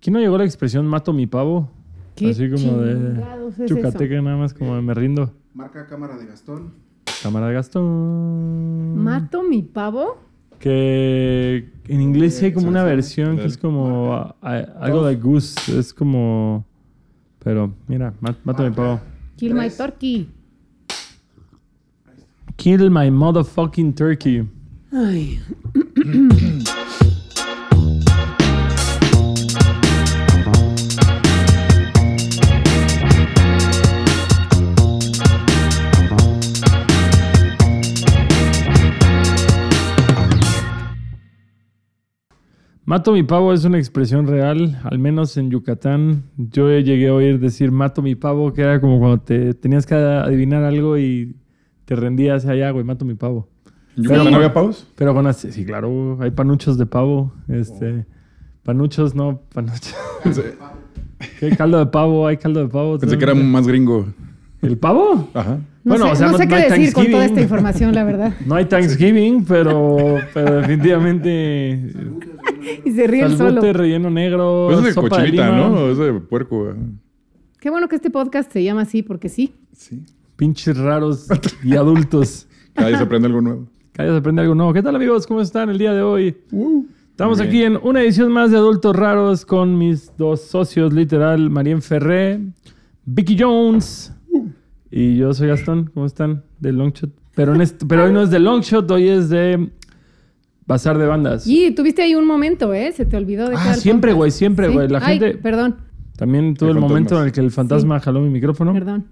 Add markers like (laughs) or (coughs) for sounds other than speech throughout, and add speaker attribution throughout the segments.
Speaker 1: ¿Quién no llegó la expresión mato mi pavo?
Speaker 2: ¿Qué
Speaker 1: Así como
Speaker 2: chingados
Speaker 1: de
Speaker 2: es
Speaker 1: Chucateca, nada más como de me rindo.
Speaker 3: Marca cámara de Gastón.
Speaker 1: Cámara de Gastón.
Speaker 2: ¿Mato mi pavo?
Speaker 1: Que en inglés sí hay como una versión que es como a- a- algo de goose. Es como. Pero mira, ma- mato mi pavo.
Speaker 2: Kill my
Speaker 3: Tres.
Speaker 2: turkey.
Speaker 1: Kill my motherfucking turkey.
Speaker 2: Ay.
Speaker 1: Mato mi pavo es una expresión real, al menos en Yucatán. Yo llegué a oír decir mato mi pavo, que era como cuando te tenías que adivinar algo y te rendías allá, güey, mato mi pavo.
Speaker 4: ¿Yo
Speaker 2: Sí.
Speaker 4: no había (laughs) pavos?
Speaker 1: Pero bueno, sí, sí, claro, hay panuchos de pavo, este,
Speaker 4: Oh.
Speaker 1: panuchos, no, panuchos. (laughs)
Speaker 4: Pensé,
Speaker 1: ¿Qué caldo de pavo? Hay caldo de pavo.
Speaker 4: pensé que era
Speaker 1: también.
Speaker 4: más gringo.
Speaker 1: el pavo.
Speaker 4: Ajá.
Speaker 2: No
Speaker 1: Bueno,
Speaker 2: sé,
Speaker 1: o sea,
Speaker 2: no
Speaker 1: no-
Speaker 2: sé
Speaker 1: no
Speaker 2: qué
Speaker 1: hay
Speaker 2: decir con toda esta
Speaker 1: Thanksgiving.
Speaker 2: información, la
Speaker 1: (laughs)
Speaker 2: verdad. (laughs)
Speaker 1: No hay Thanksgiving, pero, pero definitivamente
Speaker 2: Y se ríe el solo.
Speaker 1: salbute, relleno negro,
Speaker 4: Eso Pues es de
Speaker 1: sopa
Speaker 4: cochinita,
Speaker 1: de lima,
Speaker 4: ¿no? Es de puerco. ah.
Speaker 2: Qué bueno que este podcast se llama así, porque sí.
Speaker 4: Sí.
Speaker 1: pinches raros y adultos.
Speaker 4: Cada día se aprende algo nuevo.
Speaker 1: Cada día se aprende algo nuevo. ¿Qué tal amigos? ¿Cómo están el día de hoy? Estamos
Speaker 4: Muy
Speaker 1: aquí en una edición más de Adultos Raros con mis dos socios, literal, Marien Ferré, Vicky Jones
Speaker 4: Uh.
Speaker 1: y yo soy Gastón. ¿Cómo están? De Longshot. Pero, en este- pero hoy no es de Longshot, hoy es de Bazar de Bandas.
Speaker 2: Y tuviste ahí un momento, ¿eh? Se te olvidó de
Speaker 1: Ah,
Speaker 2: cada
Speaker 1: siempre,
Speaker 2: podcast.
Speaker 1: güey, siempre,
Speaker 2: Sí.
Speaker 1: güey. La
Speaker 2: Ay,
Speaker 1: gente...
Speaker 2: Perdón,
Speaker 1: También tuve
Speaker 4: Hay
Speaker 1: el momento
Speaker 4: fantasmas.
Speaker 1: en el que el fantasma jaló mi micrófono.
Speaker 2: perdón.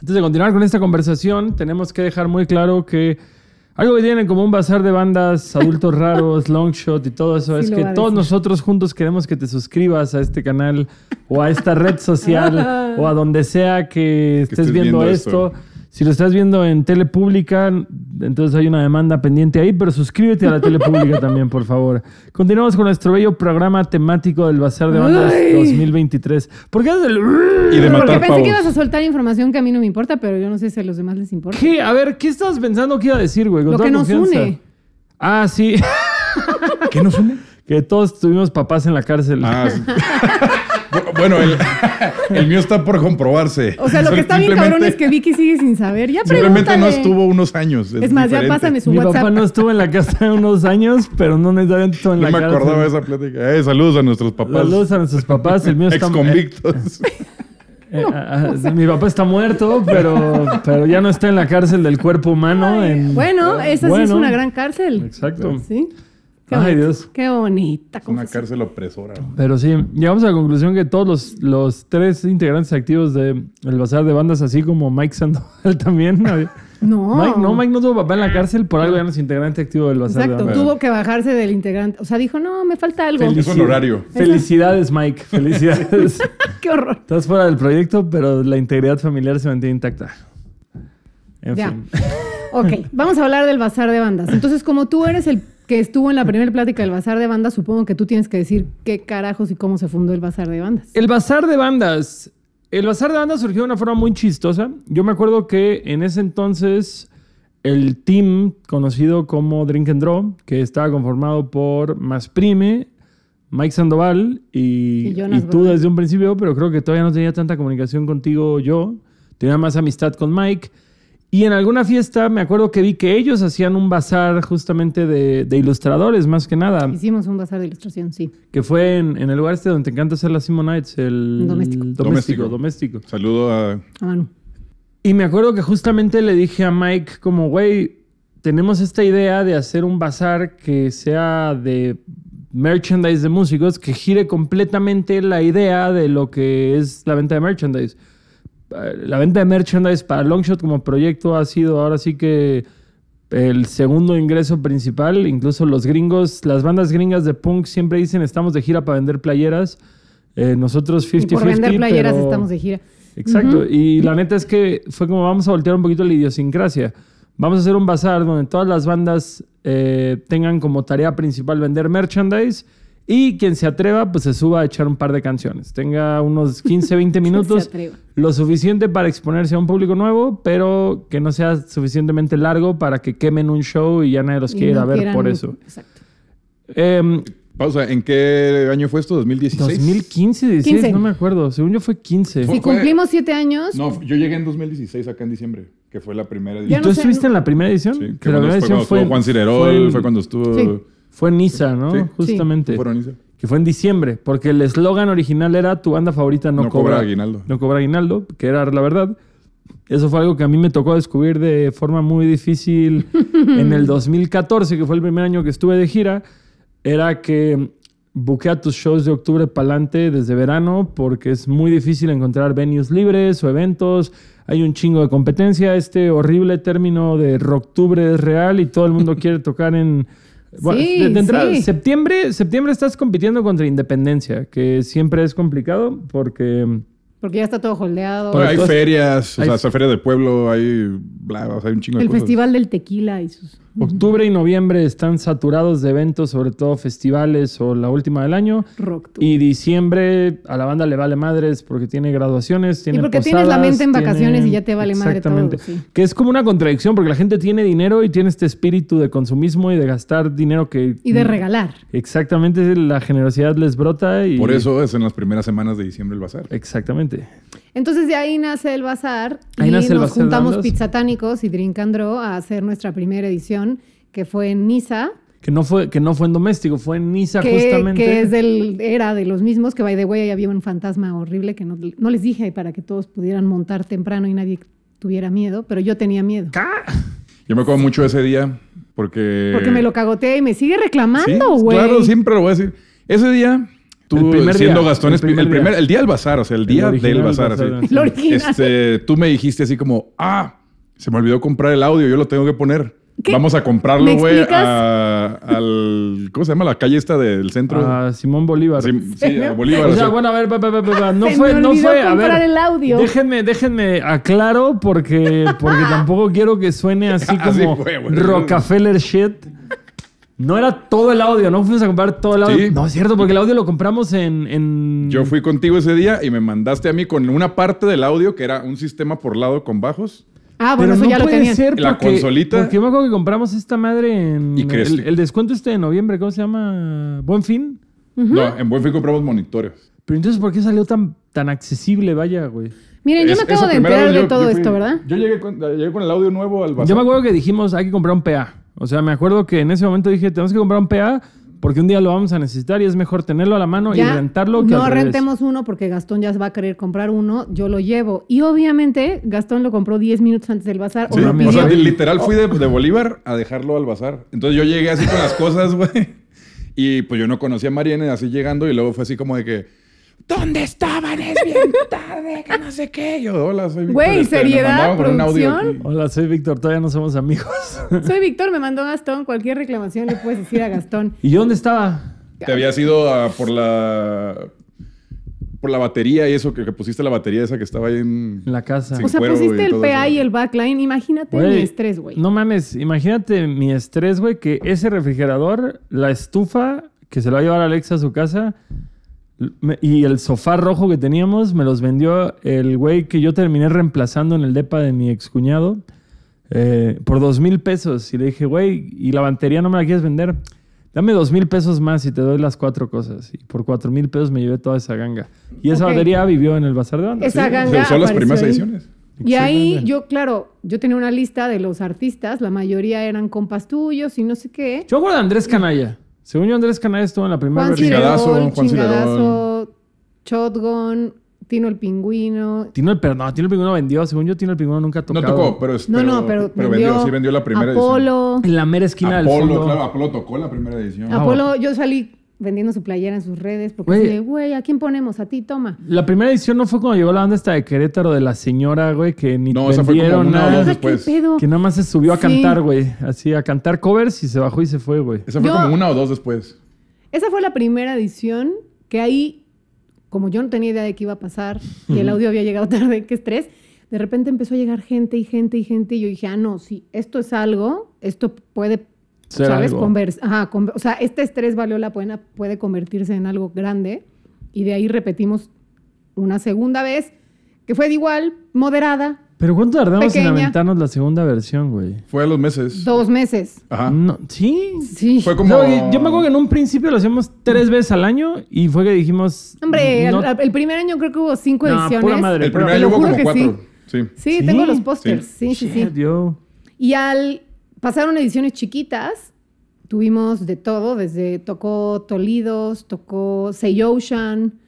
Speaker 1: Antes de continuar con esta conversación, tenemos que dejar muy claro que algo que tienen como un bazar de bandas,
Speaker 2: (laughs)
Speaker 1: adultos raros, long shot y todo eso
Speaker 2: Sí
Speaker 1: es
Speaker 2: lo
Speaker 1: que
Speaker 2: va a
Speaker 1: todos
Speaker 2: decir.
Speaker 1: nosotros juntos queremos que te suscribas a este canal o a esta red social o a donde sea que estés,
Speaker 4: estés
Speaker 1: viendo,
Speaker 4: viendo
Speaker 1: esto.
Speaker 4: esto.
Speaker 1: Si lo estás viendo en tele pública, entonces hay una demanda pendiente ahí, pero suscríbete a la tele
Speaker 2: (laughs)
Speaker 1: pública también, por favor. Continuamos con nuestro bello programa temático del Bazar de Bandas
Speaker 2: Ay.
Speaker 1: 2023. ¿Por qué haces el-
Speaker 4: Y
Speaker 2: Porque
Speaker 4: de matar
Speaker 2: pensé
Speaker 4: pavos.
Speaker 2: que ibas a soltar información que a mí no me importa, pero yo no sé si a los demás les importa.
Speaker 1: (laughs) ¿Qué? A ver, ¿qué estabas pensando que iba a decir, güey? Con
Speaker 2: Lo
Speaker 1: toda
Speaker 2: que nos
Speaker 1: confianza.
Speaker 2: une.
Speaker 1: Ah, sí.
Speaker 4: ¿Qué nos une?
Speaker 1: que todos tuvimos papás en la cárcel.
Speaker 4: Ah, sí. Bu- bueno, el, (laughs) el mío está por comprobarse.
Speaker 2: O sea, lo que está bien cabrón
Speaker 4: Simplemente-
Speaker 2: es que Vicky sigue sin saber. Ya
Speaker 4: Simplemente no
Speaker 2: pregúntale.
Speaker 4: estuvo unos años.
Speaker 2: Es más, ya
Speaker 4: diferente.
Speaker 2: pásame su
Speaker 1: Mi
Speaker 2: WhatsApp.
Speaker 1: papá no estuvo en la casa (laughs) unos años, pero no necesariamente estuvo en
Speaker 4: No
Speaker 1: la
Speaker 4: me
Speaker 1: cárcel.
Speaker 4: acordaba de esa plática. Eh, saludos a nuestros papás.
Speaker 1: Saludos a nuestros papás. El mío está.
Speaker 4: Ex convictos.
Speaker 1: eh, eh, ah, Mi papá está muerto, pero, pero ya no está en la cárcel del cuerpo humano. en-
Speaker 2: Bueno, esa sí
Speaker 1: Bueno.
Speaker 2: es una gran cárcel.
Speaker 1: Exacto.
Speaker 2: ¿Sí?
Speaker 1: Ay,
Speaker 2: bonito.
Speaker 1: Dios.
Speaker 2: Qué bonita.
Speaker 4: (laughs) Una
Speaker 2: confesión.
Speaker 4: cárcel opresora.
Speaker 1: Pero sí, llegamos a la conclusión que todos los, los tres integrantes activos de el Bazar de Bandas, así como Mike Sandoval (laughs) también. había-
Speaker 2: No.
Speaker 1: Mike, no, Mike no tuvo papá en la cárcel, por algo ya no es integrante activo del Bazar de
Speaker 2: Oh. Exacto.
Speaker 1: Bandas.
Speaker 2: Tuvo que bajarse del integrante. O sea, dijo, no, me falta algo.
Speaker 1: Feliz-
Speaker 4: Es un horario.
Speaker 1: Felicidades, Mike. Felicidades.
Speaker 2: (laughs)
Speaker 1: (laughs)
Speaker 2: Qué horror.
Speaker 1: Estás fuera del proyecto, pero la integridad familiar se mantiene intacta. En
Speaker 2: Ya.
Speaker 1: fin.
Speaker 2: (laughs) Ok, vamos a hablar del bazar de bandas. Entonces, como tú eres el que estuvo en la primera plática del bazar de bandas, supongo que tú tienes que decir qué carajos y cómo se fundó el bazar de bandas.
Speaker 1: El bazar de bandas. El bazar de bandas surgió de una forma muy chistosa. Yo me acuerdo que en ese entonces el team conocido como Drink and Draw, que estaba conformado por Masprime, Mike Sandoval y,
Speaker 2: Y Jonas
Speaker 1: y tú
Speaker 2: Brothers.
Speaker 1: desde un principio, pero creo que todavía no tenía tanta comunicación contigo yo. Tenía más amistad con Mike. Y en alguna fiesta me acuerdo que vi que ellos hacían un bazar justamente de, de ilustradores, más que nada
Speaker 2: Hicimos un bazar de ilustración, sí.
Speaker 1: que fue en, en el lugar este donde te encanta hacer las Simonites, el
Speaker 2: Doméstico.
Speaker 1: doméstico,
Speaker 4: Doméstico.
Speaker 1: doméstico.
Speaker 4: Saludo a.
Speaker 2: A Manu.
Speaker 1: Y me acuerdo que justamente le dije a Mike como, güey, tenemos esta idea de hacer un bazar que sea de merchandise de músicos, que gire completamente la idea de lo que es la venta de merchandise. Eh, La venta de merchandise para Longshot como proyecto ha sido ahora sí que el segundo ingreso principal. Incluso los gringos, las bandas gringas de punk siempre dicen estamos de gira para vender playeras. Eh, nosotros 50-50.
Speaker 2: Y por vender playeras
Speaker 1: pero-
Speaker 2: estamos de gira.
Speaker 1: Exacto. Y la neta es que fue como vamos a voltear un poquito la idiosincrasia. Vamos a hacer un bazar donde todas las bandas eh, tengan como tarea principal vender merchandise y quien se atreva pues se suba a echar un par de canciones. Tenga
Speaker 2: (laughs)
Speaker 1: unos 15, 20
Speaker 2: Quien
Speaker 1: minutos.
Speaker 2: se atreva.
Speaker 1: Lo suficiente para exponerse a un público nuevo, pero que no sea suficientemente largo para que quemen un show y ya nadie los
Speaker 2: Y
Speaker 1: quiera
Speaker 2: no
Speaker 1: ver
Speaker 2: quieran-
Speaker 1: por eso.
Speaker 2: Exacto.
Speaker 1: Eh,
Speaker 4: Pausa, ¿en qué año fue esto? ¿2016?
Speaker 1: 2015, 16,
Speaker 2: 15.
Speaker 1: no me acuerdo. Según yo fue 15.
Speaker 4: Fue-
Speaker 2: Si cumplimos siete años,
Speaker 4: No, yo llegué en 2016 acá en diciembre, que fue la primera
Speaker 1: ¿Y
Speaker 2: Ya
Speaker 4: edición.
Speaker 1: tú
Speaker 2: no sé,
Speaker 1: estuviste
Speaker 2: no-
Speaker 1: en la primera edición?
Speaker 4: Sí, que
Speaker 1: Pero la
Speaker 4: bueno,
Speaker 1: primera
Speaker 4: fue cuando
Speaker 1: edición
Speaker 4: estuvo
Speaker 1: fue
Speaker 4: Juan Cirerol,
Speaker 1: en-
Speaker 4: fue, cuando estuvo...
Speaker 2: Sí.
Speaker 1: Fue en Niza, ¿no?
Speaker 4: Sí.
Speaker 1: Justamente.
Speaker 4: Fueron Isa.
Speaker 1: Que fue en diciembre, porque el eslogan original era tu banda favorita no,
Speaker 4: No cobra aguinaldo.
Speaker 1: No cobra aguinaldo, que era la verdad. Eso fue algo que a mí me tocó descubrir de forma muy
Speaker 2: (laughs)
Speaker 1: difícil en el 2014, que fue el primer año que estuve de gira. Era que buquea tus shows de octubre pa'lante desde verano, porque es muy difícil encontrar venues libres o eventos. Hay un chingo de competencia. Este horrible término de roctubre es real y todo el
Speaker 2: (laughs)
Speaker 1: mundo quiere tocar en. Bueno,
Speaker 2: Sí,
Speaker 1: de, de entrada,
Speaker 2: sí.
Speaker 1: se- Septiembre, septiembre estás compitiendo contra Independencia, que siempre es complicado porque mm,
Speaker 2: porque ya está todo holdeado.
Speaker 1: Para
Speaker 4: hay
Speaker 1: todas-
Speaker 4: ferias, o
Speaker 1: hay-
Speaker 4: sea, está Feria del Pueblo, hay... Bla, o sea, hay un chingo de
Speaker 2: El
Speaker 4: cosas.
Speaker 2: festival del tequila y sus.
Speaker 1: octubre y noviembre están saturados de eventos, sobre todo festivales o la última del año.
Speaker 2: Rock tour.
Speaker 1: Y diciembre a la banda le vale madres porque tiene graduaciones, tiene
Speaker 2: porque tienes la
Speaker 1: posadas,
Speaker 2: mente en
Speaker 1: tiene-
Speaker 2: vacaciones y ya te vale madre
Speaker 1: Exactamente.
Speaker 2: todo, sí.
Speaker 1: Que es como una contradicción porque la gente tiene dinero y tiene este espíritu de consumismo y de gastar dinero que...
Speaker 2: Y de regalar.
Speaker 1: Exactamente, la generosidad les brota y...
Speaker 4: Por eso es en las primeras semanas de diciembre el bazar.
Speaker 1: Exactamente.
Speaker 2: Entonces de ahí nace el bazar
Speaker 1: Ahí
Speaker 2: y
Speaker 1: nace el
Speaker 2: nos
Speaker 1: bazar de
Speaker 2: juntamos
Speaker 1: bandas.
Speaker 2: pizzatánicos y Drink and Draw a hacer nuestra primera edición que fue en Niza,
Speaker 1: Que no fue, que no fue en doméstico, fue en Niza
Speaker 2: que,
Speaker 1: justamente.
Speaker 2: que es del, era de los mismos, que by the way ahí había un fantasma horrible que no, no les dije para que todos pudieran montar temprano y nadie tuviera miedo, pero yo tenía miedo.
Speaker 4: Yo me acuerdo mucho de ese día porque...
Speaker 2: Porque me lo cagoteé y me sigue
Speaker 4: Sí,
Speaker 2: reclamando, güey.
Speaker 4: Claro, siempre lo voy a decir. Ese día, tú
Speaker 1: El primer
Speaker 4: siendo
Speaker 1: día,
Speaker 4: Gastón,
Speaker 1: el
Speaker 4: Espi- el
Speaker 1: primer
Speaker 4: primer,
Speaker 1: día.
Speaker 4: el día del bazar, o sea, el día
Speaker 1: original
Speaker 4: del bazar,
Speaker 1: bazar,
Speaker 4: así.
Speaker 1: sí.
Speaker 2: El original.
Speaker 4: Este, tú me dijiste así como, ah, se me olvidó comprar el audio, yo lo tengo que poner.
Speaker 2: ¿Qué?
Speaker 4: Vamos a comprarlo,
Speaker 2: ¿Me
Speaker 4: güey,
Speaker 2: explicas?
Speaker 4: a- al, ¿cómo se llama? La calle esta del centro.
Speaker 1: A Simón Bolívar.
Speaker 4: sí, sí, a Bolívar.
Speaker 1: Ah, O
Speaker 4: o
Speaker 1: sea,
Speaker 4: sea,
Speaker 1: bueno, a ver, pa, pa, pa, pa, pa, no
Speaker 2: Se
Speaker 1: fue,
Speaker 2: me
Speaker 1: no
Speaker 2: olvidó
Speaker 1: fue, a
Speaker 2: comprar
Speaker 1: ver.
Speaker 2: el audio.
Speaker 1: Déjenme, déjenme aclaro porque,
Speaker 2: (laughs)
Speaker 1: porque tampoco quiero que suene así
Speaker 4: (laughs) Así
Speaker 1: como
Speaker 4: fue, güey.
Speaker 1: Rockefeller shit. No era todo el audio, no fuimos a comprar todo el audio.
Speaker 4: Sí.
Speaker 1: No, es cierto, porque el audio lo compramos en. en-
Speaker 4: Yo fui contigo ese día y me mandaste a mí con una parte del audio que era un sistema por lado con bajos.
Speaker 1: Pero
Speaker 2: Ah, bueno, eso
Speaker 1: no
Speaker 2: ya lo
Speaker 1: puede
Speaker 2: tenían.
Speaker 1: ser porque,
Speaker 4: La consolita.
Speaker 1: Porque yo me acuerdo que compramos esta madre en.
Speaker 4: Y crece.
Speaker 1: el, el descuento este de noviembre, ¿cómo se llama? Buen fin.
Speaker 4: No, en Buen Fin compramos monitores.
Speaker 1: Pero entonces, ¿por qué salió tan, tan accesible? Vaya, güey.
Speaker 2: Miren, yo
Speaker 4: Es-
Speaker 2: me acabo
Speaker 4: esa
Speaker 2: de
Speaker 4: primera
Speaker 2: enterar
Speaker 4: vez
Speaker 2: de
Speaker 4: yo-
Speaker 2: todo
Speaker 4: yo fui-
Speaker 2: esto, ¿verdad?
Speaker 4: Yo llegué con, llegué con el audio nuevo al bazar.
Speaker 1: Yo me acuerdo que dijimos, hay que comprar un PA. O sea, me acuerdo que en ese momento dije, tenemos que comprar un PA porque un día lo vamos a necesitar y es mejor tenerlo a la mano y
Speaker 2: Ya
Speaker 1: rentarlo que
Speaker 2: no
Speaker 1: al revés.
Speaker 2: rentemos uno porque Gastón ya va a querer comprar uno, yo lo llevo. Y obviamente Gastón lo compró 10 minutos antes del bazar.
Speaker 4: Sí,
Speaker 2: o lo
Speaker 1: mames.
Speaker 4: o
Speaker 2: pidió.
Speaker 4: sea,
Speaker 1: Yo-
Speaker 4: literal fui de, de Bolívar a dejarlo al bazar. Entonces yo llegué así con las cosas, (laughs) güey. Y pues yo no conocía a Mariana, así llegando, y luego fue así como de que. ¿Dónde estaban? Es bien tarde, que no sé qué. Yo, hola, soy Víctor".
Speaker 2: Güey,
Speaker 4: me
Speaker 2: seriedad,
Speaker 4: mandaban con un audio
Speaker 2: producción.
Speaker 4: aquí.
Speaker 1: Hola, soy Víctor, todavía no somos amigos. (laughs)
Speaker 2: Soy Víctor, me mandó Gastón. Cualquier reclamación le puedes decir a Gastón.
Speaker 1: ¿Y yo dónde estaba?
Speaker 4: (laughs) Te había sido ah, por la. Por la batería y eso, que, que pusiste la batería esa que estaba ahí en.
Speaker 1: En la casa.
Speaker 4: Sí.
Speaker 2: O sea,
Speaker 4: cuero
Speaker 2: pusiste
Speaker 4: y
Speaker 2: el
Speaker 4: todo
Speaker 2: PA
Speaker 4: eso.
Speaker 2: y el backline. Imagínate
Speaker 1: Güey,
Speaker 2: mi estrés, güey.
Speaker 1: No mames, imagínate mi estrés, güey, que ese refrigerador, la estufa que se lo va a llevar Alexa a su casa l- me- y el sofá rojo que teníamos me los vendió el güey que yo terminé reemplazando en el depa de mi excuñado eh, por dos mil pesos. Y le dije, güey, ¿y la batería no me la quieres vender? Dame dos mil pesos más y te doy las cuatro cosas. Y por cuatro mil pesos me llevé toda esa ganga. Y esa
Speaker 2: Ok.
Speaker 1: batería vivió en el bazar de bandas.
Speaker 2: Esa ganga
Speaker 4: Se usó las
Speaker 2: apareció
Speaker 4: primeras
Speaker 2: ahí.
Speaker 4: ediciones.
Speaker 2: Y ahí
Speaker 1: Exactamente.
Speaker 2: yo, claro, yo tenía una lista de los artistas. La mayoría eran compas tuyos y no sé qué.
Speaker 1: Yo acuerdo de Andrés Canalla. Según yo, Andrés Canalla estuvo en la primera
Speaker 2: Juan
Speaker 1: versión.
Speaker 4: Cirerol.
Speaker 2: Cirerol,
Speaker 4: Chingadazo, Juan
Speaker 2: Chingadazo, Shotgun, Tino el Pingüino.
Speaker 1: Tino el, pero no, Tino el Pingüino vendió. Según yo, Tino el Pingüino nunca tocó.
Speaker 4: No tocó, pero, es-
Speaker 2: No, no, pero,
Speaker 4: vendió, sí vendió la primera edición.
Speaker 2: Apolo.
Speaker 1: En la mera esquina del
Speaker 4: Apolo,
Speaker 1: fondo.
Speaker 4: claro, Apolo tocó la primera edición.
Speaker 1: Ah,
Speaker 2: Apolo, yo salí vendiendo su playera en sus redes porque
Speaker 1: Güey. Ah,
Speaker 2: así de, güey, ¿a quién ponemos? A ti, toma.
Speaker 1: La primera edición no fue cuando llegó la banda esta de Querétaro de la señora, güey, que ni
Speaker 4: No, esa fue como
Speaker 1: vendieron
Speaker 4: una o
Speaker 1: nada.
Speaker 4: dos
Speaker 2: Ajá,
Speaker 4: después.
Speaker 2: ¿Qué pedo?
Speaker 1: Que nada más se subió a
Speaker 2: Sí.
Speaker 1: cantar, güey. Así, a cantar covers y se bajó y se fue, güey.
Speaker 4: Esa fue
Speaker 2: Yo-
Speaker 4: como una o dos después.
Speaker 2: Esa fue la primera edición que ahí, como yo no tenía idea de qué iba a pasar y el audio había llegado (laughs) tarde, qué estrés, de repente empezó a llegar gente y gente y gente y yo dije, ah, no, sí, esto es algo, esto puede,
Speaker 1: Ser
Speaker 2: ¿sabes?
Speaker 1: algo.
Speaker 2: Convers- ajá, con- o sea, este estrés valió la pena, puede convertirse en algo grande y de ahí repetimos una segunda vez que fue de igual, moderada,
Speaker 1: Pero ¿cuánto tardamos en
Speaker 2: Pequeña.
Speaker 1: aventarnos la segunda versión, güey?
Speaker 4: Fue a los meses.
Speaker 2: Dos meses.
Speaker 4: Ajá.
Speaker 1: No, sí.
Speaker 2: Sí.
Speaker 4: Fue como.
Speaker 1: O sea, yo me acuerdo que en un principio lo hacíamos tres veces al año y fue que dijimos.
Speaker 2: Hombre,
Speaker 1: no-
Speaker 2: al- al- el primer año creo que hubo cinco
Speaker 1: No,
Speaker 2: ediciones.
Speaker 1: pura madre.
Speaker 4: El
Speaker 1: Pero
Speaker 4: primer
Speaker 1: te
Speaker 4: año
Speaker 1: lo
Speaker 4: hubo
Speaker 2: juro
Speaker 4: como
Speaker 2: que
Speaker 4: cuatro. Sí.
Speaker 2: Sí,
Speaker 1: Sí,
Speaker 2: tengo los pósters. Sí, sí, sí.
Speaker 1: Shit, yo-
Speaker 2: Y al pasaron ediciones chiquitas, tuvimos de todo, desde tocó Tolidos, tocó Say Ocean,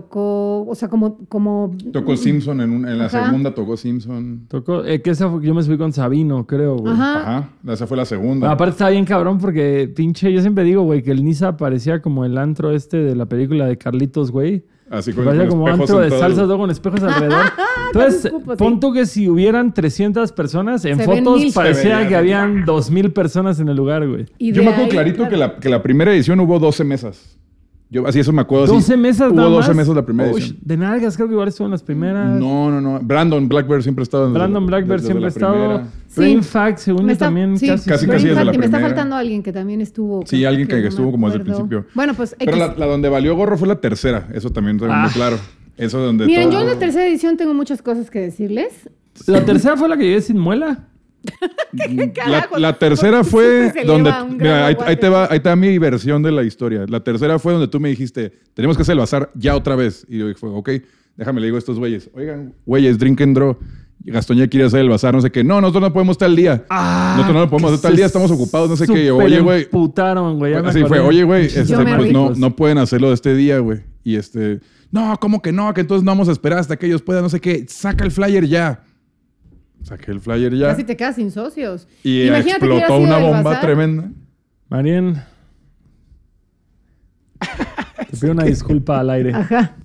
Speaker 2: tocó, o sea, como... como
Speaker 4: Tocó Simpson en, un- en la
Speaker 2: Ajá.
Speaker 4: segunda, tocó Simpson.
Speaker 1: Tocó, eh, que esa fue- yo me subí con Sabino, creo, güey.
Speaker 2: Ajá.
Speaker 4: Ajá. Esa fue la segunda.
Speaker 1: Ah, Aparte estaba bien cabrón porque pinche, yo siempre digo, güey, que el Nisa parecía como el antro este de la película de Carlitos, güey.
Speaker 4: Así
Speaker 1: Que
Speaker 4: con,
Speaker 1: parecía
Speaker 4: con
Speaker 1: como
Speaker 4: espejos
Speaker 1: antro de
Speaker 4: sentados.
Speaker 1: salsas, luego con espejos
Speaker 2: (laughs)
Speaker 1: alrededor. Entonces,
Speaker 2: escupo, sí.
Speaker 1: pon tú que si hubieran 300 personas, en
Speaker 2: Se ven
Speaker 1: fotos
Speaker 2: mil.
Speaker 4: Se
Speaker 1: parecía
Speaker 4: veían.
Speaker 1: que habían 2000 personas en el lugar, güey.
Speaker 2: y
Speaker 4: Yo
Speaker 2: de
Speaker 4: me acuerdo
Speaker 2: ahí,
Speaker 4: clarito
Speaker 2: claro.
Speaker 4: que, la, que la primera edición hubo 12 mesas. Yo así eso me acuerdo. así.
Speaker 1: 12 mesas
Speaker 4: Hubo
Speaker 1: nada más.
Speaker 4: 12 mesas la primera
Speaker 1: Uy,
Speaker 4: edición.
Speaker 1: De nalgas, creo que igual estuvo en las primeras.
Speaker 4: No, no, no. Brandon Blackbird siempre ha estado. desde
Speaker 1: Brandon
Speaker 4: la-
Speaker 1: Blackbird
Speaker 4: desde
Speaker 1: siempre
Speaker 4: la
Speaker 1: ha estado.
Speaker 4: primera.
Speaker 2: Sí.
Speaker 1: Brain Fact, según
Speaker 2: Me
Speaker 1: yo
Speaker 2: está-
Speaker 1: también,
Speaker 2: sí.
Speaker 1: casi.
Speaker 4: Casi,
Speaker 1: sí.
Speaker 2: Pero
Speaker 4: casi
Speaker 2: me
Speaker 4: desde
Speaker 2: fal-
Speaker 4: la
Speaker 2: y me está
Speaker 4: primera.
Speaker 2: faltando alguien que también estuvo.
Speaker 4: Sí, alguien que
Speaker 2: me
Speaker 4: estuvo como desde el
Speaker 2: acuerdo.
Speaker 4: principio.
Speaker 2: Bueno, pues
Speaker 4: Pero
Speaker 2: X.
Speaker 4: la, la donde valió gorro fue la tercera. Eso también tengo muy
Speaker 1: Ah.
Speaker 4: claro. Eso donde.
Speaker 2: Miren, yo
Speaker 4: todo-
Speaker 2: en la tercera edición tengo muchas cosas que decirles.
Speaker 1: La tercera fue la que llegué sin muela.
Speaker 2: (laughs)
Speaker 4: La,
Speaker 2: Carajo,
Speaker 4: la
Speaker 2: ¿por
Speaker 4: tercera
Speaker 2: qué
Speaker 4: fue
Speaker 2: se le
Speaker 4: donde.
Speaker 2: va un gran
Speaker 4: Mira, ahí,
Speaker 2: aguate?
Speaker 4: ahí te va, ahí te va mi versión de la historia. La tercera fue donde tú me dijiste, tenemos que hacer el bazar ya otra vez. Y yo dije, ok, déjame, le digo a estos güeyes, oigan, güeyes, drink and draw. Gastón ya quiere hacer el bazar, no sé qué. No, nosotros no podemos tal día.
Speaker 2: Ah,
Speaker 4: nosotros no lo podemos hacer tal día, estamos ocupados, no sé qué. Y yo, Oye, güey.
Speaker 1: Putaron, güey. ya me
Speaker 4: Así fue,
Speaker 1: acordé.
Speaker 4: oye, güey,
Speaker 1: Pinches
Speaker 4: este,
Speaker 2: Yo me
Speaker 4: pues
Speaker 2: río.
Speaker 4: no,
Speaker 1: chamacos.
Speaker 4: no pueden hacerlo de este día, güey. Y este, no, ¿cómo que no? Que entonces no vamos a esperar hasta que ellos puedan, no sé qué. Saca el flyer ya. Saqué el flyer ya.
Speaker 2: Casi te quedas sin socios.
Speaker 4: Y
Speaker 2: Imagínate que hubiera
Speaker 4: explotó
Speaker 2: sido
Speaker 4: una
Speaker 2: el
Speaker 4: bomba
Speaker 2: bazar.
Speaker 4: tremenda.
Speaker 1: Marien. Te pido una disculpa al aire.
Speaker 2: Ajá.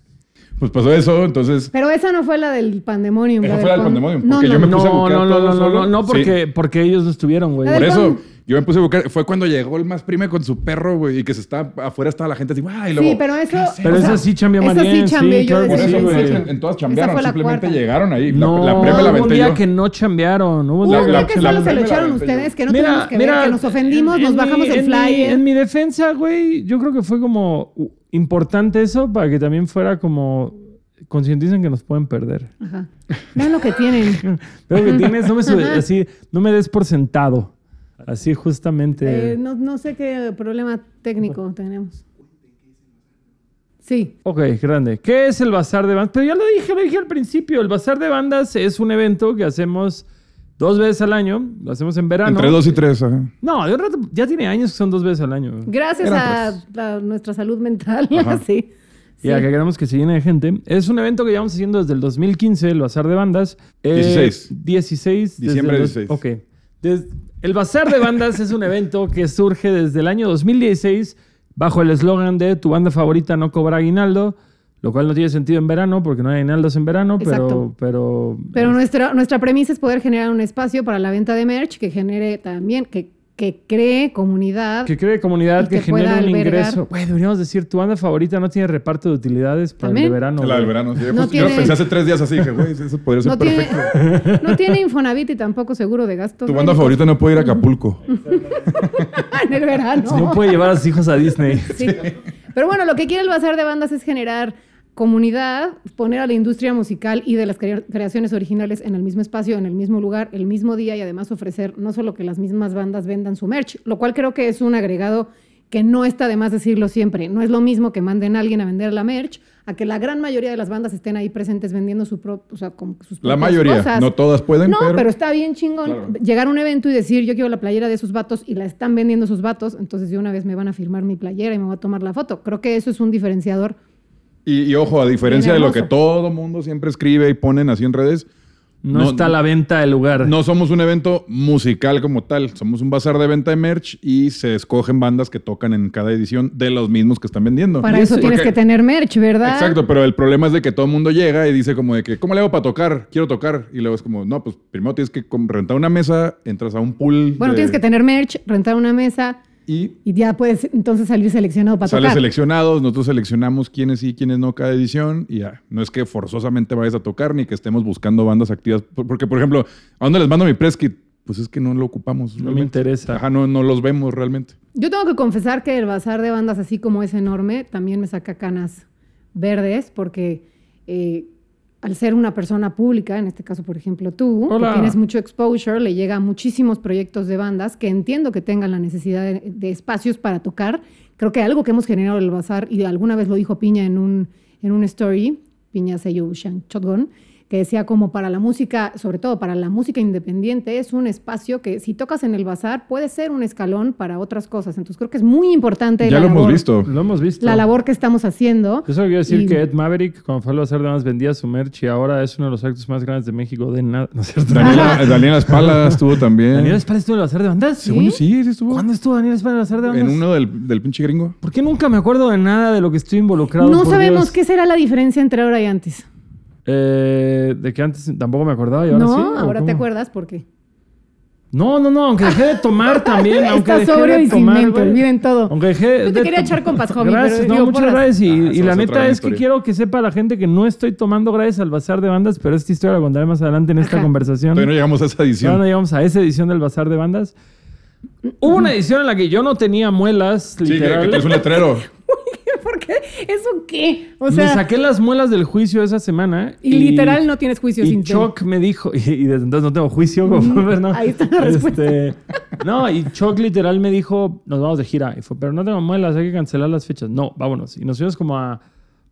Speaker 4: Pues pasó eso, entonces.
Speaker 2: Pero esa no fue la del pandemonium.
Speaker 4: Esa
Speaker 2: la
Speaker 4: fue la del
Speaker 2: pan-
Speaker 4: Pandemonium,
Speaker 2: No,
Speaker 4: porque
Speaker 2: no,
Speaker 4: yo me
Speaker 2: no.
Speaker 1: No,
Speaker 4: puse a
Speaker 1: no,
Speaker 4: buquear
Speaker 1: no,
Speaker 4: todo
Speaker 1: no, no,
Speaker 4: solo.
Speaker 1: no, no, porque, porque ellos no estuvieron, güey.
Speaker 2: Ay,
Speaker 4: Por eso,
Speaker 2: pan.
Speaker 4: yo me puse a buscar. Fue cuando llegó el más prime con su perro, güey, y que se estaba afuera, estaba la gente así, ¡ay! y luego,
Speaker 2: Sí, pero eso.
Speaker 1: Pero
Speaker 2: o sea,
Speaker 1: esa sí chambeó
Speaker 2: esa
Speaker 1: Marien.
Speaker 2: sí chambeé yo
Speaker 1: claro que
Speaker 4: Por
Speaker 2: desde
Speaker 1: sí,
Speaker 4: eso,
Speaker 2: el
Speaker 4: güey,
Speaker 1: güey.
Speaker 2: principio.
Speaker 4: en, en todas
Speaker 2: Esa fue
Speaker 4: chambearon,
Speaker 2: la
Speaker 4: simplemente
Speaker 2: cuarta.
Speaker 4: llegaron ahí. La-
Speaker 1: No,
Speaker 4: la, prime
Speaker 1: hubo
Speaker 4: la
Speaker 1: un
Speaker 4: aventé
Speaker 1: día
Speaker 4: yo.
Speaker 1: que no chambearon. Hubo un
Speaker 2: Hubo
Speaker 1: día
Speaker 2: un
Speaker 1: que
Speaker 4: la-
Speaker 2: día que
Speaker 4: la
Speaker 2: solo se lo
Speaker 4: primera
Speaker 2: echaron
Speaker 4: la aventé
Speaker 2: ustedes,
Speaker 4: yo.
Speaker 2: que no tuvimos que ver, que nos ofendimos,
Speaker 1: en-
Speaker 2: nos
Speaker 1: en
Speaker 2: bajamos
Speaker 1: mi-
Speaker 2: el
Speaker 1: en mi-
Speaker 2: flyer.
Speaker 1: en mi defensa, güey, yo creo que fue como uh, importante eso para que también fuera como concienticen que nos pueden perder.
Speaker 2: Ajá. Vean lo
Speaker 1: (laughs)
Speaker 2: que tienen.
Speaker 1: Pero que tienes, no me, sube-
Speaker 2: Ajá.
Speaker 1: así, no me des por sentado. Así justamente.
Speaker 2: Eh, no, no sé qué problema técnico tenemos. Sí.
Speaker 1: Ok, grande. ¿Qué es el bazar de bandas? Pero ya lo dije, lo dije al principio. El bazar de bandas es un evento que hacemos dos veces al año. Lo hacemos en verano.
Speaker 4: Entre dos y tres, ajá.
Speaker 1: No, de un rato, ya tiene años que son dos veces al año.
Speaker 2: Gracias
Speaker 4: Eran
Speaker 2: a, a nuestra salud mental. (laughs) sí.
Speaker 1: Y a que queremos que se llene de gente. Es un evento que llevamos haciendo desde el 2015, el Bazar de Bandas.
Speaker 4: 16.
Speaker 1: 16. desde
Speaker 4: Diciembre
Speaker 1: el-
Speaker 4: 16.
Speaker 1: Ok. Des- el Bazar de Bandas es un evento que surge desde el año 2016 bajo el eslogan de tu banda favorita no cobra aguinaldo, lo cual no tiene sentido en verano porque no hay aguinaldos en verano, pero,
Speaker 2: Exacto.
Speaker 1: pero...
Speaker 2: Pero nuestra, nuestra premisa es poder generar un espacio para la venta de merch que genere también, que, que cree comunidad.
Speaker 1: Que cree comunidad,
Speaker 2: Y
Speaker 1: que,
Speaker 2: que
Speaker 1: genere
Speaker 2: pueda
Speaker 1: un
Speaker 2: albergar.
Speaker 1: ingreso. Güey, deberíamos decir, tu banda favorita no tiene reparto de utilidades para el
Speaker 2: También.
Speaker 1: de verano.
Speaker 4: La del
Speaker 1: güey.
Speaker 4: verano. sí. Yo,
Speaker 2: No
Speaker 4: justo- yo
Speaker 2: tiene-
Speaker 4: lo pensé hace tres días así, dije, güey, eso podría ser
Speaker 2: no, tiene,
Speaker 4: perfecto.
Speaker 2: (laughs) no tiene Infonavit y tampoco seguro de gastos.
Speaker 4: Tu banda favorita no puede ir a Acapulco.
Speaker 2: (laughs) en el verano.
Speaker 1: No puede llevar a sus hijos a Disney.
Speaker 2: Sí. Pero bueno, lo que quiere el Bazar de Bandas es generar comunidad, poner a la industria musical y de las crea- creaciones originales en el mismo espacio, en el mismo lugar, el mismo día y además ofrecer no solo que las mismas bandas vendan su merch, lo cual creo que es un agregado que no está de más decirlo siempre. No es lo mismo que manden a alguien a vender la merch a que la gran mayoría de las bandas estén ahí presentes vendiendo su pro- o sea, como sus
Speaker 4: La
Speaker 2: propias
Speaker 4: mayoría,
Speaker 2: cosas.
Speaker 4: no todas pueden,
Speaker 2: No,
Speaker 4: pero-
Speaker 2: pero, está bien chingón
Speaker 4: Claro.
Speaker 2: llegar a un evento y decir, yo quiero la playera de esos vatos y la están vendiendo esos vatos, entonces de una vez me van a firmar mi playera y me voy a tomar la foto. Creo que eso es un diferenciador.
Speaker 4: Y, y ojo, a diferencia de
Speaker 2: Bien
Speaker 4: lo que
Speaker 2: hermoso.
Speaker 4: todo mundo siempre escribe y ponen así en redes,
Speaker 1: No,
Speaker 4: No,
Speaker 1: está a
Speaker 4: no.
Speaker 1: la venta del lugar.
Speaker 4: no somos un evento musical como tal. Somos un bazar de venta de merch y se escogen bandas que tocan en cada edición de los mismos que están vendiendo.
Speaker 2: Para eso tienes
Speaker 4: Porque-
Speaker 2: que tener merch, ¿verdad?
Speaker 4: Exacto, pero el problema es de que todo el mundo llega y dice como de que, ¿cómo le hago para tocar? Quiero tocar. Y luego es como, no, pues primero tienes que com- rentar una mesa, entras a un pool.
Speaker 2: Bueno,
Speaker 4: de-
Speaker 2: tienes que tener merch, rentar una mesa
Speaker 4: Y
Speaker 2: y ya puedes entonces salir seleccionado para
Speaker 4: Sales
Speaker 2: tocar.
Speaker 4: seleccionados, nosotros seleccionamos quiénes sí, quiénes no cada edición y ya. No es que forzosamente vayas a tocar ni que estemos buscando bandas activas. Por- Porque, por ejemplo, ¿a dónde les mando mi press kit? Pues es que no lo ocupamos.
Speaker 1: No me
Speaker 4: realmente.
Speaker 1: interesa.
Speaker 4: Ajá, no, no los vemos realmente.
Speaker 2: Yo tengo que confesar que el bazar de bandas, así como es enorme, también me saca canas verdes porque eh, al ser una persona pública, en este caso, por ejemplo, tú, que
Speaker 1: Hola.
Speaker 2: tienes mucho exposure, le llega a muchísimos proyectos de bandas que entiendo que tengan la necesidad de, de espacios para tocar. Creo que algo que hemos generado en el bazar, y alguna vez lo dijo Piña en un, en un story, Piña Seiyuu Shang Shotgun, que decía como para la música, sobre todo para la música independiente, es un espacio que si tocas en el bazar puede ser un escalón para otras cosas. Entonces creo que es muy importante.
Speaker 4: Ya
Speaker 2: la
Speaker 4: lo hemos
Speaker 2: labor-
Speaker 4: visto.
Speaker 1: Lo hemos visto.
Speaker 2: La labor que estamos haciendo.
Speaker 1: Yo solo quiero decir
Speaker 2: Y-
Speaker 1: que Ed Maverick, cuando fue al bazar, además vendía su merch y ahora es uno de los actos más grandes de México de nada. ¿No es cierto?
Speaker 4: Daniela, eh,
Speaker 1: (laughs)
Speaker 4: Daniela Espala estuvo también.
Speaker 1: ¿Daniel Espala estuvo en el bazar de bandas?
Speaker 4: Según yo, sí, sí estuvo.
Speaker 1: ¿Cuándo estuvo Daniel Espala en el bazar de bandas?
Speaker 4: En uno del, del pinche gringo.
Speaker 1: ¿Por qué nunca me acuerdo de nada de lo que estoy involucrado?
Speaker 2: No
Speaker 1: por
Speaker 2: sabemos
Speaker 1: Dios?
Speaker 2: qué será la diferencia entre ahora y antes.
Speaker 1: Eh, de que antes tampoco me acordaba y ahora
Speaker 2: No,
Speaker 1: sí. ¿o
Speaker 2: ahora te
Speaker 1: cómo?
Speaker 2: acuerdas porque
Speaker 1: No, no, no, aunque dejé de
Speaker 2: (laughs)
Speaker 1: tomar también. aunque
Speaker 2: estás
Speaker 1: dejé
Speaker 2: sobrio
Speaker 1: de
Speaker 2: y sin
Speaker 1: tomar,
Speaker 2: mente,
Speaker 1: güey.
Speaker 2: olviden todo.
Speaker 1: Aunque dejé.
Speaker 2: Yo te
Speaker 1: de
Speaker 2: quería
Speaker 1: to-
Speaker 2: echar compas, Javi,
Speaker 1: Gracias,
Speaker 2: pero
Speaker 1: no,
Speaker 2: digo,
Speaker 1: muchas
Speaker 2: porras.
Speaker 1: gracias. Y, y
Speaker 4: Ah, esa
Speaker 1: la
Speaker 4: es otra
Speaker 1: neta
Speaker 4: gran
Speaker 1: es que
Speaker 4: historia.
Speaker 1: quiero que sepa la gente que no estoy tomando gracias al bazar de bandas, pero esta historia la contaré más adelante en esta
Speaker 2: Ajá.
Speaker 1: conversación.
Speaker 4: Todavía no llegamos a esa edición.
Speaker 1: Ahora no llegamos a esa edición del bazar de bandas. Hubo una edición en la que yo no tenía muelas,
Speaker 4: sí, que, que
Speaker 1: literal.
Speaker 4: traes un letrero.
Speaker 2: (laughs) ¿Por qué? ¿Eso qué? O sea,
Speaker 1: Me saqué las muelas del juicio esa semana.
Speaker 2: y literal no tienes juicio
Speaker 1: Y
Speaker 2: sin ser.
Speaker 1: Choc me dijo, (laughs) y, y desde entonces no tengo juicio, como ver, ¿no?
Speaker 2: Mm, ahí está la respuesta.
Speaker 1: Este, no, y Choc literal me dijo, nos vamos de gira. Y fue, pero no tengo muelas, hay que cancelar las fechas. No, vámonos. Y nos fuimos como a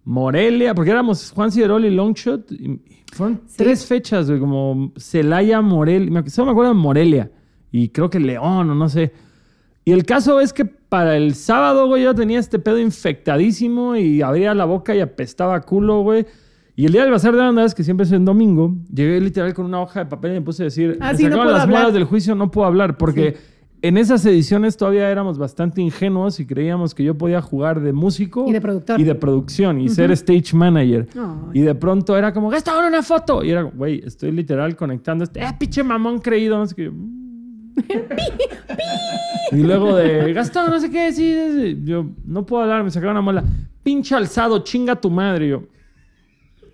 Speaker 1: Morelia, porque éramos Juan Siderol y Longshot. Y y fueron
Speaker 2: Sí.
Speaker 1: tres fechas, güey, como Celaya, Morelia. Me, ac- solo me acuerdo de Morelia. Y creo que León, o no sé. Y el caso es que para el sábado, güey, yo tenía este pedo infectadísimo y abría la boca y apestaba a culo, güey. Y el día del bazar de bandas, que siempre es en domingo, llegué literal con una hoja de papel y me puse a decir,
Speaker 2: Ah,
Speaker 1: me
Speaker 2: sí, no
Speaker 1: sacaron
Speaker 2: puedo
Speaker 1: las
Speaker 2: hablar.
Speaker 1: muelas del juicio, no puedo hablar, porque en esas ediciones todavía éramos bastante ingenuos y creíamos que yo podía jugar de músico
Speaker 2: Y de productor.
Speaker 1: y de producción y ser stage manager. Y
Speaker 2: Ay.
Speaker 1: de pronto era como, ¡Esta ahora una foto! Y era, güey, estoy literal conectando este, ¡eh, pinche mamón creído! No sé qué. Yo, "Mm". y luego de, Gastón, no sé qué, sí, sí, sí". Yo, no puedo hablar, me sacaron una muela. Pinche alzado, chinga tu madre. Y Yo,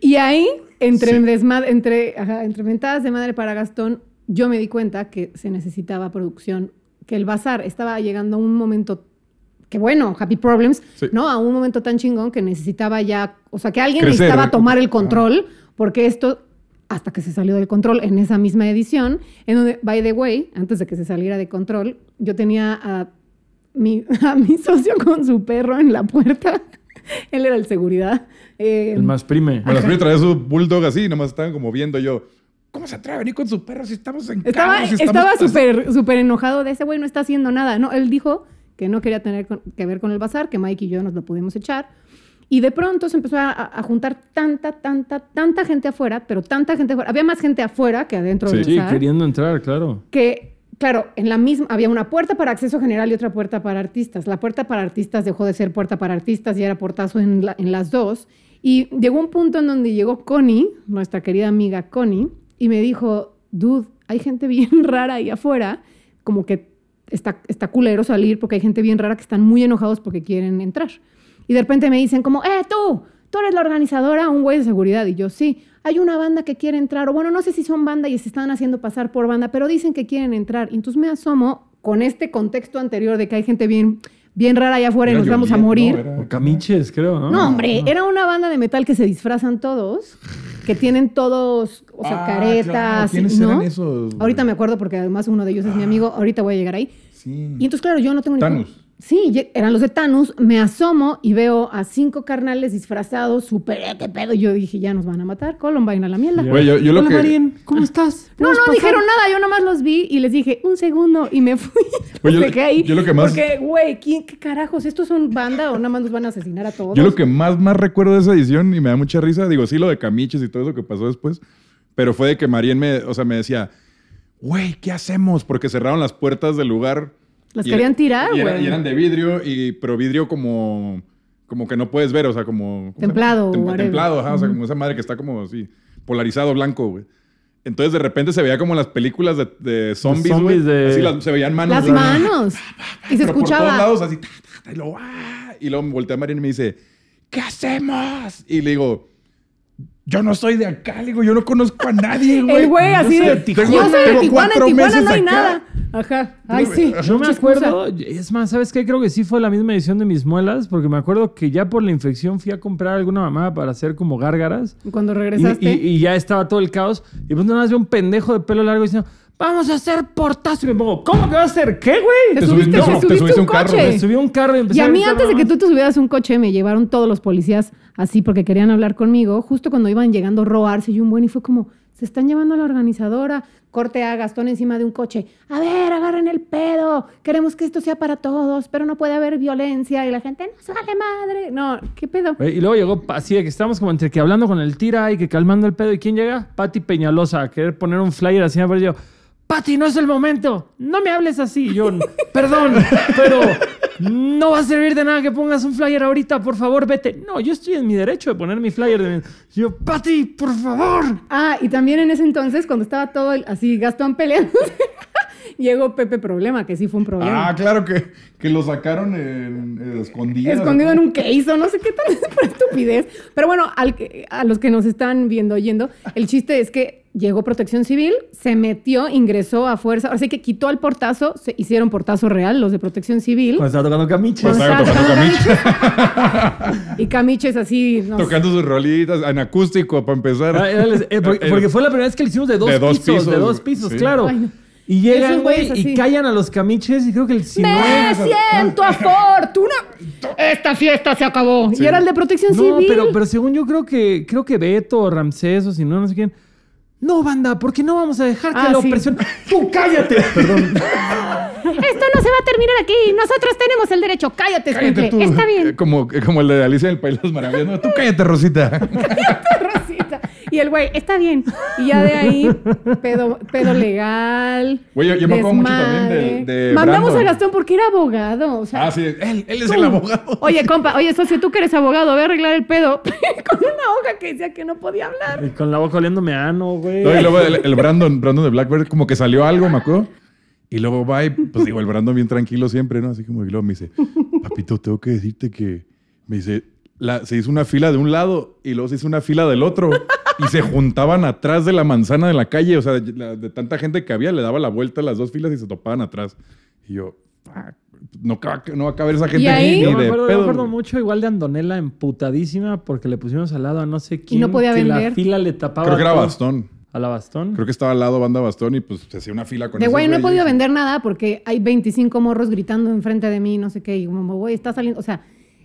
Speaker 2: Y ahí, entre, desma- entre, ajá, entre mentadas de madre para Gastón, yo me di cuenta que se necesitaba producción, que el bazar estaba llegando a un momento, que bueno, Happy Problems,
Speaker 4: Sí.
Speaker 2: ¿no? A un momento tan chingón que necesitaba ya, o sea, que alguien
Speaker 4: Crecer.
Speaker 2: necesitaba tomar el control, porque esto, hasta que se salió del control en esa misma edición, en donde, by the way, antes de que se saliera de control, yo tenía a mi, (laughs) a mi socio con su perro en la puerta. (laughs) Él era el seguridad. Eh,
Speaker 1: el más prime.
Speaker 4: Me las fui a traer su bulldog así, nomás estaban como viendo yo. ¿Cómo se atreve a venir con su perro si estamos en
Speaker 2: Estaba
Speaker 4: carro, si estamos-
Speaker 2: estaba súper súper enojado de ese güey, no está haciendo nada. No, él dijo que no quería tener con- que ver con el bazar, que Mike y yo nos lo pudimos echar. Y de pronto se empezó a, a juntar tanta, tanta, tanta gente afuera, pero tanta gente afuera. Había más gente afuera que adentro
Speaker 4: Sí.
Speaker 2: del
Speaker 1: Sí,
Speaker 2: bazar.
Speaker 1: queriendo entrar, claro.
Speaker 2: Que, claro, en la misma, había una puerta para acceso general y otra puerta para artistas. La puerta para artistas dejó de ser puerta para artistas y era portazo en, la- en las dos. Y llegó un punto en donde llegó Connie, nuestra querida amiga Connie, y me dijo, dude, hay gente bien (laughs) rara ahí afuera, como que está, está culero salir porque hay gente bien rara que están muy enojados porque quieren entrar. Y de repente me dicen como, eh, tú, tú eres la organizadora, un güey de seguridad. Y yo, sí, hay una banda que quiere entrar. O bueno, no sé si son banda y se están haciendo pasar por banda, pero dicen que quieren entrar. Y entonces me asomo con este contexto anterior de que hay gente bien, bien rara allá afuera y
Speaker 4: Era
Speaker 2: nos vamos a
Speaker 4: Juliet,
Speaker 2: morir.
Speaker 4: ¿no? Era- Ah,
Speaker 1: O camiches, creo, ¿no?
Speaker 2: No, hombre, era una banda de metal que se disfrazan todos, que tienen todos, o sea,
Speaker 4: Ah,
Speaker 2: caretas,
Speaker 4: claro, ¿quiénes
Speaker 2: ¿no?
Speaker 4: eran esos, güey?
Speaker 2: Ahorita me acuerdo porque además uno de ellos es mi amigo, ahorita voy a llegar ahí.
Speaker 4: Sí.
Speaker 2: Y entonces, claro, yo no tengo ni
Speaker 4: Mm. Thanos.
Speaker 2: idea. Sí, ye- eran los de Thanos. Me asomo y veo a cinco carnales disfrazados, súper, "Eh, ¿qué pedo? Yo dije, ya nos van a matar, Columbine a la mierda.
Speaker 1: Ya.
Speaker 4: Güey, yo, yo lo
Speaker 1: Hola,
Speaker 4: que.
Speaker 1: Marien, ¿cómo estás?
Speaker 2: No, no
Speaker 1: ¿Puedes pasar?
Speaker 2: dijeron nada, yo nomás los vi y les dije un segundo y me
Speaker 4: (laughs)
Speaker 2: fui.
Speaker 4: Oye, Pues yo-
Speaker 2: Dejé ahí
Speaker 4: yo lo que más-
Speaker 2: Porque, güey, ¿quién, ¿qué carajos? ¿Estos son banda o nada más nos van a asesinar a todos?
Speaker 4: Yo lo que más, más recuerdo de esa edición y me da mucha risa, digo, sí, lo de camiches y todo eso que pasó después, pero fue de que Marien me, o sea, me decía, güey, ¿qué hacemos? Porque cerraron las puertas del lugar.
Speaker 2: Las
Speaker 4: Y
Speaker 2: querían
Speaker 4: era-
Speaker 2: tirar,
Speaker 4: y era-
Speaker 2: güey.
Speaker 4: Y eran de vidrio, y, pero vidrio como, como que no puedes ver, o sea, como... ¿cómo se llama?
Speaker 2: Templado,
Speaker 4: Tem-
Speaker 2: whatever.
Speaker 4: templado, ajá, o sea, como esa madre que está como así, polarizado, blanco, güey. Entonces de repente se veía como las películas de, de zombies, güey.
Speaker 1: zombies de-
Speaker 4: Así las- se veían manos.
Speaker 2: Las
Speaker 4: güey.
Speaker 2: manos. Y se
Speaker 4: Pero Por todos
Speaker 2: escuchaba.
Speaker 4: lados, así. ta, ta, ta, y luego, ¡ah! y luego me voltea a Mariana y me dice, ¿qué hacemos? Y le digo, yo no soy de acá, le digo, yo no conozco a nadie,
Speaker 2: (laughs)
Speaker 4: güey.
Speaker 2: El güey así
Speaker 1: soy
Speaker 2: de.
Speaker 1: de
Speaker 2: Yo
Speaker 1: Tijuana,
Speaker 2: soy de
Speaker 4: tengo
Speaker 2: Tijuana, en
Speaker 4: cuatro
Speaker 2: Tijuana
Speaker 4: meses
Speaker 2: no hay
Speaker 4: acá".
Speaker 2: nada. Ajá. Ay, sí.
Speaker 1: Yo me
Speaker 2: Mucha
Speaker 1: acuerdo,
Speaker 2: excusa.
Speaker 1: es más, ¿sabes qué? Creo que sí fue la misma edición de mis muelas, porque me acuerdo que ya por la infección fui a comprar alguna mamada para hacer como gárgaras.
Speaker 2: Cuando
Speaker 1: Y,
Speaker 2: regresaste.
Speaker 1: y- y ya estaba todo el caos. Y pues nada más veo un pendejo de pelo largo diciendo, vamos a hacer portazo. Y me pongo, ¿cómo que vas a hacer qué,
Speaker 2: te,
Speaker 1: güey?
Speaker 4: Te
Speaker 2: subiste,
Speaker 4: subiste-
Speaker 2: te
Speaker 4: no, te
Speaker 2: subiste
Speaker 4: subiste
Speaker 2: un
Speaker 4: un carro,
Speaker 2: coche.
Speaker 1: Me subí a un carro y empecé
Speaker 2: Y a mí
Speaker 1: gritar,
Speaker 2: antes de que
Speaker 1: "Mamá".
Speaker 2: tú te subieras un coche me llevaron todos los policías así porque querían hablar conmigo. Justo cuando iban llegando Roar se oyó un buen y fue como, se están llevando a la organizadora, corte a Gastón encima de un coche. A ver, agarren el pedo, queremos que esto sea para todos, pero no puede haber violencia y la gente no se vale madre. No, ¿qué pedo?
Speaker 1: Güey, Y luego llegó pa- así de que estábamos como entre que hablando con el tira y que calmando el pedo. ¿Y quién llega? Pati Peñalosa, a querer poner un flyer así. Me yo, Pati, no es el momento. No me hables así. Y Yo, (laughs) perdón, pero no va a servir de nada que pongas un flyer ahorita. Por favor, vete. No, yo estoy en mi derecho de poner mi flyer. De mi- Yo, Pati, por favor.
Speaker 2: Ah, y también en ese entonces cuando estaba todo el- así Gastón peleando, (laughs) llegó Pepe Problema, que sí fue un problema.
Speaker 4: Ah, claro que, que lo sacaron en, en escondido.
Speaker 2: escondido en un case o no sé qué tan (laughs) estupidez. Pero bueno, al que- a los que nos están viendo, oyendo, el chiste es que llegó Protección Civil, se metió, ingresó a fuerza, ahora sí que quitó el portazo, se hicieron portazo real los de Protección Civil.
Speaker 1: Cuando estaba tocando camiche.
Speaker 4: Pues, estaba
Speaker 2: Cuando
Speaker 4: tocando
Speaker 2: estaba Camiche. Y Camiche es así, no (laughs) sé.
Speaker 4: Tocando sus rolitas en acústico para empezar.
Speaker 1: Ah, era el- eh, porque,
Speaker 4: Eh,
Speaker 1: porque fue la primera vez que lo hicimos de dos,
Speaker 4: de dos
Speaker 1: pisos, De
Speaker 4: pisos,
Speaker 1: dos
Speaker 4: güey.
Speaker 1: pisos,
Speaker 4: Sí.
Speaker 1: claro.
Speaker 2: Ay, no.
Speaker 1: Y
Speaker 2: Esos
Speaker 1: llegan, güey,
Speaker 2: güeyes
Speaker 1: y
Speaker 2: así.
Speaker 1: callan a los camiches. Y creo que el si no-
Speaker 2: ¡Me siento a fortuna! ¡Esta fiesta se acabó! Y era el de Protección
Speaker 1: No,
Speaker 2: Civil.
Speaker 1: pero, pero según yo creo que creo que Beto o Ramsés o si no, no sé quién. No, banda, porque no vamos a dejar que
Speaker 2: Ah,
Speaker 1: la
Speaker 2: sí.
Speaker 1: opresión. (laughs) ¡Tú
Speaker 4: (laughs)
Speaker 1: cállate! Perdón.
Speaker 2: Esto no se va a terminar aquí. Nosotros tenemos el derecho. Cállate,
Speaker 4: Cállate
Speaker 2: escuincle.
Speaker 4: tú.
Speaker 2: Está bien.
Speaker 4: Eh, Como, eh, como el de Alicia en el País de las Maravillas. No, tú cállate,
Speaker 2: (laughs)
Speaker 4: Rosita.
Speaker 2: Rosita. Y el güey, está bien. Y ya de ahí, pedo, pedo legal.
Speaker 4: Güey, yo- yo me acuerdo mucho también
Speaker 2: desmadre.
Speaker 4: de- de
Speaker 2: Mandamos
Speaker 4: Brandon.
Speaker 2: a Gastón porque era abogado. O sea,
Speaker 4: Ah, sí. Él, él es el abogado.
Speaker 2: Oye, compa, oye, socio, tú que eres abogado, voy a arreglar el pedo (laughs) con una hoja que decía que no podía hablar.
Speaker 1: Y Eh, con la boca oliéndome ano, güey.
Speaker 4: No, y luego el, el Brandon, Brandon de Blackbird, como que salió algo, me acuerdo. Y luego va y, pues digo, el Brandon bien tranquilo siempre, ¿no? Así como, y luego me dice, papito, tengo que decirte que, me dice, la- se hizo una fila de un lado y luego se hizo una fila del otro. Y se juntaban atrás de la manzana de la calle. O sea, de, la- de tanta gente que había, le daba la vuelta a las dos filas y se topaban atrás. Y yo, "Fuck, no, ca- no va a caber esa gente
Speaker 2: ahí?
Speaker 4: aquí
Speaker 1: Yo
Speaker 4: ni
Speaker 1: me
Speaker 4: de
Speaker 1: acuerdo, yo me
Speaker 4: pedo.
Speaker 1: acuerdo mucho igual de Andonela emputadísima porque le pusimos al lado a no sé quién.
Speaker 2: no podía
Speaker 1: que la
Speaker 2: vender.
Speaker 1: fila le tapaba.
Speaker 4: Creo que era
Speaker 1: todo.
Speaker 4: Bastón.
Speaker 1: ¿A la bastón?
Speaker 4: Creo que estaba al lado Banda Bastón y pues se hacía una fila con
Speaker 2: De
Speaker 4: esos
Speaker 2: güey, no he
Speaker 4: güeyes.
Speaker 2: podido vender nada porque hay 25 morros gritando enfrente de mí, no sé qué. Y como, güey, está saliendo. O sea,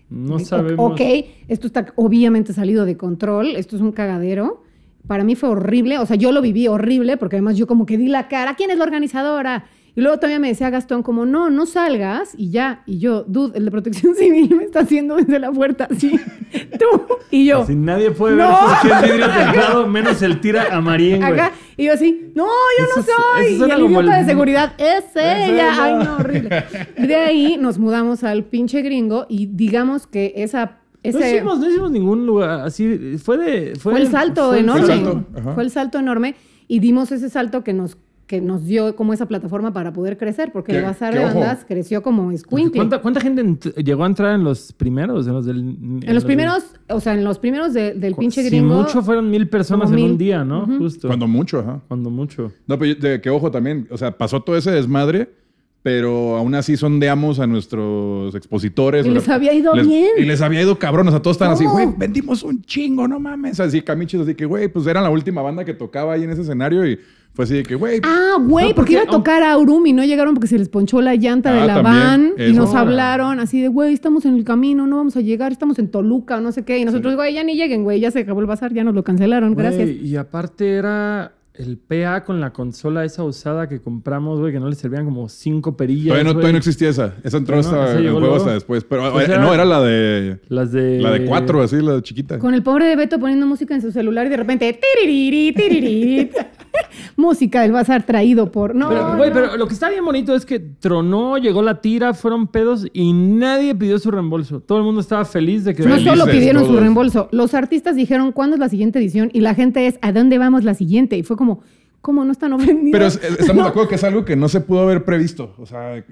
Speaker 1: No
Speaker 2: Ok,
Speaker 1: sabemos.
Speaker 2: Ok, esto está obviamente salido de control, esto es un cagadero. Para mí fue horrible, o sea, yo lo viví horrible porque además yo como que di la cara, ¿quién es la organizadora? Y luego todavía me decía Gastón como, no, no salgas y ya. Y yo, dude, el de protección (laughs) civil me está haciendo desde la puerta, sí. (laughs) Tú y yo.
Speaker 1: Así nadie puede
Speaker 2: No.
Speaker 1: ver por qué el
Speaker 2: (laughs)
Speaker 1: vidrio templado menos el tira a Marín, güey.
Speaker 2: Acá, y yo así, no, yo
Speaker 1: Eso
Speaker 2: no
Speaker 1: es- eso
Speaker 2: soy. Y
Speaker 1: suena
Speaker 2: el
Speaker 1: como
Speaker 2: idiota
Speaker 1: el-
Speaker 2: de seguridad, es ella.
Speaker 1: ella.
Speaker 2: Ay, no,
Speaker 1: (laughs)
Speaker 2: horrible. Y de ahí nos mudamos al pinche gringo y digamos que esa... Ese,
Speaker 1: No hicimos, no hicimos ningún lugar. Así fue de. Fue,
Speaker 2: Fue el salto
Speaker 1: fue-
Speaker 2: enorme.
Speaker 4: fue el salto, ajá.
Speaker 2: Fue el salto enorme y dimos ese salto que nos, que nos dio como esa plataforma para poder crecer, porque
Speaker 4: Que-
Speaker 2: el bazar
Speaker 4: que
Speaker 2: de
Speaker 4: ojo.
Speaker 2: bandas creció como
Speaker 1: Porque
Speaker 2: escuincle.
Speaker 1: ¿Cuánta, cuánta gente ent- llegó a entrar en los primeros? En los, del,
Speaker 2: En los primeros, o sea, en los primeros de- del pinche
Speaker 1: si
Speaker 2: gringo.
Speaker 1: mucho fueron mil personas en
Speaker 2: como mil.
Speaker 1: un día, ¿no? Justo.
Speaker 4: Cuando mucho, ajá.
Speaker 1: Cuando mucho.
Speaker 4: No, pero yo- de, que ojo también, o sea, pasó todo ese desmadre, pero aún así sondeamos a nuestros expositores.
Speaker 2: Y
Speaker 4: o
Speaker 2: les
Speaker 4: sea,
Speaker 2: había ido
Speaker 4: les-
Speaker 2: bien.
Speaker 4: Y les había ido cabrón, o sea, todos están así,
Speaker 2: ¿Cómo?
Speaker 4: güey, vendimos un chingo, no mames. Así, camiches, así que, güey, pues era la última banda que tocaba ahí en ese escenario y fue así de que, güey,
Speaker 2: Ah, güey,
Speaker 1: No,
Speaker 2: porque
Speaker 1: porque
Speaker 2: iba a
Speaker 1: aun-
Speaker 2: tocar a Aurum y no llegaron porque se les ponchó la llanta de
Speaker 4: Ah,
Speaker 2: la
Speaker 4: también,
Speaker 2: van y
Speaker 4: eso.
Speaker 2: nos hablaron así de, güey, estamos en el camino, no vamos a llegar, estamos en Toluca o no sé qué. Y nosotros, güey, ya ni lleguen, güey, ya se acabó el bazar, ya nos lo cancelaron, gracias.
Speaker 1: Güey, y aparte era el PA con la consola esa usada que compramos, güey, que no le servían como cinco perillas.
Speaker 4: todavía, no,
Speaker 1: güey.
Speaker 4: todavía no existía esa. Esa entró
Speaker 1: No,
Speaker 4: hasta
Speaker 1: esa
Speaker 4: el
Speaker 1: llegó
Speaker 4: juego
Speaker 1: luego.
Speaker 4: hasta después, pero
Speaker 1: O
Speaker 4: eh,
Speaker 1: sea, eh,
Speaker 4: no, era la de,
Speaker 1: Las de.
Speaker 4: la de cuatro, así, la chiquita.
Speaker 2: Con el pobre de Beto poniendo música en su celular y de repente. "Tiririri, tiririri". (laughs) música del bazar traído por. No,
Speaker 1: Pero, güey,
Speaker 2: no.
Speaker 1: pero lo que está bien bonito es que tronó, llegó la tira, fueron pedos y nadie pidió su reembolso. Todo el mundo estaba feliz de que.
Speaker 2: No
Speaker 4: Felices
Speaker 2: solo pidieron su
Speaker 4: todos.
Speaker 2: reembolso, los artistas dijeron cuándo es la siguiente edición y la gente es a dónde vamos la siguiente. Y fue como, ¿cómo no están ofendidos?
Speaker 4: Pero es- es- estamos de acuerdo que es algo que no se pudo haber previsto. O sea,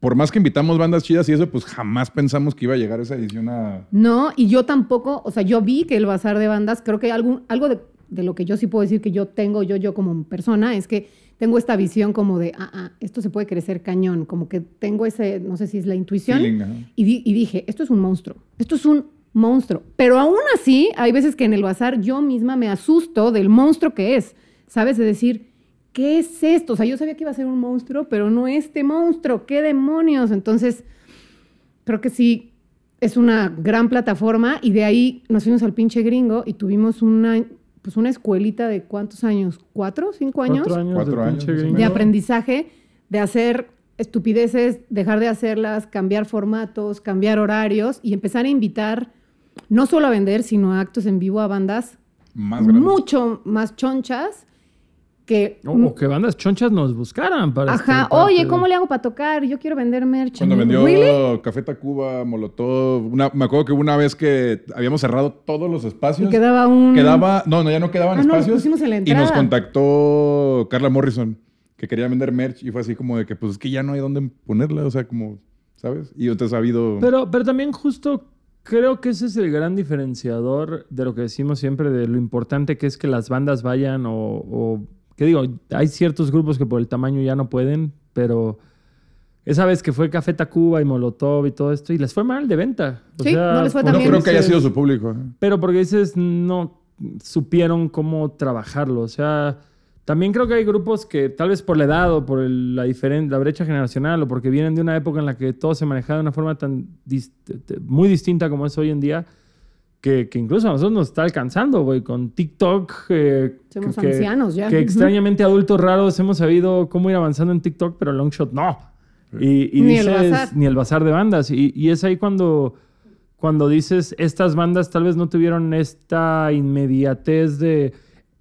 Speaker 4: por más que invitamos bandas chidas y eso, pues jamás pensamos que iba a llegar esa edición a...
Speaker 2: No, y yo tampoco, o sea, yo vi que el bazar de bandas, creo que algún, algo de de lo que yo sí puedo decir que yo tengo, yo, yo como persona, es que tengo esta visión como de, ah, ah, esto se puede crecer cañón, como que tengo ese, no sé si es la intuición,
Speaker 4: Feeling, ajá.
Speaker 2: y, di- y dije, esto es un monstruo, esto es un monstruo. Pero aún así, hay veces que en el bazar yo misma me asusto del monstruo que es, ¿sabes? De decir, ¿qué es esto? O sea, yo sabía que iba a ser un monstruo, pero no este monstruo, ¿qué demonios? Entonces, creo que sí, es una gran plataforma y de ahí nos fuimos al pinche gringo y tuvimos una, pues una escuelita de cuántos años, cuatro, cinco años,
Speaker 1: Cuatro años
Speaker 4: Cuatro
Speaker 1: de
Speaker 4: años,
Speaker 1: pinche
Speaker 4: más o
Speaker 1: gringo.
Speaker 2: de aprendizaje, de hacer estupideces, dejar de hacerlas, cambiar formatos, cambiar horarios y empezar a invitar no solo a vender, sino a actos en vivo a bandas
Speaker 4: Más grande.
Speaker 2: mucho más chonchas que...
Speaker 1: O- o que bandas chonchas nos buscaran Oh, para
Speaker 2: Mm. Ajá,
Speaker 1: estar parte
Speaker 2: oye,
Speaker 1: de-
Speaker 2: ¿cómo le hago para tocar? Yo quiero vender merch.
Speaker 4: Cuando vendió
Speaker 2: ¿Really?
Speaker 4: Café Tacuba, Molotov, una- me acuerdo que hubo una vez que habíamos cerrado todos los espacios.
Speaker 2: Y quedaba un...
Speaker 4: Quedaba- no, no, ya no quedaban
Speaker 2: Ah, no, los
Speaker 4: espacios.
Speaker 2: pusimos en la
Speaker 4: y nos
Speaker 2: entrada.
Speaker 4: contactó Carla Morrison, que quería vender merch, y fue así como de que, pues es que ya no hay dónde ponerla, o sea, como, ¿sabes? Y usted ha sabido.
Speaker 1: Pero, pero también justo creo que ese es el gran diferenciador de lo que decimos siempre, de lo importante que es que las bandas vayan o... o que digo, hay ciertos grupos que por el tamaño ya no pueden, pero esa vez que fue Café Tacuba y Molotov y todo esto, y les fue mal de venta. O
Speaker 2: Sí,
Speaker 1: sea,
Speaker 2: no les fue tan
Speaker 4: no
Speaker 1: porque
Speaker 2: también
Speaker 4: creo que haya
Speaker 1: dices-
Speaker 4: sido su público. ¿eh?
Speaker 1: Pero porque dices, no supieron cómo trabajarlo. O sea, también creo que hay grupos que tal vez por la edad o por el- la, diferen- la brecha generacional o porque vienen de una época en la que todo se manejaba de una forma tan dis- te- te- muy distinta como es hoy en día, que, que incluso a nosotros nos está alcanzando, güey, con TikTok. eh,
Speaker 2: Somos
Speaker 1: que- que-
Speaker 2: ancianos ya.
Speaker 1: Que
Speaker 2: Ujú.
Speaker 1: extrañamente adultos raros hemos sabido cómo ir avanzando en TikTok, pero Longshot no. Y, y
Speaker 2: Ni el
Speaker 1: dices,
Speaker 2: bazar.
Speaker 1: ni el bazar de bandas. Y, y es ahí cuando cuando dices estas bandas tal vez no tuvieron esta inmediatez de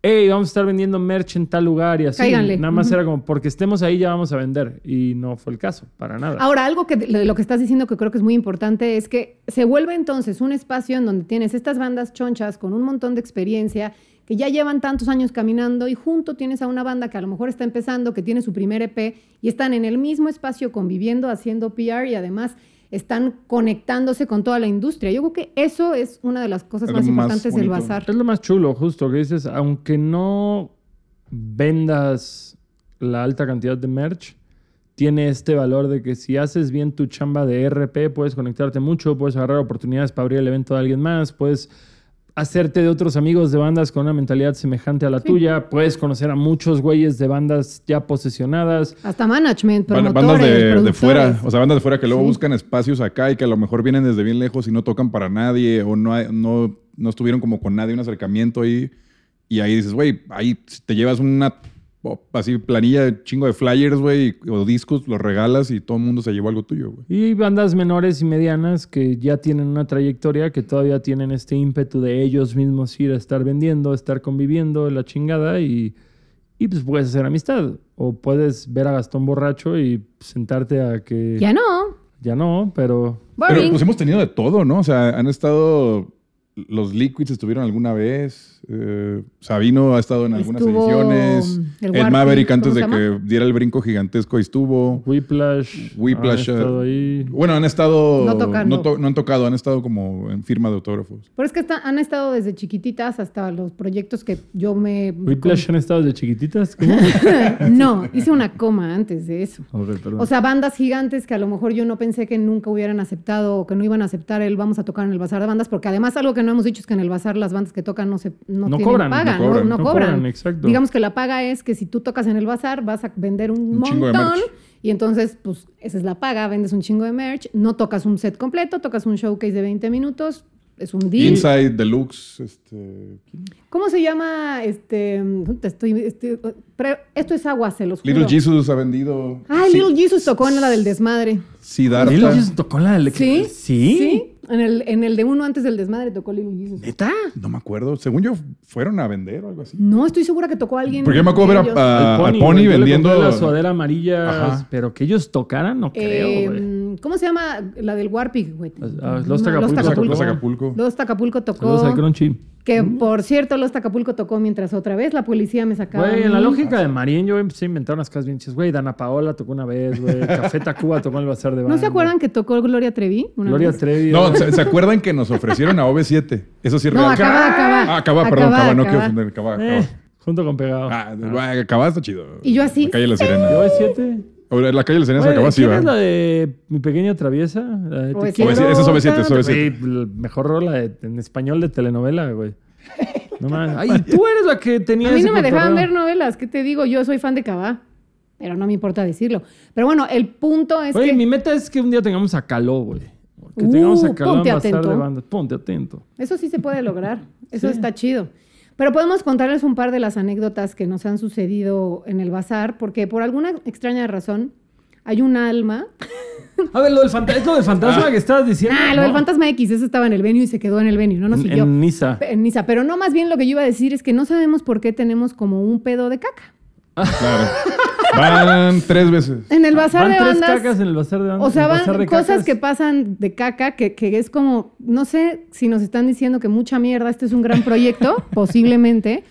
Speaker 1: hey, vamos a estar vendiendo merch en tal lugar y así.
Speaker 2: Cáiganle.
Speaker 1: Nada más
Speaker 2: Ujú.
Speaker 1: era como porque estemos ahí ya vamos a vender y no fue el caso para nada.
Speaker 2: Ahora, algo que de lo que estás diciendo que creo que es muy importante es que se vuelve entonces un espacio en donde tienes estas bandas chonchas con un montón de experiencia que ya llevan tantos años caminando y junto tienes a una banda que a lo mejor está empezando, que tiene su primer EP y están en el mismo espacio conviviendo, haciendo PR y además están conectándose con toda la industria. Yo creo que eso es una de las cosas
Speaker 4: Es lo
Speaker 2: más
Speaker 4: más
Speaker 2: importantes del
Speaker 4: bonito.
Speaker 2: bazar.
Speaker 1: es lo más chulo, justo que dices, aunque no vendas la alta cantidad de merch tiene este valor de que si haces bien tu chamba de RP, puedes conectarte mucho, puedes agarrar oportunidades para abrir el evento de alguien más, puedes hacerte de otros amigos de bandas con una mentalidad semejante a la tuya, puedes conocer a muchos güeyes de bandas ya posesionadas.
Speaker 2: Hasta management,
Speaker 4: Ban-
Speaker 2: promotores,
Speaker 4: Bandas de, de
Speaker 2: productores.
Speaker 4: fuera, o sea, bandas de fuera que luego buscan espacios acá y que a lo mejor vienen desde bien lejos y no tocan para nadie o no, hay- no, no estuvieron como con nadie, un acercamiento ahí. Y ahí dices, güey, ahí te llevas una oh, así planilla chingo de flyers, güey, y- o discos, los regalas y todo el mundo se llevó algo tuyo, güey.
Speaker 1: Y bandas menores y medianas que ya tienen una trayectoria, que todavía tienen este ímpetu de ellos mismos ir a estar vendiendo, estar conviviendo, la chingada, y, y pues puedes hacer amistad. O puedes ver a Gastón borracho y sentarte a que...
Speaker 2: Ya no.
Speaker 1: Ya no, pero
Speaker 4: Pero
Speaker 2: Boring.
Speaker 4: pues hemos tenido de todo, ¿no? O sea, han estado. Los Liquids estuvieron alguna vez. eh, Sabino ha estado en algunas
Speaker 2: Estuvo mm,
Speaker 4: ediciones.
Speaker 2: el
Speaker 4: El,
Speaker 2: Warped,
Speaker 4: Maverick, antes de
Speaker 2: ¿cómo se
Speaker 4: que diera el brinco gigantesco, ahí estuvo.
Speaker 1: Whiplash...
Speaker 4: Whiplash, eh,
Speaker 1: ha estado ahí.
Speaker 4: Bueno, han estado.
Speaker 2: No tocando.
Speaker 4: No, to- no han tocado, han estado como en firma de autógrafos.
Speaker 2: Pero es que está- han estado desde chiquititas hasta los proyectos que yo me...
Speaker 1: Whiplash han estado de chiquititas. ¿Cómo?
Speaker 2: no, hice una coma antes de eso.
Speaker 1: (laughs) Ok, perdón.
Speaker 2: O sea, bandas gigantes que a lo mejor yo no pensé que nunca hubieran aceptado o que no iban a aceptar el vamos a tocar en el bazar de bandas, porque además algo que no hemos dicho es que en el bazar las bandas que tocan no se no,
Speaker 1: No
Speaker 2: tienen
Speaker 1: cobran, no
Speaker 2: paga,
Speaker 4: cobran,
Speaker 2: no,
Speaker 1: no
Speaker 2: cobran.
Speaker 1: cobran, exacto.
Speaker 2: Digamos que la paga es que si tú tocas en el bazar vas a vender un,
Speaker 4: Un chingo de
Speaker 2: montón
Speaker 4: merch.
Speaker 2: y entonces pues esa es la paga, vendes un chingo de merch, no tocas un set completo, tocas un showcase de 20 minutos, es un deal.
Speaker 4: Inside, Deluxe, este.
Speaker 2: ¿Cómo se llama? Este, mm, te estoy, estoy- pre- esto es agua, se los
Speaker 4: Little
Speaker 2: juro.
Speaker 4: Jesus ha vendido.
Speaker 2: Ah, Little Jesus tocó en la del desmadre.
Speaker 4: Siddhartha.
Speaker 1: Lilo Jesus tocó la de...
Speaker 2: ¿Sí?
Speaker 1: ¿Sí?
Speaker 2: En el, en el de uno antes del desmadre tocó Little Jesus.
Speaker 1: ¿Neta?
Speaker 4: No me acuerdo. Según yo, fueron a vender o algo así.
Speaker 2: No, estoy segura que tocó alguien.
Speaker 4: Porque yo me acuerdo
Speaker 2: de
Speaker 4: ver
Speaker 2: ellos.
Speaker 4: a- a- Ah, al Pony
Speaker 1: güey, yo le
Speaker 4: vendiendo-
Speaker 1: compré La sudadera amarilla,
Speaker 4: Ajá.
Speaker 1: pero que ellos tocaran, no creo,
Speaker 2: Eh,
Speaker 1: güey.
Speaker 2: mm, en. ¿Cómo se llama la del Warpig, güey?
Speaker 1: Ah, Los
Speaker 2: No,
Speaker 1: Acapulco.
Speaker 2: Acapulco.
Speaker 4: Los Acapulco.
Speaker 2: Los Acapulco
Speaker 1: Saludos al ¿Mm?
Speaker 2: tocó.
Speaker 1: Crunchy.
Speaker 2: Que por cierto, Los Acapulco tocó mientras otra vez la policía me sacaba.
Speaker 1: Güey,
Speaker 2: a
Speaker 1: en la
Speaker 2: mí.
Speaker 1: lógica de Marín, yo empecé a inventar unas cosas bien chidas. Güey, Dana Paola tocó una vez,
Speaker 2: (laughs)
Speaker 1: güey. Café Tacuba tocó en el Bazar de Banda.
Speaker 2: ¿No se acuerdan que tocó Gloria Trevi? una
Speaker 1: Gloria
Speaker 2: vez?
Speaker 1: Trevi.
Speaker 4: No,
Speaker 1: era-
Speaker 4: ¿se, se acuerdan que nos ofrecieron a OV7? Eso sí, es
Speaker 2: No,
Speaker 4: real.
Speaker 2: acaba de acabar.
Speaker 4: Ah, acaba, perdón,
Speaker 2: Acaba de
Speaker 4: acaba, no
Speaker 2: acabar.
Speaker 4: quiero ofender, acaba, acaba.
Speaker 1: Eh, junto con Pegado.
Speaker 4: Ah, bueno, acaba, está chido.
Speaker 2: Y yo así,
Speaker 4: La calle de la
Speaker 2: sí.
Speaker 1: ¿Yo
Speaker 4: Sirena.
Speaker 1: es siete?
Speaker 4: Ahora, La calle de la Sirena se
Speaker 1: Güey,
Speaker 4: acaba así,
Speaker 1: ¿Quién es la
Speaker 4: ¿verdad?
Speaker 1: de Mi Pequeña Traviesa? La de
Speaker 2: O
Speaker 1: Te
Speaker 2: es
Speaker 1: quiero
Speaker 2: siete.
Speaker 4: Esa es OV7, es
Speaker 2: tanto.
Speaker 1: Sí,
Speaker 4: OV7.
Speaker 1: la mejor rola de- en español de telenovela, güey. No mames.
Speaker 2: (laughs)
Speaker 1: Ay, tú eres la que tenía
Speaker 2: A mí
Speaker 1: ese
Speaker 2: no me dejaban
Speaker 1: cotorreo.
Speaker 2: ver novelas, ¿qué te digo? Yo soy fan de Cabá, pero no me importa decirlo. Pero bueno, el punto es
Speaker 1: Oye,
Speaker 2: que
Speaker 1: mi meta es que un día tengamos a Caló, güey. Que
Speaker 2: Uh,
Speaker 1: tengamos a Caló
Speaker 2: ponte
Speaker 1: en Bazar
Speaker 2: atento.
Speaker 1: de Bandas. Ponte atento.
Speaker 2: eso sí se
Speaker 1: (laughs)
Speaker 2: puede lograr, eso está chido. Pero podemos contarles un par de las anécdotas que nos han sucedido en el bazar, porque por alguna extraña razón hay un alma.
Speaker 1: A ver, lo del, fanta- es lo del fantasma que estabas diciendo.
Speaker 2: Ah, lo del
Speaker 1: ¿no?
Speaker 2: fantasma X, ese estaba en el venue y se quedó en el venue, no nos
Speaker 1: En,
Speaker 2: siguió.
Speaker 1: en Niza.
Speaker 2: En Niza, pero no más bien lo que yo iba a decir es que no sabemos por qué tenemos como un pedo de caca.
Speaker 4: Claro. Van tres veces.
Speaker 2: En el
Speaker 1: Ah,
Speaker 2: bazar
Speaker 1: Van
Speaker 2: de
Speaker 1: tres
Speaker 2: bandas.
Speaker 1: cacas en el bazar de bandas.
Speaker 2: O sea,
Speaker 1: en el bazar
Speaker 2: van
Speaker 1: de
Speaker 2: cosas
Speaker 1: cacas.
Speaker 2: que pasan de caca, que, que es como, no sé si nos están diciendo que mucha mierda, este es un gran
Speaker 1: (laughs)
Speaker 2: proyecto, posiblemente,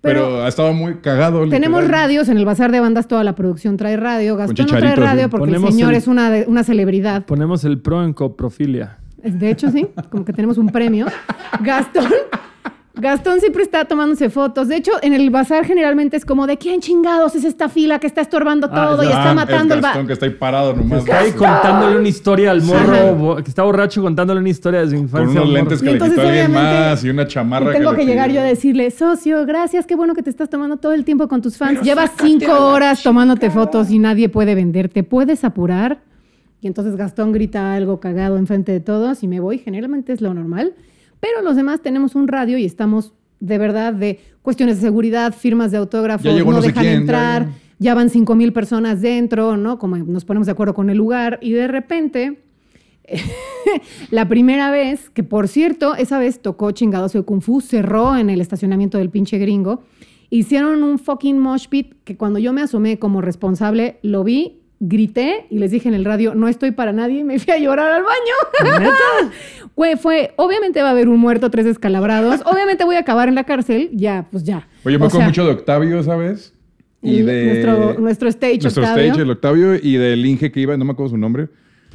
Speaker 4: Pero,
Speaker 2: (laughs) pero,
Speaker 4: ha estado muy cagado.
Speaker 2: tenemos
Speaker 4: literal.
Speaker 2: radios, en el Bazar de Bandas toda la producción trae radio, Gastón no trae
Speaker 4: chicharitos,
Speaker 2: radio
Speaker 4: ¿eh?
Speaker 2: porque
Speaker 1: Ponemos
Speaker 2: el señor
Speaker 1: el-
Speaker 2: es una, de- una celebridad.
Speaker 1: Ponemos el pro en coprofilia.
Speaker 2: De hecho, sí, como que tenemos un premio. Gastón. Gastón siempre está tomándose fotos. De hecho, en el bazar generalmente es como de quién chingados es esta fila que está estorbando
Speaker 1: Ah,
Speaker 2: todo y
Speaker 1: es
Speaker 2: está
Speaker 4: Ah,
Speaker 2: matando
Speaker 4: el
Speaker 2: el
Speaker 4: Gastón
Speaker 2: bazar.
Speaker 4: que está ahí parado nomás.
Speaker 1: Está ahí contándole una historia al
Speaker 2: Ajá.
Speaker 1: morro, bo- que está borracho contándole una historia de su
Speaker 4: Con
Speaker 1: infancia.
Speaker 4: unos
Speaker 1: al morro.
Speaker 4: lentes que
Speaker 2: Y
Speaker 4: le quitó
Speaker 2: entonces,
Speaker 4: alguien
Speaker 2: obviamente,
Speaker 4: más y una chamarra.
Speaker 2: Y tengo que llegar yo a
Speaker 4: de
Speaker 2: decirle, socio, gracias, qué bueno que te estás tomando todo el tiempo con tus fans. Llevas cinco horas tomándote fotos y nadie puede venderte. ¿Puedes apurar? Y entonces Gastón grita algo cagado enfrente de todos y me voy. Generalmente es lo normal. Pero los demás tenemos un radio y estamos de verdad de cuestiones de seguridad, firmas de autógrafos,
Speaker 4: Ya llegó
Speaker 2: no,
Speaker 4: no sé
Speaker 2: dejan
Speaker 4: quién, ya
Speaker 2: entrar, ya,
Speaker 4: llegó.
Speaker 2: van cinco mil personas dentro, ¿no? Como nos ponemos de acuerdo con el lugar y de repente la primera vez, que por cierto, esa vez tocó Chingados de Kung Fu, cerró en el estacionamiento del pinche gringo. Hicieron un fucking mosh pit que cuando yo me asomé como responsable, lo vi, grité y les dije en el radio, no estoy para nadie, y me fui a llorar al baño. (laughs) Güey, fue, obviamente va a haber un muerto, tres descalabrados, obviamente voy a acabar en la cárcel, ya, pues ya.
Speaker 4: Oye, me
Speaker 2: O
Speaker 4: acuerdo
Speaker 2: sea,
Speaker 4: mucho de Octavio, ¿sabes? Y
Speaker 2: el-
Speaker 4: de.
Speaker 2: nuestro, nuestro stage,
Speaker 4: Nuestro
Speaker 2: Octavio.
Speaker 4: stage, el Octavio, y del Inge que iba, no me acuerdo su nombre,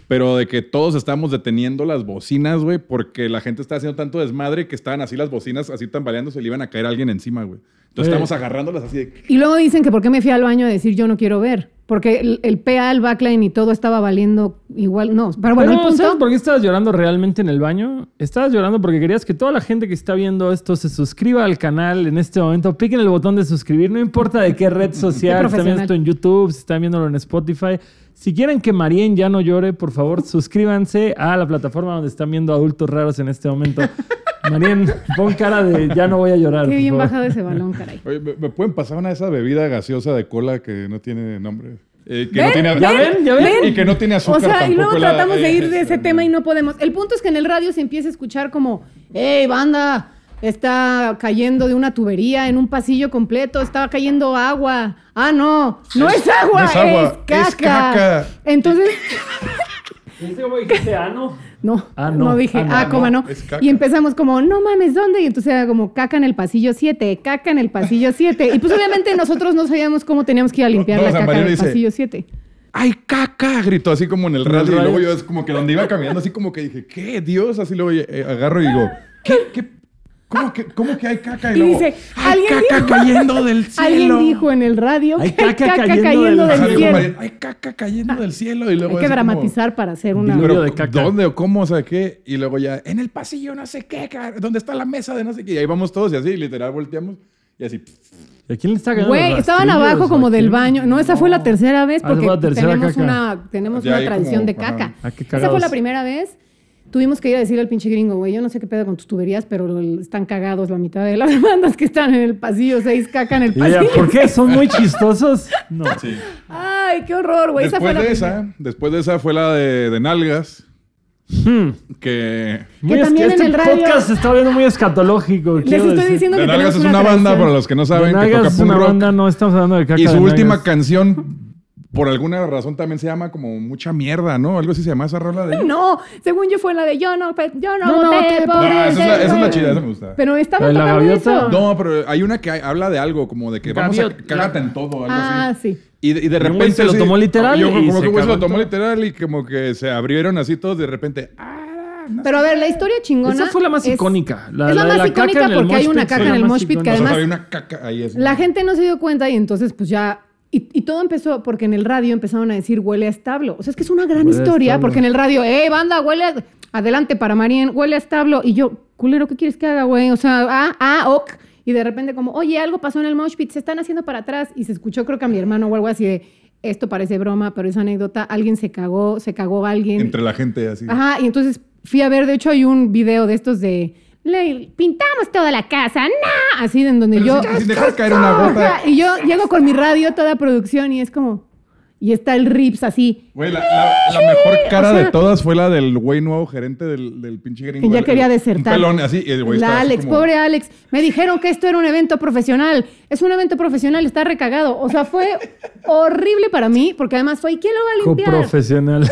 Speaker 4: pero de que todos estábamos deteniendo las bocinas, güey, porque la gente estaba haciendo tanto desmadre que estaban así las bocinas, así tambaleándose, le iban a caer a alguien encima, güey. Entonces
Speaker 1: Oye.
Speaker 4: estábamos agarrándolas así de.
Speaker 2: Y luego dicen que por qué me fui al baño a decir yo no quiero ver. Porque el, el PA, el backline y todo estaba valiendo igual. No, pero bueno,
Speaker 1: Pero,
Speaker 2: el
Speaker 1: ¿sabes
Speaker 2: punto.
Speaker 1: por qué estabas llorando realmente en el baño? Estabas llorando porque querías que toda la gente que está viendo esto se suscriba al canal en este momento. Piquen el botón de suscribir, no importa de qué
Speaker 2: (laughs)
Speaker 1: red social, si están viendo
Speaker 2: profesional.
Speaker 1: esto en YouTube, si están viéndolo en Spotify. Si quieren que Marien ya no llore, por
Speaker 2: (laughs)
Speaker 1: favor, suscríbanse a la plataforma donde están viendo adultos raros en este momento.
Speaker 2: (laughs)
Speaker 1: Marien, pon cara de ya no voy a llorar.
Speaker 2: Qué
Speaker 1: por
Speaker 2: bien
Speaker 1: favor.
Speaker 2: bajado ese balón, caray.
Speaker 4: Oye, ¿me, me pueden pasar una de esa bebida gaseosa de cola que no tiene nombre? Eh, que
Speaker 2: ¿Ven?
Speaker 4: no tiene,
Speaker 1: ¿Ya ven? ¿Ya ven?
Speaker 4: Y que no tiene azúcar.
Speaker 2: O sea, y luego
Speaker 4: tampoco la-
Speaker 2: tratamos de ir de ese
Speaker 4: eh,
Speaker 2: tema y no podemos. El punto es que en el radio se empieza a escuchar como, hey, banda, está cayendo de una tubería en un pasillo completo, estaba cayendo agua. Ah, no, no es, agua,
Speaker 4: no
Speaker 2: es
Speaker 4: es agua,
Speaker 2: caca.
Speaker 4: es caca.
Speaker 2: Entonces,
Speaker 1: ¿Viste cómo dijiste, ah, no?
Speaker 2: No,
Speaker 1: Ah,
Speaker 2: no.
Speaker 1: no.
Speaker 2: dije, ah,
Speaker 1: Ah, no, no,
Speaker 2: coma no.
Speaker 4: es caca.
Speaker 2: Y empezamos como, no mames, ¿dónde? Y entonces era como, caca en el pasillo 7, caca en el pasillo 7. Y pues obviamente nosotros no sabíamos cómo teníamos que ir a limpiar
Speaker 4: No,
Speaker 2: la
Speaker 4: o sea,
Speaker 2: caca
Speaker 4: Mario
Speaker 2: del
Speaker 4: dice-
Speaker 2: pasillo 7.
Speaker 4: ¡Ay, caca! Gritó así como en el
Speaker 1: el
Speaker 4: radio. Y
Speaker 1: radio.
Speaker 4: luego yo es como que donde iba caminando, así como que dije, ¿qué? Dios. Así luego eh, agarro y digo, ¿qué? ¿Qué? ¿Cómo que, cómo que hay caca?
Speaker 2: Y
Speaker 4: luego,
Speaker 2: dice,
Speaker 4: ¡ay,
Speaker 2: "Alguien
Speaker 4: caca
Speaker 2: dijo-
Speaker 4: cayendo del cielo!
Speaker 2: (laughs) Alguien dijo en el radio
Speaker 1: Hay
Speaker 2: que hay
Speaker 1: caca
Speaker 2: caca, cayendo,
Speaker 1: cayendo del-
Speaker 4: Ajá,
Speaker 2: del
Speaker 4: dijo
Speaker 2: cielo.
Speaker 4: María, ¡ay, caca cayendo del cielo! Y luego
Speaker 2: Hay que
Speaker 4: así como,
Speaker 2: dramatizar para hacer una...
Speaker 1: Diluvio
Speaker 4: Pero,
Speaker 1: de caca.
Speaker 4: ¿Dónde o cómo? O sea, ¿qué? Y luego ya, en el pasillo, no sé qué, ca- ¿dónde está la mesa de no sé qué? Y ahí vamos todos y así, literal, volteamos y así.
Speaker 1: ¿A quién le está ganando?
Speaker 2: Güey,
Speaker 1: los
Speaker 2: estaban
Speaker 1: rastrillos?
Speaker 2: abajo como
Speaker 1: ¿A
Speaker 2: del
Speaker 1: quién?
Speaker 2: baño. No, esa fue la tercera vez
Speaker 1: Ah, esa
Speaker 2: porque
Speaker 1: fue la tercera
Speaker 2: tenemos
Speaker 1: caca.
Speaker 2: una, tenemos
Speaker 4: Ya
Speaker 2: una
Speaker 4: ahí
Speaker 2: tradición
Speaker 4: como,
Speaker 2: de
Speaker 4: ajá.
Speaker 2: caca.
Speaker 1: Ah, qué
Speaker 2: esa fue
Speaker 1: cagados.
Speaker 2: la primera vez. Tuvimos que ir a decirle al pinche gringo, güey, yo no sé qué pedo con tus tuberías, pero el- están cagados la mitad de las (laughs) bandas que están en el pasillo 6, caca en el
Speaker 1: Y ella,
Speaker 2: pasillo.
Speaker 1: ¿Por qué? ¿Son muy
Speaker 2: (laughs)
Speaker 1: chistosos? No.
Speaker 4: Sí.
Speaker 2: Ay, qué horror, güey. Esa fue
Speaker 4: Después
Speaker 2: la
Speaker 4: de
Speaker 2: primera.
Speaker 4: esa, después de esa fue la de, de nalgas,
Speaker 1: Hmm.
Speaker 4: que...
Speaker 1: Muy
Speaker 2: Que
Speaker 1: es-
Speaker 2: también en
Speaker 1: este
Speaker 2: el radio-
Speaker 1: podcast se está viendo muy escatológico.
Speaker 2: Les estoy diciendo
Speaker 4: De
Speaker 2: que tenemos
Speaker 4: nalgas es
Speaker 2: una,
Speaker 4: una banda,
Speaker 2: tradición.
Speaker 4: para los que no saben, que
Speaker 1: Nagas
Speaker 4: toca
Speaker 1: es
Speaker 4: punk
Speaker 1: una
Speaker 4: rock.
Speaker 1: banda, no estamos hablando de caca
Speaker 4: Y
Speaker 1: de
Speaker 4: su última
Speaker 1: Nagas.
Speaker 4: canción por alguna razón también se llama como mucha mierda, ¿no? Algo así se llama esa rola de...
Speaker 2: No, según yo fue la de yo no, pe- yo no,
Speaker 1: No, no,
Speaker 2: voté
Speaker 1: te-
Speaker 2: por
Speaker 4: Ah, esa es
Speaker 2: ese
Speaker 4: la, esa es la
Speaker 2: güey.
Speaker 4: chida, esa me gusta.
Speaker 2: Pero
Speaker 1: ¿La
Speaker 2: estaba
Speaker 1: de la
Speaker 2: tocando
Speaker 1: gaviota?
Speaker 2: eso.
Speaker 4: No, pero hay una que hay- habla de algo, como de que vamos a...
Speaker 1: Gaviota.
Speaker 4: Cágate en todo, algo así.
Speaker 2: Ah, sí.
Speaker 4: Y de,
Speaker 1: Y
Speaker 4: y de
Speaker 1: un güey
Speaker 4: repente.
Speaker 1: se lo
Speaker 4: así-
Speaker 1: tomó literal
Speaker 4: Yo,
Speaker 1: y
Speaker 4: como
Speaker 1: se
Speaker 4: que un güey se
Speaker 1: cagó
Speaker 4: lo tomó
Speaker 1: todo.
Speaker 4: literal y como que se abrieron así todos de repente. Ah, no sé.
Speaker 2: Pero a ver, la historia chingona.
Speaker 1: Esa fue la más
Speaker 2: es-
Speaker 1: icónica. La,
Speaker 2: es la,
Speaker 1: de
Speaker 2: más
Speaker 1: la caca
Speaker 2: icónica
Speaker 1: en el
Speaker 2: porque hay
Speaker 1: mosh
Speaker 2: una
Speaker 1: pit
Speaker 2: caca
Speaker 1: fue
Speaker 2: en
Speaker 1: la
Speaker 2: el
Speaker 1: más
Speaker 2: mosh pit que
Speaker 1: icónica.
Speaker 4: O
Speaker 2: además
Speaker 4: sea, había una caca ahí así.
Speaker 2: la gente no se dio cuenta y entonces pues ya... Y, y todo empezó porque en el radio empezaron a decir huele a establo. O sea, es que es una gran
Speaker 1: Huele a
Speaker 2: historia
Speaker 1: establo.
Speaker 2: porque en el radio, eh, banda, huele a... Adelante para Marien, huele a establo. Y yo, culero, ¿qué quieres que haga, güey? O sea, ah, ah, ok. Y de repente como, oye, algo pasó en el mosh pit, se están haciendo para atrás. Y se escuchó creo que a mi hermano o algo así de, esto parece broma, pero es anécdota, alguien se cagó, se cagó alguien.
Speaker 4: Entre la gente así.
Speaker 2: Ajá, y entonces fui a ver, de hecho hay un video de estos de le pintamos toda la casa, ¡nah! Así de en donde yo
Speaker 4: Pero sin- sin dejar caer una gota.
Speaker 2: Ajá, y yo llego con mi radio toda producción y es como y está el Rips así,
Speaker 4: Güey, la, la- la mejor cara
Speaker 2: o sea-
Speaker 4: de todas fue la del güey nuevo gerente del, del pinche gringo.
Speaker 2: que ya
Speaker 4: el-
Speaker 2: quería
Speaker 4: el-
Speaker 2: desertar.
Speaker 4: Un pelón así. y el güey estaba
Speaker 2: la
Speaker 4: así
Speaker 2: Alex,
Speaker 4: como-
Speaker 2: pobre Alex, me dijeron que esto era un evento profesional. Es un evento profesional, está recagado. O sea, fue horrible para mí porque además fue, "¿Y ¿quién lo va a limpiar?
Speaker 1: Coprofesional.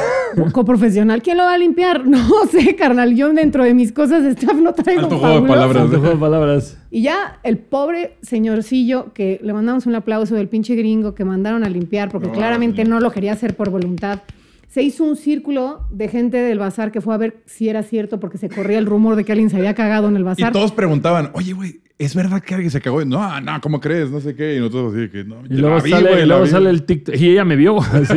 Speaker 2: Coprofesional, ¿quién lo va a limpiar? (laughs) No sé, carnal, yo dentro de mis cosas de staff no traigo
Speaker 4: Alto juego de
Speaker 2: fabuloso.
Speaker 4: palabras.
Speaker 1: Santo juego de palabras.
Speaker 2: Y ya el pobre señorcillo que le mandamos un aplauso del pinche gringo que mandaron a limpiar porque
Speaker 4: No,
Speaker 2: claramente
Speaker 4: sí.
Speaker 2: no lo quería hacer por voluntad. Se hizo un círculo de gente del bazar que fue a ver si era cierto porque se corría el rumor de que alguien se había cagado en el
Speaker 4: Y
Speaker 2: bazar.
Speaker 4: todos preguntaban, oye, güey, ¿es verdad que alguien se cagó? Y, no, no, ¿cómo crees? No sé qué. Y nosotros así de que no.
Speaker 1: Y luego, sale, y luego sale el TikTok. Y ella me vio. (laughs) así.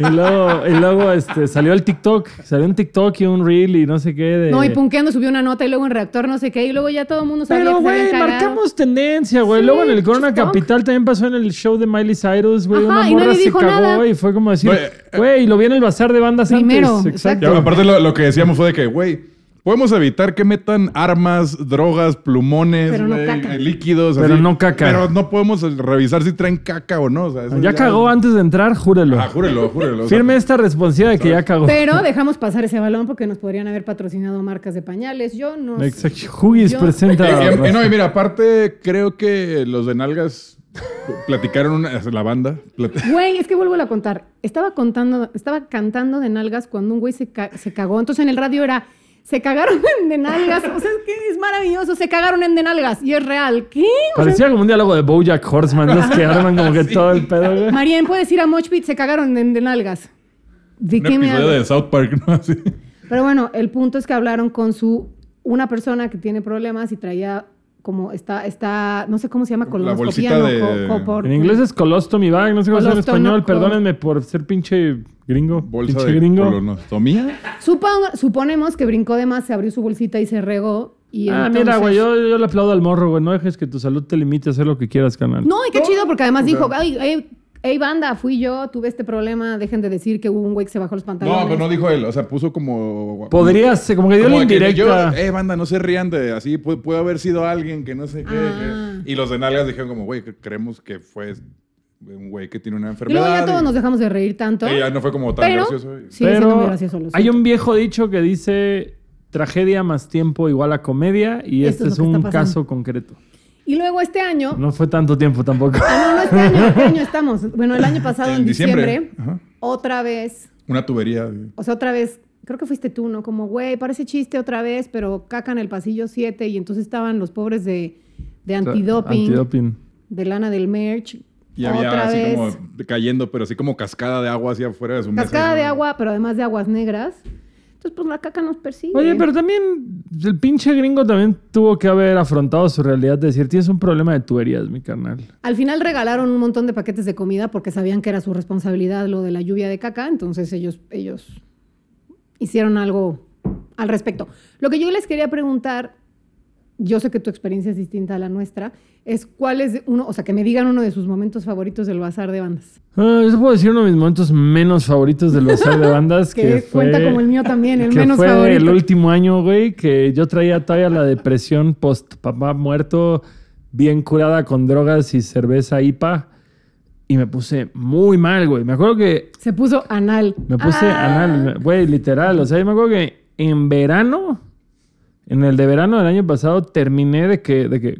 Speaker 1: Y luego, y luego, este, salió el TikTok. Salió un TikTok y un reel y no sé qué. De...
Speaker 2: No, y Punkeando subió una nota y luego en reactor no sé qué y luego ya todo el mundo sabía
Speaker 1: Pero,
Speaker 2: que se habían
Speaker 1: güey,
Speaker 2: cagado.
Speaker 1: marcamos tendencia, güey.
Speaker 2: Sí,
Speaker 1: Luego en el Corona
Speaker 2: chistoc.
Speaker 1: Capital también pasó en el show de Miley Cyrus, güey.
Speaker 2: Ajá,
Speaker 1: Una
Speaker 2: y nadie
Speaker 1: morra se
Speaker 2: dijo
Speaker 1: cagó
Speaker 2: nada.
Speaker 1: y fue como decir,
Speaker 4: Güey, eh,
Speaker 1: güey, lo vi en el bazar de bandas
Speaker 2: Primero,
Speaker 1: antes.
Speaker 4: Y aparte lo, lo que decíamos fue de que, güey, podemos evitar que metan armas, drogas, plumones,
Speaker 2: Pero no
Speaker 4: güey,
Speaker 2: caca.
Speaker 4: eh, líquidos.
Speaker 1: Pero no caca.
Speaker 4: Pero no podemos revisar si traen caca o no. o sea, eso
Speaker 1: Ya cagó antes de entrar, júrelo.
Speaker 4: Ah, júrelo, júrelo. o sea,
Speaker 1: Firme esta responsabilidad de que ya cagó.
Speaker 2: Pero dejamos pasar ese balón porque nos podrían haber patrocinado marcas de pañales. Yo no sé.
Speaker 1: Exacto. Huggies
Speaker 2: Yo-
Speaker 4: (laughs)
Speaker 1: presenta.
Speaker 4: eh, eh, no, y mira, aparte, creo que los de Nalgas platicaron una- la banda. plati-
Speaker 2: Güey, es que vuelvo a contar. Estaba contando, estaba cantando de nalgas cuando un güey se, ca- se cagó. Entonces en el radio era, se cagaron (laughs) en de nalgas. O sea, es que es maravilloso, se cagaron en de nalgas. Y es real. ¿Qué? O sea,
Speaker 1: Parecía como un diálogo de Bojack Horseman, ¿no? Es que arman como
Speaker 4: (laughs)
Speaker 1: que todo el pedo, güey.
Speaker 2: Marian, puedes ir a Mochpit, se cagaron en de nalgas. ¿De
Speaker 4: Un
Speaker 2: qué me
Speaker 4: episodio
Speaker 2: hablas?
Speaker 4: de South Park, ¿no? Así.
Speaker 2: Pero bueno, el punto es que hablaron con su una persona que tiene problemas y traía como está, está, no sé cómo se llama,
Speaker 4: La
Speaker 2: colonoscopía,
Speaker 4: bolsita
Speaker 2: no,
Speaker 4: de-
Speaker 2: co- copor-
Speaker 1: En inglés es colostomy bag, no sé cómo se llama en
Speaker 2: Colostono-
Speaker 1: español.
Speaker 2: col-
Speaker 1: Perdónenme por ser pinche gringo.
Speaker 4: Bolsa
Speaker 1: pinche
Speaker 4: de
Speaker 1: gringo.
Speaker 4: colonostomía.
Speaker 2: Supongo- suponemos que brincó de más, se abrió su bolsita y se regó. Y
Speaker 1: Ah,
Speaker 2: entonces-
Speaker 1: mira, güey, yo, yo le aplaudo al morro, güey. No dejes que tu salud te limite a hacer lo que quieras, canal.
Speaker 2: No, y qué chido, porque además dijo, ay, ay, hey, banda, fui yo, tuve este problema, dejen de decir que hubo un güey que se bajó los pantalones.
Speaker 4: No, pero no dijo él. O sea, puso como.
Speaker 1: Podría ser, como que dio
Speaker 4: Como
Speaker 1: la
Speaker 4: de que
Speaker 1: indirecta.
Speaker 4: yo, eh, banda, no se rían de así, pu- puede, haber sido alguien que no sé qué.
Speaker 2: Ah.
Speaker 4: que- Y los de nalgas dijeron como, güey, que creemos que fue un güey que tiene
Speaker 2: Y
Speaker 4: una
Speaker 2: luego
Speaker 4: enfermedad.
Speaker 2: ya todos nos dejamos de reír tanto.
Speaker 4: Y ya no fue como tan
Speaker 2: pero
Speaker 4: gracioso. Y-
Speaker 2: sigue siendo muy
Speaker 1: Pero
Speaker 2: gracioso. lo
Speaker 1: hay
Speaker 2: siento.
Speaker 1: un viejo dicho que dice tragedia más tiempo igual a comedia y
Speaker 2: Esto
Speaker 1: este
Speaker 2: es
Speaker 1: es
Speaker 2: lo que
Speaker 1: un
Speaker 2: está pasando.
Speaker 1: caso concreto.
Speaker 2: Y luego este año...
Speaker 1: No fue tanto tiempo tampoco.
Speaker 2: Ah, no, no este año, ¿qué año estamos? Bueno, el año pasado, en,
Speaker 4: En diciembre. Ajá.
Speaker 2: otra vez,
Speaker 4: Una tubería. güey.
Speaker 2: o sea, otra vez... Creo que fuiste tú, ¿no? Como, güey, parece chiste otra vez, pero caca en el pasillo 7 y entonces estaban los pobres de, de (laughs) antidoping,
Speaker 1: Antidoping.
Speaker 2: de lana del merch.
Speaker 4: Y había
Speaker 2: otra
Speaker 4: así
Speaker 2: vez.
Speaker 4: como cayendo, pero así como cascada de agua hacia afuera de su mesa.
Speaker 2: Cascada
Speaker 4: Así,
Speaker 2: de agua, pero además de aguas negras. Entonces, pues la caca nos persigue.
Speaker 1: Oye, pero también el pinche gringo también tuvo que haber afrontado su realidad de decir, tienes un problema de tuberías, mi carnal.
Speaker 2: Al final regalaron un montón de paquetes de comida porque sabían que era su responsabilidad lo de la lluvia de caca. Entonces, ellos, ellos hicieron algo al respecto. Lo que yo les quería preguntar, yo sé que tu experiencia es distinta a la nuestra, es cuál es uno, o sea, que me digan uno de sus momentos favoritos del bazar de bandas.
Speaker 1: Ah, yo te puedo decir uno de mis momentos menos favoritos del
Speaker 2: (laughs)
Speaker 1: bazar de bandas.
Speaker 2: Que,
Speaker 1: que fue-
Speaker 2: cuenta como el mío también, el
Speaker 1: que
Speaker 2: menos
Speaker 1: fue
Speaker 2: favorito.
Speaker 1: el último año, güey, que yo traía todavía la depresión post papá muerto, bien curada con drogas y cerveza IPA. Y me puse muy mal, güey. Me acuerdo que
Speaker 2: Se puso anal.
Speaker 1: me puse
Speaker 2: Ah.
Speaker 1: anal, güey, literal. O sea, yo me acuerdo que en verano, en el de verano del año pasado, terminé de que, de que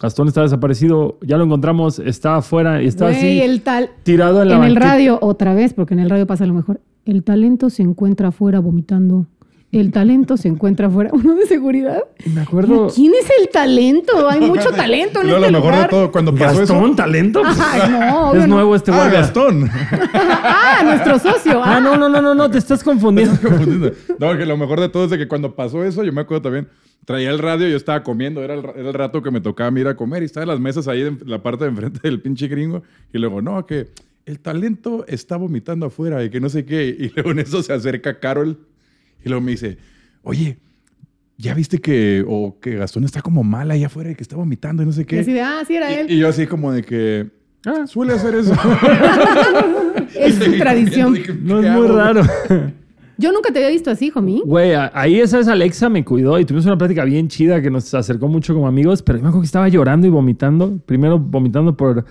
Speaker 1: Gastón está desaparecido, ya lo encontramos, está afuera y está
Speaker 2: Güey,
Speaker 1: así
Speaker 2: el tal.
Speaker 1: tirado en la
Speaker 2: en el
Speaker 1: banqueta.
Speaker 2: radio, otra vez, porque en el radio pasa lo mejor. El talento se encuentra afuera vomitando. El talento se encuentra afuera. (laughs) Uno de seguridad.
Speaker 1: Me acuerdo.
Speaker 2: ¿Quién es el talento? Hay mucho talento en
Speaker 4: Luego,
Speaker 2: este
Speaker 4: lo mejor
Speaker 2: lugar. (laughs)
Speaker 4: de todo, cuando pasó
Speaker 1: Gastón,
Speaker 4: eso.
Speaker 1: talento.
Speaker 2: Ajá, no,
Speaker 1: es
Speaker 2: obvio no.
Speaker 1: nuevo este
Speaker 4: Ah,
Speaker 1: güey.
Speaker 4: Gastón.
Speaker 2: (laughs) Ah, nuestro socio.
Speaker 1: Ah, no, no, no, no, no, te estás
Speaker 4: (laughs)
Speaker 1: confundiendo.
Speaker 4: confundido. No, que lo mejor de todo es de que cuando pasó eso, yo me acuerdo también, traía el radio, yo estaba comiendo, era el, ra- era el rato que me tocaba a mí ir a comer y estaba en las mesas ahí en la parte de enfrente del pinche gringo y luego, no, que el talento está vomitando afuera y que no sé qué. Y luego en eso se acerca Carol y luego me dice, oye, ¿ya viste que, o que Gastón está como mal allá afuera y que está vomitando y no sé
Speaker 2: Y
Speaker 4: qué?
Speaker 2: así de, ah, sí era
Speaker 4: Y,
Speaker 2: él.
Speaker 4: y yo así como de que... "Ah, suele hacer eso. este
Speaker 2: es
Speaker 4: (laughs)
Speaker 2: su tradición.
Speaker 4: Dije,
Speaker 1: No es
Speaker 4: "¿Qué
Speaker 1: muy
Speaker 4: hago, güey?"
Speaker 1: raro.
Speaker 2: Yo nunca te había visto así, Jomí.
Speaker 1: Güey, a- ahí esa es Alexa me cuidó y tuvimos una plática bien chida que nos acercó mucho como amigos, pero yo me acuerdo que estaba llorando y vomitando. Primero vomitando por...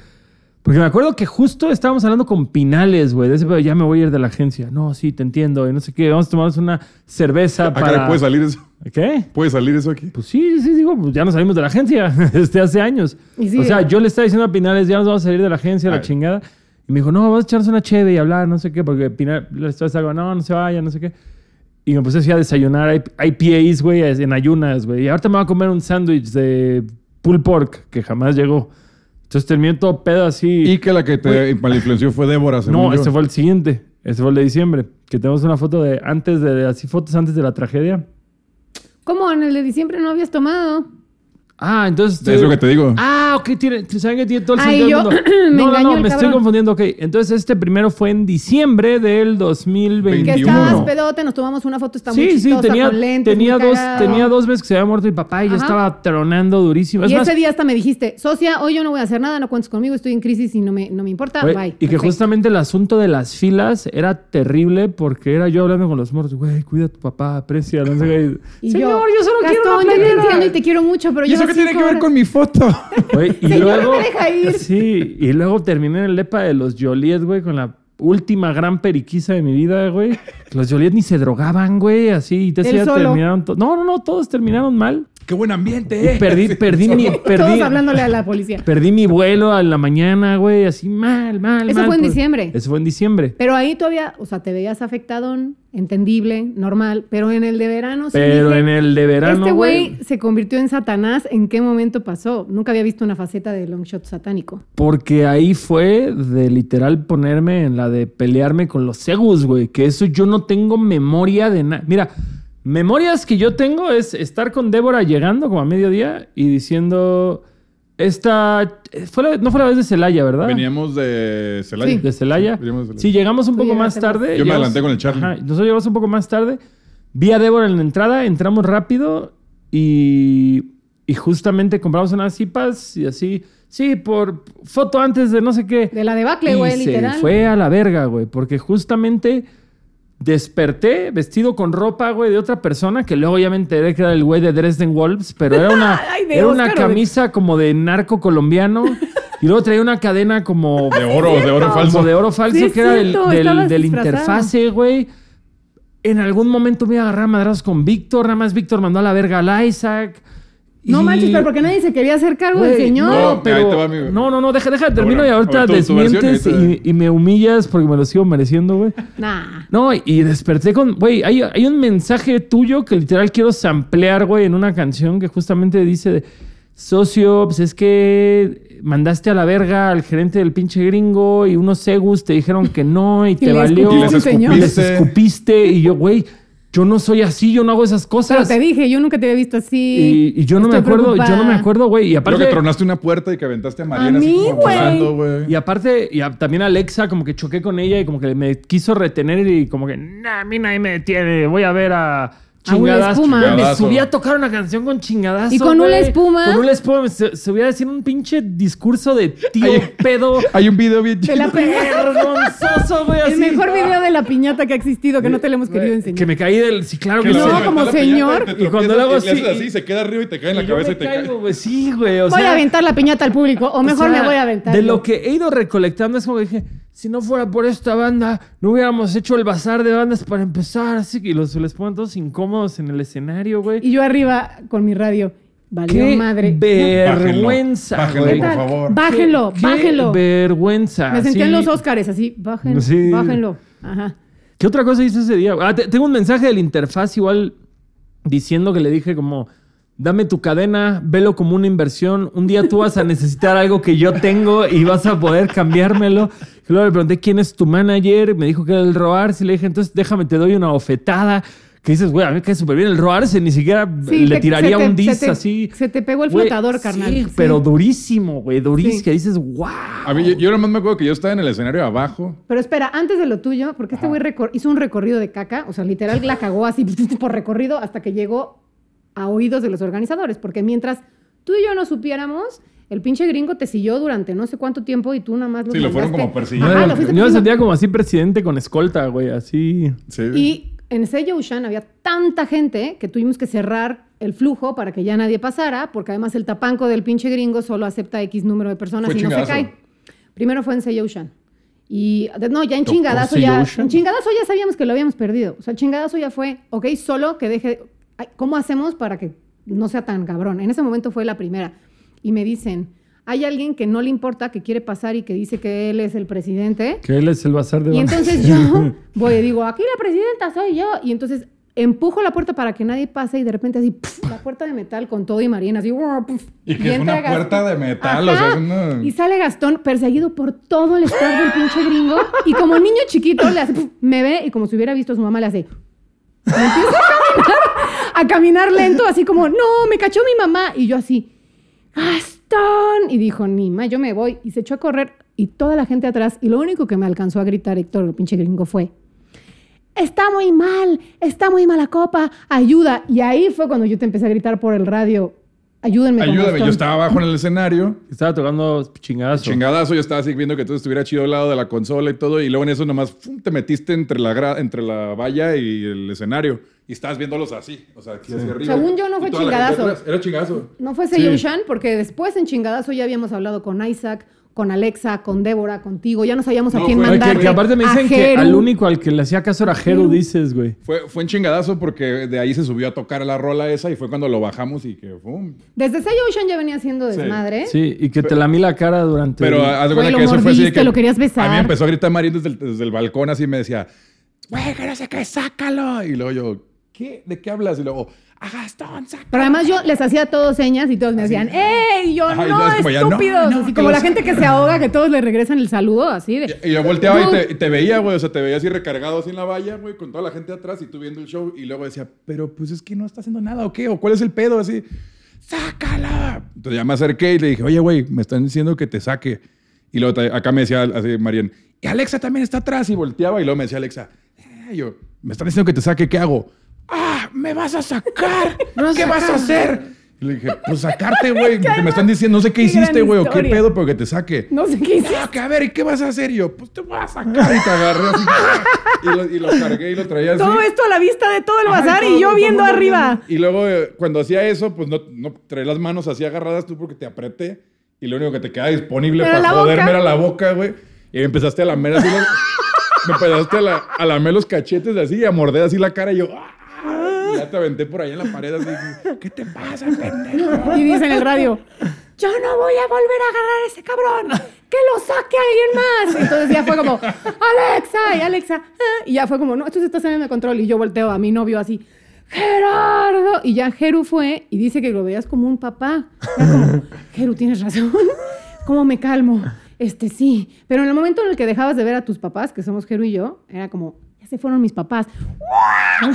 Speaker 1: Porque me acuerdo que justo estábamos hablando con Pinales, güey, de ese pedo, ya me voy a ir de la agencia. No, sí, te entiendo, y no sé qué, vamos a tomarnos una cerveza
Speaker 4: Ah, caray,
Speaker 1: para...
Speaker 4: puede salir eso.
Speaker 1: ¿Qué?
Speaker 4: Puede salir eso aquí.
Speaker 1: Pues sí, sí, digo, pues ya nos salimos de la agencia (laughs) desde hace años.
Speaker 2: Y sí,
Speaker 1: o sea,
Speaker 2: eh.
Speaker 1: yo le estaba diciendo a Pinales, ya nos vamos a salir de la agencia, la
Speaker 4: Ay.
Speaker 1: chingada. Y me dijo, no, vamos a echarnos una cheve y hablar, no sé qué, porque Pinales algo, no, no se vaya, no sé qué. Y me puse así a desayunar I- IPAs, güey, en ayunas, güey. Y ahorita me voy a comer un sándwich de pulled pork, que jamás llegó. Entonces terminé todo pedo así.
Speaker 4: Y que la que te malinfluenció fue Débora, según
Speaker 1: No,
Speaker 4: yo.
Speaker 1: este fue el siguiente. Este fue el de diciembre. Que tenemos una foto de antes de, así fotos antes de la tragedia.
Speaker 2: ¿Cómo en el de diciembre no habías tomado?
Speaker 1: Ah, entonces.
Speaker 4: Es lo que te digo.
Speaker 1: Ah, ok, tiene, ¿saben que tiene todo el
Speaker 2: Ay,
Speaker 1: sentido
Speaker 2: yo-
Speaker 1: del mundo?
Speaker 2: (clears throat) me
Speaker 1: no, no,
Speaker 2: engañó
Speaker 1: no,
Speaker 2: el
Speaker 1: me estoy
Speaker 2: cabrón.
Speaker 1: confundiendo. Ok, entonces este primero fue en diciembre del 2021.
Speaker 2: Que
Speaker 4: 21.
Speaker 2: estabas pedote, nos tomamos una foto, está muy
Speaker 1: Sí, sí,
Speaker 2: chistosa,
Speaker 1: tenía,
Speaker 2: con lentes,
Speaker 1: tenía,
Speaker 2: muy
Speaker 1: dos,
Speaker 2: cagado.
Speaker 1: tenía dos meses que se había muerto mi papá y yo
Speaker 2: Ajá.
Speaker 1: estaba tronando durísimo. Es
Speaker 2: Y
Speaker 1: más,
Speaker 2: ese día hasta me dijiste, socia, hoy yo no voy a hacer nada, no cuentes conmigo, estoy en crisis y no me, no me importa,
Speaker 1: güey,
Speaker 2: bye.
Speaker 1: y que
Speaker 2: Perfecto.
Speaker 1: justamente el asunto de las filas era terrible porque era yo hablando con los morros, güey, cuida a tu papá, aprecia, no sé qué.
Speaker 2: Y
Speaker 1: Señor, yo, solo
Speaker 2: Gastón,
Speaker 1: quiero una
Speaker 2: yo te
Speaker 1: playera".
Speaker 2: entiendo y te quiero mucho, pero
Speaker 4: ¿Y
Speaker 2: yo
Speaker 4: eso qué tiene que ver con mi foto?
Speaker 1: Güey, y
Speaker 2: Señor,
Speaker 1: luego,
Speaker 2: no me deja ir.
Speaker 1: Sí, y luego terminé en el EPA de los Joliet, güey, con la última gran periquiza de mi vida, güey. Los Joliet ni se drogaban, güey, así. Y te
Speaker 2: Él solo.
Speaker 1: terminaron... to- No, no, no, todos terminaron mal.
Speaker 4: (laughs) ¡Qué buen ambiente, eh!
Speaker 1: Perdí, perdí mi... Perdí,
Speaker 2: Todos hablándole a la policía.
Speaker 1: perdí mi vuelo a la mañana, güey, así mal, mal,
Speaker 2: Eso
Speaker 1: mal,
Speaker 2: fue en
Speaker 1: pues.
Speaker 2: diciembre.
Speaker 1: Eso fue en diciembre.
Speaker 2: Pero ahí todavía, o sea, te veías afectado, entendible, normal, pero en el de verano sí
Speaker 1: Pero
Speaker 2: dije,
Speaker 1: en el de verano,
Speaker 2: Este
Speaker 1: güey...
Speaker 2: güey se convirtió en Satanás. ¿En qué momento pasó? Nunca había visto una faceta de long shot satánico.
Speaker 1: Porque ahí fue de literal ponerme en la de pelearme con los Segus, güey. Que eso yo no tengo memoria de nada. Mira, memorias que yo tengo es estar con Débora llegando como a mediodía y diciendo. Esta. eh, Fue la- no fue la vez de Celaya, ¿verdad?
Speaker 4: Veníamos de Celaya.
Speaker 2: Sí.
Speaker 1: de Celaya.
Speaker 4: Sí, veníamos de Celaya.
Speaker 1: Sí, llegamos un
Speaker 2: Tú
Speaker 1: poco más
Speaker 2: llegaste más.
Speaker 1: tarde.
Speaker 4: Yo me
Speaker 1: Llegamos-
Speaker 4: adelanté con el Charlie.
Speaker 1: Ajá, Nosotros llegamos un poco más tarde. Vi a Débora en la entrada, entramos rápido y, y justamente compramos unas cipas y así. Sí, por foto antes de no sé qué.
Speaker 2: De la debacle,
Speaker 1: Y
Speaker 2: güey,
Speaker 1: se
Speaker 2: literal.
Speaker 1: fue a la verga, güey, porque justamente desperté vestido con ropa, güey, de otra persona que luego ya me enteré que era el güey de Dresden Wolves, pero era una,
Speaker 2: (laughs) Ay, de
Speaker 1: era una
Speaker 2: Oscar, güey.
Speaker 1: camisa como de narco
Speaker 2: (laughs)
Speaker 1: colombiano y luego traía una cadena como
Speaker 4: De oro, de oro falso.
Speaker 1: como de oro falso
Speaker 2: Sí, es
Speaker 1: que era del,
Speaker 2: cierto,
Speaker 1: del-
Speaker 2: estabas
Speaker 1: del
Speaker 2: disfrazado.
Speaker 1: interfase, güey. En algún momento me iba a agarrar a madrazos con Víctor, nada más Víctor mandó a la verga al Isaac.
Speaker 2: No
Speaker 1: y-
Speaker 2: manches, pero porque nadie se quería hacer cargo del
Speaker 1: Güey,
Speaker 2: señor.
Speaker 1: No,
Speaker 4: No, ahí te
Speaker 1: pero,
Speaker 4: va mi-
Speaker 1: no, no, no, deja, deja, termino
Speaker 4: Ahora,
Speaker 1: y ahorita
Speaker 4: ahora tú, tu versión y
Speaker 1: desmientes y,
Speaker 4: ahorita-
Speaker 1: y me humillas porque me lo sigo mereciendo, güey.
Speaker 2: Nah.
Speaker 1: No, y desperté con. Güey, hay, hay un mensaje tuyo que literal quiero samplear, güey, en una canción que justamente dice: de, Socio, pues es que mandaste a la verga al gerente del pinche gringo y unos segus te dijeron que no
Speaker 2: (laughs)
Speaker 1: y, te
Speaker 2: le
Speaker 1: valió.
Speaker 2: escupiste
Speaker 4: Y les
Speaker 2: un señor.
Speaker 1: Y
Speaker 4: escupiste.
Speaker 1: les escupiste. Y yo, güey, yo no soy así, yo no hago esas
Speaker 2: Pero
Speaker 1: cosas.
Speaker 2: te dije, yo nunca te había visto así.
Speaker 1: y, y yo no me
Speaker 2: Estoy
Speaker 1: acuerdo, yo no me
Speaker 2: preocupada.
Speaker 1: acuerdo, güey. Y aparte.
Speaker 4: Creo que tronaste una puerta y que aventaste a Mariana
Speaker 2: A
Speaker 4: así
Speaker 2: mí,
Speaker 4: como
Speaker 2: güey.
Speaker 4: volando, güey.
Speaker 1: Y aparte, y a- también Alexa, como que choqué con ella y como que me quiso retener y como que, nah, a mí nadie me detiene, voy a ver a
Speaker 2: una
Speaker 1: chingadas.
Speaker 2: espuma.
Speaker 1: Güey, me
Speaker 4: Chingadazo.
Speaker 1: subí a tocar una canción con chingadazo.
Speaker 2: Y con una
Speaker 1: güey.
Speaker 2: espuma.
Speaker 1: Con una espuma me se, subí a decir un pinche discurso de tío
Speaker 4: Ay.
Speaker 1: pedo
Speaker 4: Hay un video bien
Speaker 2: De
Speaker 4: chido.
Speaker 2: la piñata.
Speaker 1: vergonzoso, güey.
Speaker 2: El
Speaker 1: así.
Speaker 2: mejor video de la piñata que ha existido, que no te lo hemos querido enseñar.
Speaker 1: Que me caí del. Sí, claro que,
Speaker 4: Que
Speaker 1: sí.
Speaker 4: la
Speaker 2: No,
Speaker 4: vas a
Speaker 2: como
Speaker 4: aventar la piñata
Speaker 2: señor.
Speaker 4: te
Speaker 1: Y cuando
Speaker 4: tropiezas
Speaker 1: luego
Speaker 4: le haces
Speaker 1: así-
Speaker 4: así, se queda arriba y te cae en la
Speaker 1: Y yo
Speaker 4: cabeza
Speaker 1: me
Speaker 4: y te
Speaker 1: caigo,
Speaker 4: cae.
Speaker 1: güey. Sí, güey. o
Speaker 2: Voy
Speaker 1: sea,
Speaker 2: a aventar la piñata al público, o mejor
Speaker 1: O sea,
Speaker 2: me voy a aventar.
Speaker 1: De
Speaker 2: yo.
Speaker 1: lo que he ido recolectando es como que dije, si no fuera por esta banda, no hubiéramos hecho el bazar de bandas para empezar. Así que los les ponen todos incómodos en el escenario, güey.
Speaker 2: Y yo arriba con mi radio. Valió
Speaker 1: ¡Qué
Speaker 2: madre.
Speaker 1: vergüenza,
Speaker 4: Bájenlo,
Speaker 1: güey!
Speaker 2: ¿Qué
Speaker 4: por
Speaker 2: tal?
Speaker 4: favor.
Speaker 2: Bájenlo,
Speaker 1: ¡Qué
Speaker 2: bájenlo.
Speaker 1: vergüenza!
Speaker 2: Me senté en
Speaker 1: Sí.
Speaker 2: los Óscares, así, bájenlo,
Speaker 1: Sí.
Speaker 2: bájenlo. Ajá.
Speaker 1: ¿Qué otra cosa hice ese día? Ah, te- tengo un mensaje del interfaz igual diciendo que le dije como, dame tu cadena, velo como una inversión, un día tú vas a necesitar algo que yo tengo y vas a poder cambiármelo. Y luego le pregunté quién es tu manager, me dijo que era el Roarse, le dije, entonces déjame, te doy una bofetada. Que dices, güey, a mí me cae súper bien el Roarse, ni siquiera
Speaker 2: Sí,
Speaker 1: le
Speaker 2: te-
Speaker 1: tiraría
Speaker 2: se te-
Speaker 1: un
Speaker 2: se
Speaker 1: dis
Speaker 2: te-
Speaker 1: así.
Speaker 2: Se te pegó el
Speaker 1: Güey,
Speaker 2: flotador, carnal.
Speaker 1: Sí,
Speaker 2: Sí.
Speaker 1: pero durísimo, güey, durísimo.
Speaker 2: Sí.
Speaker 1: Que dices, wow.
Speaker 4: A mí, yo, yo nomás me acuerdo que yo estaba en el escenario abajo.
Speaker 2: Pero espera, antes de lo tuyo, porque este güey recor- hizo un recorrido de caca, o sea, literal la cagó así (laughs) por recorrido hasta que llegó a oídos de los organizadores, porque mientras tú y yo no supiéramos, el pinche gringo te siguió durante no sé cuánto tiempo y tú nada más lo
Speaker 4: Sí, lo fueron como persiguiendo.
Speaker 2: Ajá,
Speaker 1: Yo
Speaker 2: lo fuiste
Speaker 1: me
Speaker 2: persiguiendo.
Speaker 1: sentía como así presidente con escolta, güey, así.
Speaker 4: Sí.
Speaker 2: Y en Seiya Ushan había tanta gente que tuvimos que cerrar el flujo para que ya nadie pasara, porque además el tapanco del pinche gringo solo acepta X número de personas
Speaker 4: Fue
Speaker 2: y no se
Speaker 4: chingadazo.
Speaker 2: cae. Primero fue en Seiya Ushan. Y de- no, ya en
Speaker 1: Tocó
Speaker 2: chingadazo
Speaker 1: Seiya
Speaker 2: ya,
Speaker 1: Ushan.
Speaker 2: en chingadazo ya sabíamos que lo habíamos perdido. O sea, el chingadazo ya fue, ok, solo que deje. ay, ¿Cómo hacemos para que no sea tan cabrón? En ese momento fue la primera. Y me dicen, hay alguien que no le importa, que quiere pasar y que dice que él es el presidente.
Speaker 1: Que él es el bazar de
Speaker 2: Y
Speaker 1: Banco. (laughs)
Speaker 2: entonces yo voy y digo, aquí la presidenta soy yo. Y entonces empujo la puerta para que nadie pase y de repente así, ¡puf! la puerta de metal con todo y Marina así. ¡guau! ¡puf!
Speaker 4: Y que es
Speaker 2: entra
Speaker 4: una puerta de metal, o sea, es una-
Speaker 2: Y sale Gastón perseguido por todo el staff del pinche gringo y como niño chiquito le hace, ¡puf! me ve y como si hubiera visto a su mamá le hace... Y empieza a caminar, a caminar lento así como, no, me cachó mi mamá. Y yo así... Gastón. Y dijo, ni más, yo me voy. Y se echó a correr y toda la gente atrás. Y lo único que me alcanzó a gritar Héctor, el pinche gringo, fue, está muy mal, está muy mala copa, ayuda. Y ahí fue cuando yo te empecé a gritar por el radio, ayúdenme. con
Speaker 4: Ayúdame,
Speaker 2: Gastón".
Speaker 4: yo estaba abajo en el escenario.
Speaker 1: Estaba tocando chingadazo.
Speaker 4: Chingadazo, yo estaba así viendo que todo estuviera chido al lado de la consola y todo, y luego en eso nomás fum, te metiste entre la, gra- entre la valla y el escenario, y estabas viéndolos así, o sea, aquí hacia arriba.
Speaker 2: Según yo, no fue
Speaker 4: Y toda la gente
Speaker 2: chingadazo.
Speaker 4: atrás, Era chingadazo.
Speaker 2: No fue
Speaker 4: Sí.
Speaker 2: Seiyushan, porque después en chingadazo ya habíamos hablado con Isaac, con Alexa, con Débora, contigo. Ya no sabíamos a
Speaker 4: No,
Speaker 2: quién
Speaker 4: fue-
Speaker 1: Oye,
Speaker 2: mandar.
Speaker 1: que, que aparte me dicen que al único al que le hacía caso era Jero,
Speaker 2: Jero.
Speaker 1: dices, güey.
Speaker 4: Fue, fue en chingadazo porque de ahí se subió a tocar la rola esa y fue cuando lo bajamos y que ¡fum!
Speaker 2: Desde Seiyushan ya venía haciendo
Speaker 4: Sí.
Speaker 2: desmadre.
Speaker 1: Sí, y que te lamí la cara durante.
Speaker 4: Pero
Speaker 1: el-
Speaker 4: haz de
Speaker 2: Güey,
Speaker 4: cuenta
Speaker 2: lo
Speaker 4: que eso fue así de
Speaker 2: mordiste,
Speaker 4: que
Speaker 2: lo querías besar.
Speaker 4: A mí empezó a gritar Marín desde el, desde el balcón así y me decía, güey, que no sé qué, sácalo. Y luego yo, ¿qué? ¿De qué hablas? Y luego, a Gastón, sácalo.
Speaker 2: Pero además yo les hacía a todos señas y todos me decían, ¡Ey! Y Yo,
Speaker 4: Ah, Ajá, y
Speaker 2: no,
Speaker 4: todos como ya, "No,
Speaker 2: estúpidos.
Speaker 4: no,
Speaker 2: así
Speaker 4: que
Speaker 2: como
Speaker 4: los-
Speaker 2: la gente que se ahoga, que todos le regresan el saludo, así de...
Speaker 4: Y yo volteaba y
Speaker 2: Dude.
Speaker 4: te, y te veía, güey. O sea, te veía así recargado así en la valla, güey, con toda la gente atrás y tú viendo el show. Y luego decía, pero pues es que no está haciendo nada, ¿o qué? ¿O cuál es el pedo? Así, ¡sácala! Entonces ya me acerqué y le dije, oye, güey, me están diciendo que te saque. Y luego te- acá me decía así, Marian, y Alexa también está atrás. Y volteaba y luego me decía Alexa, "Ah", yo, me están diciendo que te saque, ¿qué hago? ¡Ah! ¡Me vas a sacar! ¿Qué vas a hacer? Y le dije, pues sacarte, güey. porque me están diciendo, no sé qué
Speaker 2: Qué gran
Speaker 4: hiciste, güey, o qué
Speaker 2: historia.
Speaker 4: pedo, pero que te saque.
Speaker 2: No sé
Speaker 4: (laughs)
Speaker 2: qué hice.
Speaker 4: No, que a ver, ¿y qué vas a hacer? Y yo, pues te voy a sacar. Y te agarré así. y, lo, y lo cargué y lo traía así.
Speaker 2: Todo esto a la vista de todo el
Speaker 4: Ajá,
Speaker 2: bazar
Speaker 4: y
Speaker 2: y
Speaker 4: todo,
Speaker 2: yo
Speaker 4: todo
Speaker 2: viendo
Speaker 4: mundo
Speaker 2: arriba.
Speaker 4: Y luego, eh, cuando hacía eso, pues no, no traía las manos así agarradas tú porque te apreté. Y lo único que te queda disponible
Speaker 2: Era la
Speaker 4: para joderme
Speaker 2: boca.
Speaker 4: era la boca, güey. Y empezaste a lamer así. los- me empezaste a, la, a lamer los cachetes así y a morder así la cara. Y yo, ¡ah! Y ya te aventé por ahí en la pared así. ¿Qué te pasa, pendejo?
Speaker 2: Y dice en el radio, yo no voy a volver a agarrar a ese cabrón, que lo saque alguien más. Entonces ya fue como, Alexa, y Alexa, ah", y ya fue como, no, esto se está saliendo de control. Y yo volteo a mi novio así, Gerardo. Y ya Geru fue y dice que lo veías como un papá. Era como, Geru, tienes razón. ¿Cómo me calmo? Este sí. Pero en el momento en el que dejabas de ver a tus papás, que somos Geru y yo, era como, ya se fueron mis papás.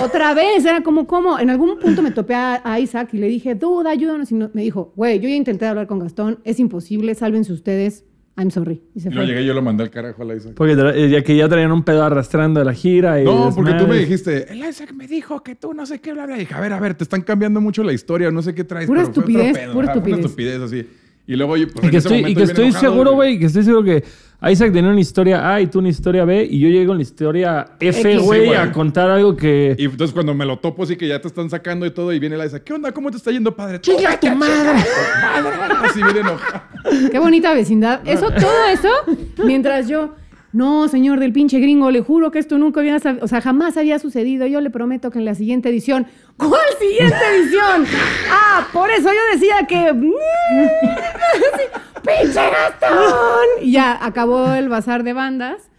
Speaker 2: Otra vez, era como, ¿cómo? En algún punto me topé a, a Isaac y le dije, duda, ayúdanos. Y no- me dijo, güey, yo ya intenté hablar con Gastón, es imposible, sálvense ustedes, I'm sorry. Y se
Speaker 4: Y
Speaker 2: fue.
Speaker 4: luego llegué y yo lo mandé al carajo a la Isaac.
Speaker 1: Porque tra- eh, ya que ya traían un pedo arrastrando de la gira. y
Speaker 4: No, porque tú me
Speaker 1: desmadre.
Speaker 4: dijiste, el Isaac me dijo que tú no sé qué, bla, bla. Y dije, a ver, a ver, te están cambiando mucho la historia, no sé qué traes.
Speaker 2: Pura
Speaker 4: pero fue otro
Speaker 2: estupidez, pura
Speaker 4: ajá, fue una
Speaker 2: estupidez.
Speaker 4: estupidez así. Y luego yo, pues,
Speaker 1: Y
Speaker 4: en
Speaker 1: que
Speaker 4: ese
Speaker 1: estoy, y
Speaker 4: momento
Speaker 1: que
Speaker 4: yo bien
Speaker 1: estoy
Speaker 4: enojado,
Speaker 1: seguro, güey, que estoy seguro que Isaac tenía una historia A y tú una historia B. Y yo llego en la historia F,
Speaker 2: X.
Speaker 1: güey,
Speaker 4: Sí, güey.
Speaker 1: a contar algo que.
Speaker 4: Y entonces cuando me lo topo, así que ya te están sacando y todo, y viene el Isaac, ¿qué onda? ¿Cómo te está yendo, padre?
Speaker 1: ¡Chinga tu madre!
Speaker 2: (laughs)
Speaker 4: Así bien enojado.
Speaker 2: Qué bonita vecindad. Eso, todo eso, mientras yo, no, señor del pinche gringo, le juro que esto nunca había, sab- o sea, jamás había sucedido. Yo le prometo que en la siguiente edición, ¿cuál siguiente edición? Ah, por eso yo decía que, mm, Sí, pinche Gastón. Y ya acabó el bazar de bandas.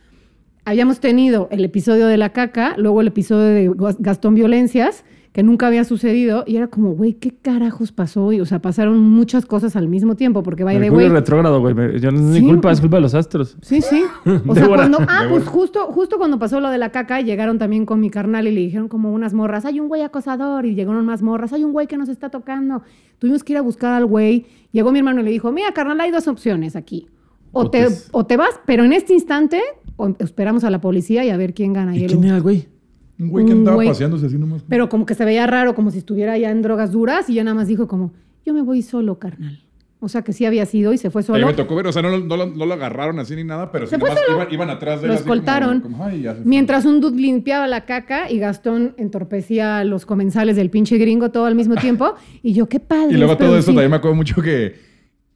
Speaker 2: Habíamos tenido el episodio de la caca, luego el episodio de Gas- Gastón Violencias, que nunca había sucedido, y era como, güey, ¿qué carajos pasó? Y, o sea, pasaron muchas cosas al mismo tiempo, porque by the
Speaker 1: Mercurio
Speaker 2: way.
Speaker 1: retrógrado, güey. me- Yo no es
Speaker 2: Sí.
Speaker 1: mi culpa, es culpa de los astros. (laughs)
Speaker 2: Sí, sí. O sea,
Speaker 1: Débora.
Speaker 2: cuando. Ah,
Speaker 4: Débora.
Speaker 2: pues justo, justo cuando pasó lo de la caca, llegaron también con mi carnal y le dijeron como unas morras, hay un güey acosador, y llegaron más morras, hay un güey que nos está tocando. Tuvimos que ir a buscar al güey. Llegó mi hermano y le dijo, mira, carnal, hay dos opciones aquí. O te,
Speaker 1: Otes.
Speaker 2: o te vas, pero en este instante, o esperamos a la policía y a ver quién gana. Y
Speaker 1: ¿Y
Speaker 2: él,
Speaker 1: quién era el güey?
Speaker 4: Un güey que
Speaker 2: Un
Speaker 4: andaba
Speaker 2: güey.
Speaker 4: paseándose así nomás.
Speaker 2: Pero como que se veía raro, como si estuviera ya en drogas duras, y yo nada más dijo como, yo me voy solo, carnal. O sea que sí había sido y se fue
Speaker 4: Ahí
Speaker 2: solo.
Speaker 4: me tocó ver, o sea, no, lo- no lo- no lo agarraron así ni nada, pero
Speaker 2: Se
Speaker 4: sí
Speaker 2: fue
Speaker 4: nomás
Speaker 2: solo.
Speaker 4: iban, iban atrás de él.
Speaker 2: Lo
Speaker 4: así como-
Speaker 2: escoltaron.
Speaker 4: como, "Ay, ya se fue".
Speaker 2: Mientras un dude limpiaba la caca y Gastón entorpecía a los comensales del pinche gringo todo al
Speaker 4: (laughs)
Speaker 2: mismo tiempo. Y yo, qué padre.
Speaker 4: Y luego
Speaker 2: es
Speaker 4: todo eso
Speaker 2: producir.
Speaker 4: también me acuerdo mucho que,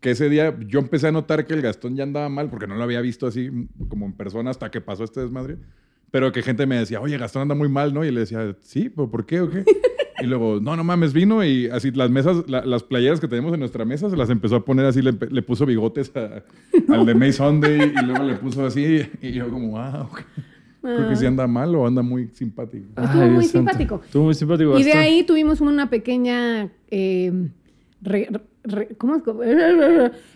Speaker 4: que ese día yo empecé a notar que el Gastón ya andaba mal porque no lo había visto así como en persona hasta que pasó este desmadre. Pero que gente me decía, oye, Gastón anda muy mal, ¿no? Y le decía, sí, pero ¿por qué o qué? Y luego, no, no mames, vino y así las mesas, la- las playeras que tenemos en nuestra mesa se las empezó a poner así, le, empe- le puso bigotes a- al de May Sunday y luego le puso así y yo como, ah, ok". Creo que
Speaker 2: Ah.
Speaker 4: sí anda mal o anda muy simpático.
Speaker 2: Estuvo
Speaker 1: Ay,
Speaker 2: muy
Speaker 1: Dios santo.
Speaker 2: simpático.
Speaker 1: Estuvo muy simpático.
Speaker 2: Y de
Speaker 1: Gastón.
Speaker 2: ahí tuvimos una pequeña. eh, re- re- ¿Cómo es?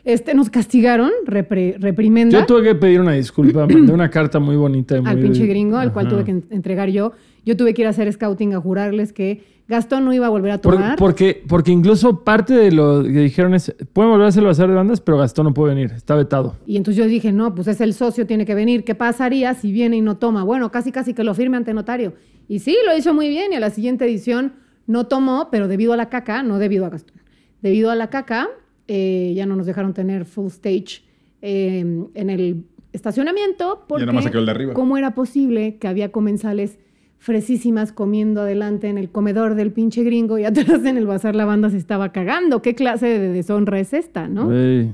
Speaker 2: Este, nos castigaron, repre- reprimenda.
Speaker 1: Yo tuve que pedir una
Speaker 2: (clears throat)
Speaker 1: disculpa. Mandé una carta muy bonita. y
Speaker 2: al
Speaker 1: muy-
Speaker 2: pinche gringo, al cual
Speaker 1: Ajá.
Speaker 2: tuve que en- entregar yo. Yo tuve que ir a hacer scouting a jurarles que Gastón no iba a volver a
Speaker 1: Por-
Speaker 2: tomar.
Speaker 1: porque, porque incluso parte de lo que dijeron es, pueden volver a hacer el bazar de bandas, pero Gastón no puede venir, está vetado.
Speaker 2: Y entonces yo dije, no, pues es el socio, tiene que venir. ¿Qué pasaría si viene y no toma? Bueno, casi casi que lo firme ante notario. Y sí, lo hizo muy bien y a la siguiente edición no tomó, pero debido a la caca, no debido a Gastón, debido a la caca, eh, ya no nos dejaron tener full stage eh, en el estacionamiento porque
Speaker 4: nada más se quedó el de arriba.
Speaker 2: cómo era posible que había comensales fresísimas comiendo adelante en el comedor del pinche gringo y atrás en el bazar la banda se estaba cagando. ¿Qué clase de deshonra es esta, no?
Speaker 1: Güey,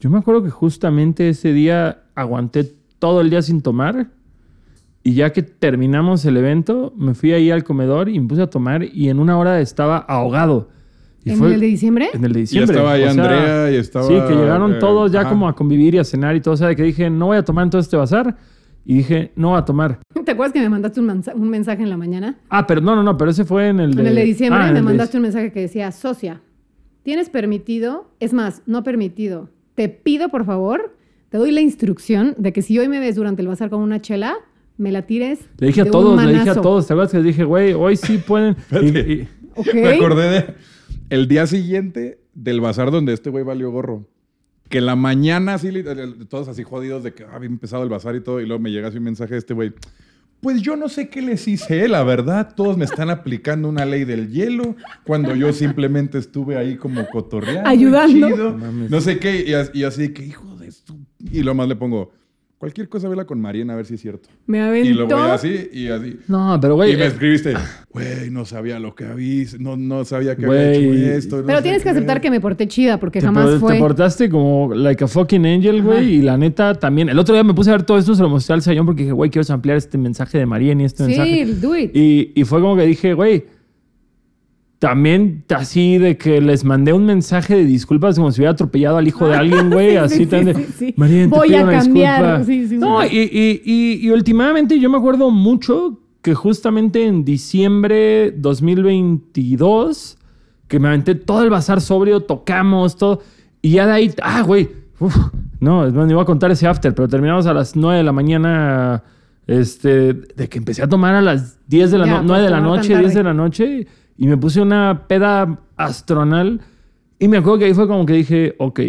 Speaker 1: yo me acuerdo que justamente ese día aguanté todo el día sin tomar y ya que terminamos el evento, me fui ahí al comedor y me puse a tomar y en una hora estaba ahogado. Y
Speaker 2: ¿En
Speaker 1: fue-
Speaker 2: el de diciembre?
Speaker 1: En el de diciembre.
Speaker 4: estaba ahí
Speaker 1: O sea,
Speaker 4: Andrea y estaba,
Speaker 1: Sí, que llegaron
Speaker 4: eh,
Speaker 1: todos ya
Speaker 4: ajá.
Speaker 1: como a convivir y a cenar y todo. O sea, que dije, no voy a tomar en todo este bazar. Y dije, no voy a tomar.
Speaker 2: (laughs) ¿Te acuerdas que me mandaste un, mansa- un mensaje en la mañana?
Speaker 1: Ah, pero no, no, no, pero ese fue en el de...
Speaker 2: en el de diciembre
Speaker 1: Ah, en
Speaker 2: me
Speaker 1: el de-
Speaker 2: mandaste un mensaje que decía, socia, ¿tienes permitido? Es más, no permitido. Te pido, por favor, te doy la instrucción de que si hoy me ves durante el bazar con una chela, me la tires
Speaker 1: Le dije a
Speaker 2: de un
Speaker 1: todos, le dije a
Speaker 2: manazo".
Speaker 1: todos. ¿Te acuerdas que les dije, güey, hoy sí pueden... y,
Speaker 4: (laughs) Espérate.
Speaker 1: y-
Speaker 2: Ok.
Speaker 4: (laughs) Me acordé de el día siguiente del bazar donde este güey valió gorro. Que la mañana, así, li- eh, todos así jodidos de que ah, había empezado el bazar y todo, y luego me llega así un mensaje de este güey. Pues yo no sé qué les hice, eh, la verdad. Todos me están aplicando una ley del hielo cuando yo simplemente estuve ahí como cotorreando.
Speaker 2: Ayudando.
Speaker 4: chido,
Speaker 1: Mames.
Speaker 4: no sé qué. Y, as- y así, que hijo de su. Y lo más le pongo, cualquier cosa vela con Mariana a ver si es cierto.
Speaker 2: Me aventó.
Speaker 4: Y lo voy así y así.
Speaker 1: No, pero güey...
Speaker 4: Y me
Speaker 1: eh,
Speaker 4: escribiste, güey, no sabía lo que había, no, no sabía que
Speaker 1: Güey.
Speaker 4: había hecho esto. no
Speaker 2: Pero
Speaker 4: sé
Speaker 2: tienes que
Speaker 4: qué".
Speaker 2: aceptar que me porté chida porque
Speaker 1: Te,
Speaker 2: jamás
Speaker 1: por-
Speaker 2: fue.
Speaker 1: te portaste como like a fucking angel, güey. Y la neta también. El otro día me puse a ver todo esto, se lo mostré al Sayón porque dije, güey, quiero ampliar este mensaje de María y este
Speaker 2: sí,
Speaker 1: mensaje.
Speaker 2: do it.
Speaker 1: Y, y fue como que dije, güey, también así de que les mandé un mensaje de disculpas como si hubiera atropellado al hijo de alguien, güey.
Speaker 2: Ah, (laughs) Sí,
Speaker 1: así
Speaker 2: sí,
Speaker 1: tan de,
Speaker 2: sí, sí.
Speaker 1: "María, te
Speaker 2: Voy
Speaker 1: pido
Speaker 2: a
Speaker 1: una
Speaker 2: cambiar".
Speaker 1: disculpa".
Speaker 2: Sí, sí,
Speaker 1: no,
Speaker 2: sí.
Speaker 1: Y, y- y- y últimamente yo me acuerdo mucho que justamente en diciembre 2022, que me aventé todo el bazar sobrio, tocamos todo. Y ya de ahí, ah, güey, uf, no, es más, ni voy a contar ese after, pero terminamos a las 9 de la mañana, este, de que empecé a tomar a las 10 de la
Speaker 2: Ya,
Speaker 1: no-
Speaker 2: por
Speaker 1: 9 de la
Speaker 2: tomar tan
Speaker 1: noche, 10 de
Speaker 2: tarde.
Speaker 1: la noche, y me puse una peda astronal. Y me acuerdo que ahí fue como que dije, ok,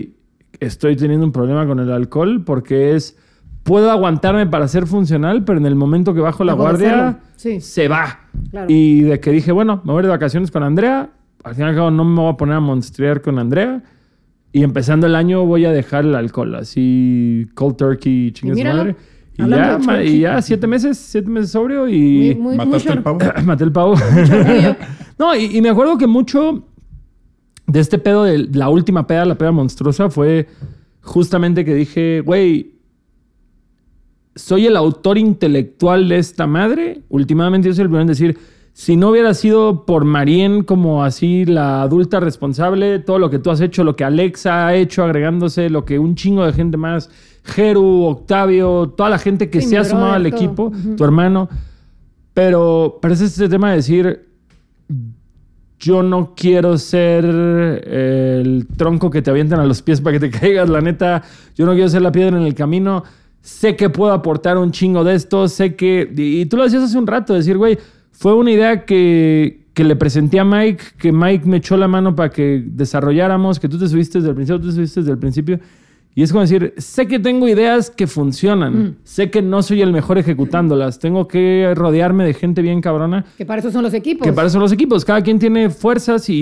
Speaker 1: estoy teniendo un problema con el alcohol porque es, puedo aguantarme para ser funcional, pero en el momento que bajo la
Speaker 2: Dejo de serlo,
Speaker 1: guardia,
Speaker 2: sí.
Speaker 1: se va.
Speaker 2: Claro.
Speaker 1: Y de que dije, bueno, me voy a ir de vacaciones con Andrea, al fin y al cabo no me voy a poner a monstrear con Andrea. Y empezando el año voy a dejar el alcohol, así cold turkey, chingue su
Speaker 2: míralo,
Speaker 1: madre. Y ya,
Speaker 2: hablando de
Speaker 1: ma- y
Speaker 2: turkey.
Speaker 1: ya siete meses, siete meses sobrio y...
Speaker 2: Muy- muy-
Speaker 4: ¿Mataste el
Speaker 2: short. (laughs)
Speaker 4: pavo?
Speaker 1: (coughs) Maté el pavo. (laughs) no, y, y me acuerdo que mucho de este pedo, de la última peda, la peda monstruosa, fue justamente que dije, güey, soy el autor intelectual de esta madre. Últimamente yo soy el primero en decir, si no hubiera sido por Marien como así la adulta responsable, todo lo que tú has hecho, lo que Alexa ha hecho agregándose, lo que un chingo de gente más, Geru, Octavio, toda la gente que
Speaker 2: Sí,
Speaker 1: se ha
Speaker 2: mi
Speaker 1: sumado al
Speaker 2: brother, todo.
Speaker 1: equipo, tu hermano. Pero parece este tema de decir, yo no quiero ser eh, el tronco que te avientan a los pies para que te (laughs) caigas, la neta. Yo no quiero ser la piedra en el camino. Sé que puedo aportar un chingo de esto. Sé que. Y y tú lo decías hace un rato: decir, güey, fue una idea que, que le presenté a Mike, que Mike me echó la mano para que desarrolláramos, que tú te subiste desde el principio, tú te subiste desde el principio. Y es como decir, sé que tengo ideas que funcionan, sé que no soy el mejor ejecutándolas, tengo que rodearme de gente bien cabrona
Speaker 2: Que para eso son los equipos.
Speaker 1: que para eso son los equipos. Cada quien tiene fuerzas y,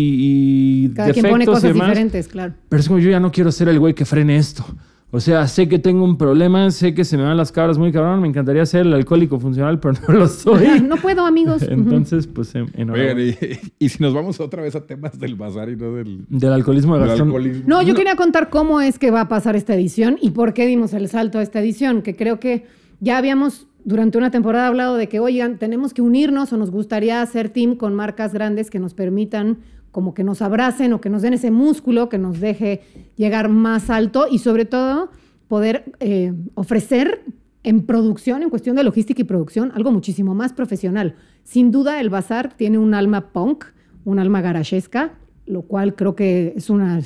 Speaker 1: y
Speaker 2: Cada
Speaker 1: defectos
Speaker 2: quien pone
Speaker 1: y
Speaker 2: cosas
Speaker 1: demás.
Speaker 2: diferentes, claro.
Speaker 1: Pero es como yo ya no quiero ser el güey que frene esto. O sea, sé que tengo un problema, sé que se me van las cabras muy cabrón. Me encantaría ser el alcohólico funcional, (laughs) pero no lo soy.
Speaker 2: No
Speaker 1: (laughs)
Speaker 2: puedo, amigos. Ujú.
Speaker 1: Entonces, pues, en,
Speaker 4: Oigan,
Speaker 1: enhorabuena.
Speaker 4: y, y si nos vamos otra vez a temas del bazar y no del,
Speaker 1: Del alcoholismo de
Speaker 4: del
Speaker 1: Gastón.
Speaker 4: alcoholismo.
Speaker 2: No, yo quería contar cómo es que va a pasar esta edición y por qué dimos el salto a esta edición, que creo que ya habíamos durante una temporada hablado de que, oigan, tenemos que unirnos o nos gustaría hacer team con marcas grandes que nos permitan como que nos abracen o que nos den ese músculo que nos deje llegar más alto y sobre todo poder eh, ofrecer en producción, en cuestión de logística y producción, algo muchísimo más profesional. Sin duda, el bazar tiene un alma punk, un alma garachesca, lo cual creo que es una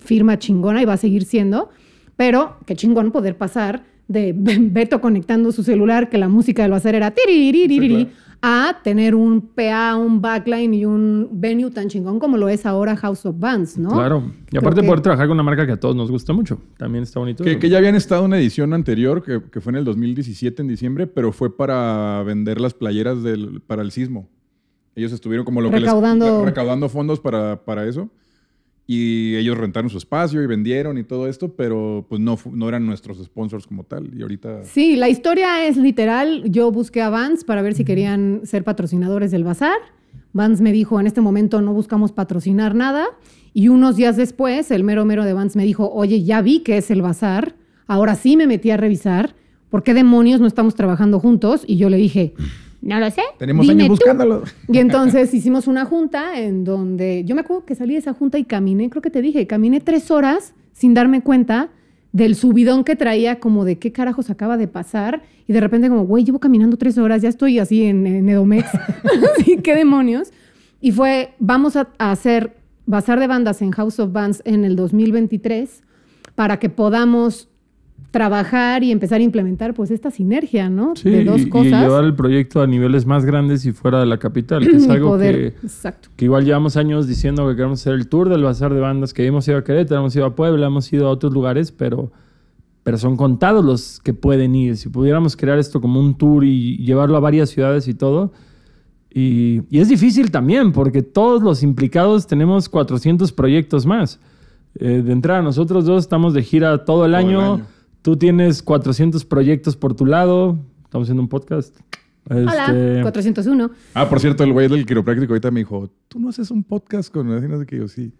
Speaker 2: firma chingona y va a seguir siendo, pero qué chingón poder pasar de Beto conectando su celular, que la música del bazar era tiriririri,
Speaker 4: Sí, claro.
Speaker 2: a tener un PA, un backline y un venue tan chingón como lo es ahora House of Bands, ¿no?
Speaker 1: Claro. Y
Speaker 2: Creo
Speaker 1: aparte
Speaker 2: que-
Speaker 1: poder trabajar con una marca que a todos nos gusta mucho. También está bonito.
Speaker 4: Que,
Speaker 1: eso.
Speaker 4: que ya habían estado en una edición anterior, que, que fue en el 2017, en diciembre, pero fue para vender las playeras del, para el sismo. Ellos estuvieron como lo que les,
Speaker 2: Recaudando-
Speaker 4: re- recaudando fondos para, para eso. Y ellos rentaron su espacio y vendieron y todo esto, pero pues no, fu- no eran nuestros sponsors como tal. Y ahorita...
Speaker 2: Sí, la historia es literal. Yo busqué a Vans para ver si querían ser patrocinadores del bazar. Vans me dijo, en este momento no buscamos patrocinar nada. Y unos días después, el mero mero de Vans me dijo, oye, ya vi que es el bazar. Ahora sí me metí a revisar. ¿Por qué demonios no estamos trabajando juntos? Y yo le dije, no lo sé.
Speaker 4: Tenemos
Speaker 2: dime
Speaker 4: años
Speaker 2: tú".
Speaker 4: buscándolo.
Speaker 2: Y entonces hicimos una junta en donde yo me acuerdo que salí de esa junta y caminé, creo que te dije, caminé tres horas sin darme cuenta del subidón que traía, como de qué carajos acaba de pasar. Y de repente, como, güey, llevo caminando tres horas, ya estoy así en,
Speaker 1: (laughs)
Speaker 2: en Edomex. (laughs) Así, qué demonios. Y fue, vamos a, a hacer Bazar de Bandas en House of Bands en el 2023 para que podamos trabajar y empezar a implementar pues esta sinergia, ¿no?
Speaker 1: Sí,
Speaker 2: de dos
Speaker 1: y-
Speaker 2: cosas.
Speaker 1: y llevar el proyecto a niveles más grandes y fuera de la capital, que es
Speaker 2: (clears throat) y
Speaker 1: algo
Speaker 2: poder-
Speaker 1: que...
Speaker 2: Exacto.
Speaker 1: que igual llevamos años diciendo que queremos hacer el tour del bazar de bandas, que hemos ido a Querétaro, hemos ido a Puebla, hemos ido a otros lugares, pero, pero son contados los que pueden ir. Si pudiéramos crear esto como un tour y llevarlo a varias ciudades y todo. Y, y es difícil también, porque todos los implicados tenemos 400 proyectos más. Eh, de entrada, nosotros dos estamos de gira todo el,
Speaker 4: Todo el
Speaker 1: año.
Speaker 4: año.
Speaker 1: Tú tienes 400 proyectos por tu lado. Estamos haciendo un podcast.
Speaker 2: Hola,
Speaker 1: Este,
Speaker 2: 401.
Speaker 4: Ah, por cierto, el güey del quiropráctico ahorita me dijo, tú no haces un podcast con así, no sé qué,
Speaker 2: (laughs)
Speaker 4: yo sí.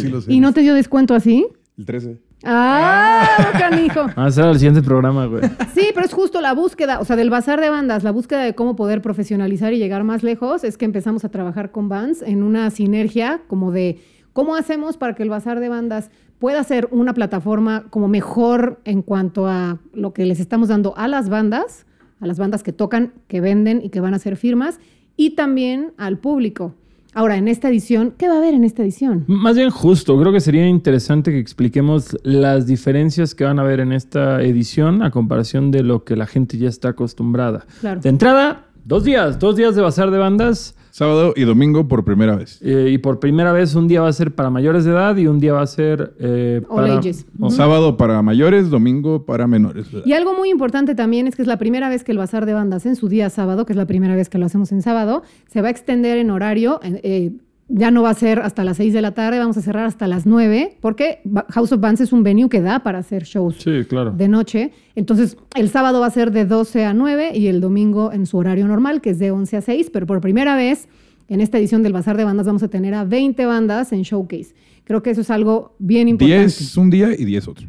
Speaker 4: sí lo sé.
Speaker 2: ¿Y no te dio descuento así?
Speaker 4: El 13.
Speaker 2: ¡Ah, canijo!
Speaker 1: Ah, será el siguiente programa, güey.
Speaker 2: Sí, pero es justo la búsqueda, o sea, del bazar de bandas, la búsqueda de cómo poder profesionalizar y llegar más lejos, es que empezamos a trabajar con bands en una sinergia como de cómo hacemos para que el bazar de bandas pueda ser una plataforma como mejor en cuanto a lo que les estamos dando a las bandas, a las bandas que tocan, que venden y que van a hacer firmas, y también al público. Ahora, en esta edición, ¿qué va a haber en esta edición?
Speaker 1: Más bien justo, creo que sería interesante que expliquemos las diferencias que van a haber en esta edición a comparación de lo que la gente ya está acostumbrada.
Speaker 2: Claro.
Speaker 1: De entrada, dos días, dos días de bazar de bandas
Speaker 4: Sábado y domingo por primera vez.
Speaker 1: eh, y por primera vez un día va a ser para mayores de edad y un día va a ser eh,
Speaker 2: All
Speaker 1: para...
Speaker 2: ages.
Speaker 1: o-
Speaker 4: Sábado para mayores, domingo para menores.
Speaker 2: Y algo muy importante también es que es la primera vez que el Bazar de Bandas en su día sábado, que es la primera vez que lo hacemos en sábado, se va a extender en horario. en- eh, ya no va a ser hasta las 6 de la tarde, vamos a cerrar hasta las 9, porque Ba- House of Bands es un venue que da para hacer shows
Speaker 1: Sí, claro.
Speaker 2: de noche. Entonces, el sábado va a ser de 12 a 9 y el domingo en su horario normal, que es de 11 a 6, pero por primera vez en esta edición del Bazar de Bandas vamos a tener a 20 bandas en showcase. Creo que eso es algo bien importante.
Speaker 4: 10 un día y 10 otro.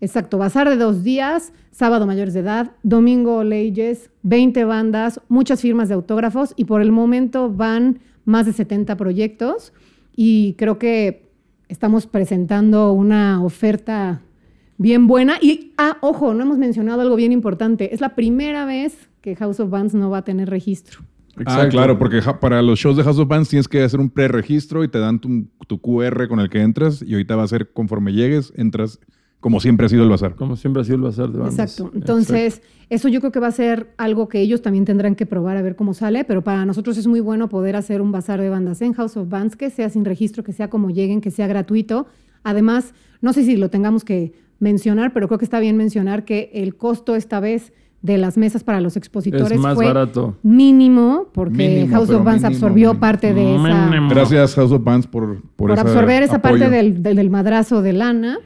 Speaker 2: Exacto, bazar de dos días, sábado mayores de edad, domingo leyes, 20 bandas, muchas firmas de autógrafos y por el momento van más de 70 proyectos y creo que estamos presentando una oferta bien buena y, ah, ojo, no hemos mencionado algo bien importante, es la primera vez que House of Bands no va a tener registro.
Speaker 4: Ah, claro, porque ja- para los shows de House of Bands tienes que hacer un preregistro y te dan tu, tu QR con el que entras y ahorita va a ser conforme llegues, entras como siempre ha sido el bazar.
Speaker 1: Como siempre ha sido el bazar de bandas.
Speaker 2: Exacto. Entonces, eso yo creo que va a ser algo que ellos también tendrán que probar a ver cómo sale, pero para nosotros es muy bueno poder hacer un bazar de bandas en House of Bands, que sea sin registro, que sea como lleguen, que sea gratuito. Además, no sé si lo tengamos que mencionar, pero creo que está bien mencionar que el costo esta vez de las mesas para los expositores
Speaker 1: es más
Speaker 2: fue
Speaker 1: barato.
Speaker 2: mínimo, porque
Speaker 4: Mínimo,
Speaker 2: House
Speaker 4: pero
Speaker 2: of Bands
Speaker 4: mínimo,
Speaker 2: absorbió
Speaker 4: mínimo.
Speaker 2: parte de esa
Speaker 1: Mínimo.
Speaker 4: Gracias House of Bands por, por,
Speaker 2: por
Speaker 4: ese
Speaker 2: absorber esa
Speaker 4: apoyo.
Speaker 2: parte del, del- del madrazo de lana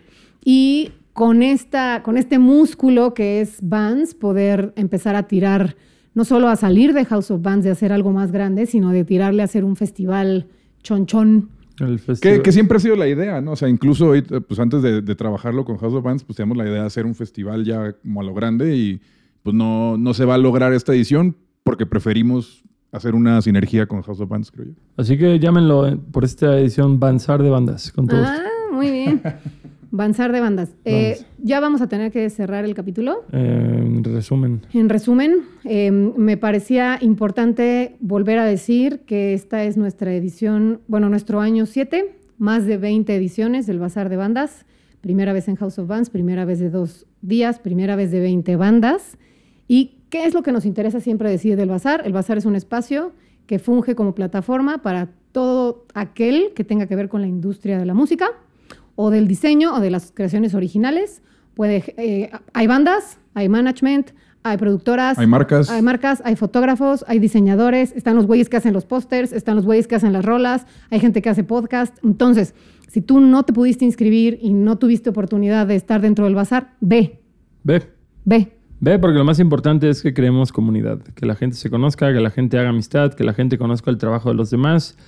Speaker 2: y con, esta, con este músculo que es Vans, poder empezar a tirar, no solo a salir de House of Vans, de hacer algo más grande, sino de tirarle a hacer un festival chonchón.
Speaker 1: El
Speaker 4: Que,
Speaker 1: festival.
Speaker 4: que siempre ha sido la idea, ¿no? O sea, incluso hoy, eh, pues antes de, de trabajarlo con House of Bands, pues teníamos la idea de hacer un festival ya como a lo grande y pues no, no se va a lograr esta edición porque preferimos hacer una sinergia con House of Bands, creo yo.
Speaker 1: Así que llámenlo eh, por esta edición Banzar de bandas. Con todo gusto.
Speaker 2: Ah, muy
Speaker 4: (laughs)
Speaker 2: bien. Vanzar de bandas. Eh,
Speaker 1: Vans.
Speaker 2: ya vamos a tener que cerrar el capítulo.
Speaker 1: Eh, en resumen.
Speaker 2: En resumen, eh, me parecía importante volver a decir que esta es nuestra edición, bueno, nuestro año 7, más de 20 ediciones del Bazar de Bandas, primera vez en House of Bands, primera vez de dos días, primera vez de 20 bandas. ¿Y qué es lo que nos interesa siempre decir del Bazar? El Bazar es un espacio que funge como plataforma para todo aquel que tenga que ver con la industria de la música o del diseño o de las creaciones originales. Puede, eh, hay bandas, hay management, hay productoras,
Speaker 4: Hay marcas.
Speaker 2: hay marcas, hay fotógrafos, hay diseñadores, están los güeyes que hacen los pósters, están los güeyes que hacen las rolas, hay gente que hace podcast. Entonces, si tú no te pudiste inscribir y no tuviste oportunidad de estar dentro del bazar, ve,
Speaker 1: Ve.
Speaker 2: ve.
Speaker 1: Ve, porque lo más importante es que creemos comunidad, que la gente se conozca, que la gente haga amistad, que la gente conozca el trabajo de los demás,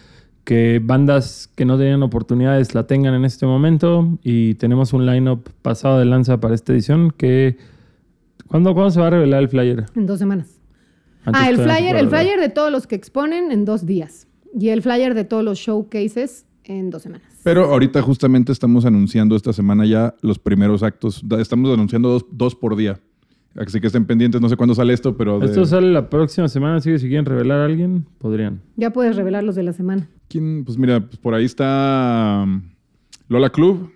Speaker 1: que bandas que no tenían oportunidades la tengan en este momento y tenemos un lineup pasado de lanza para esta edición que ¿cuándo, cuándo se va a revelar el flyer?
Speaker 2: En dos semanas.
Speaker 1: Antes
Speaker 2: ah,
Speaker 1: todavía
Speaker 2: el
Speaker 1: no se
Speaker 2: flyer,
Speaker 1: puede
Speaker 2: el
Speaker 1: revelar.
Speaker 2: flyer de todos los que exponen en dos días. Y el flyer de todos los showcases en dos semanas.
Speaker 4: Pero ahorita justamente estamos anunciando esta semana ya los primeros actos. Da- Estamos anunciando dos, dos por día. Así que estén pendientes, no sé cuándo sale esto, pero de-
Speaker 1: Esto sale la próxima semana, así que si quieren revelar a alguien, podrían.
Speaker 2: Ya puedes revelar los de la semana.
Speaker 4: ¿quién? Pues mira, pues por ahí está um, Lola Club.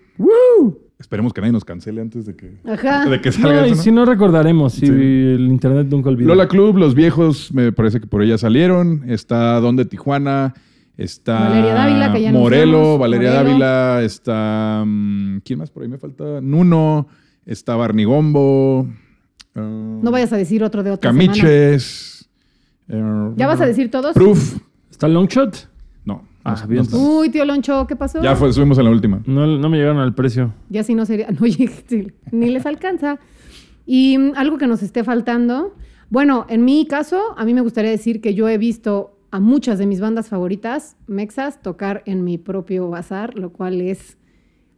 Speaker 4: Esperemos que nadie nos cancele antes de que,
Speaker 2: Ajá.
Speaker 4: de que salga
Speaker 1: No, y
Speaker 4: esto, ¿no?
Speaker 1: si no recordaremos, si
Speaker 4: Sí.
Speaker 1: el internet nunca olvida.
Speaker 4: Lola Club, Los Viejos, me parece que por ella salieron. Está Donde Tijuana, está
Speaker 2: Valeria Dávila, que ya nos
Speaker 4: Morelo,
Speaker 2: vemos,
Speaker 4: Valeria
Speaker 2: Morelo.
Speaker 4: Dávila, está... mm, ¿Quién más por ahí me falta? Nuno, está Barnigombo.
Speaker 2: No vayas a decir otro de otra semana.
Speaker 4: Camiches. eh,
Speaker 2: ¿Ya vas a decir todos?
Speaker 4: Proof.
Speaker 1: ¿Está Longshot?
Speaker 4: No.
Speaker 1: Ah,
Speaker 4: no-
Speaker 1: bien.
Speaker 4: no está.
Speaker 2: Uy, tío Loncho, ¿qué pasó?
Speaker 4: ya fue, subimos a la última.
Speaker 1: No, no me llegaron al precio.
Speaker 2: Ya si no sería, (laughs) no llegué, ni les alcanza. Y mm, algo que nos esté faltando. Bueno, en mi caso, a mí me gustaría decir que yo he visto a muchas de mis bandas favoritas, Mexas, tocar en mi propio bazar, lo cual es,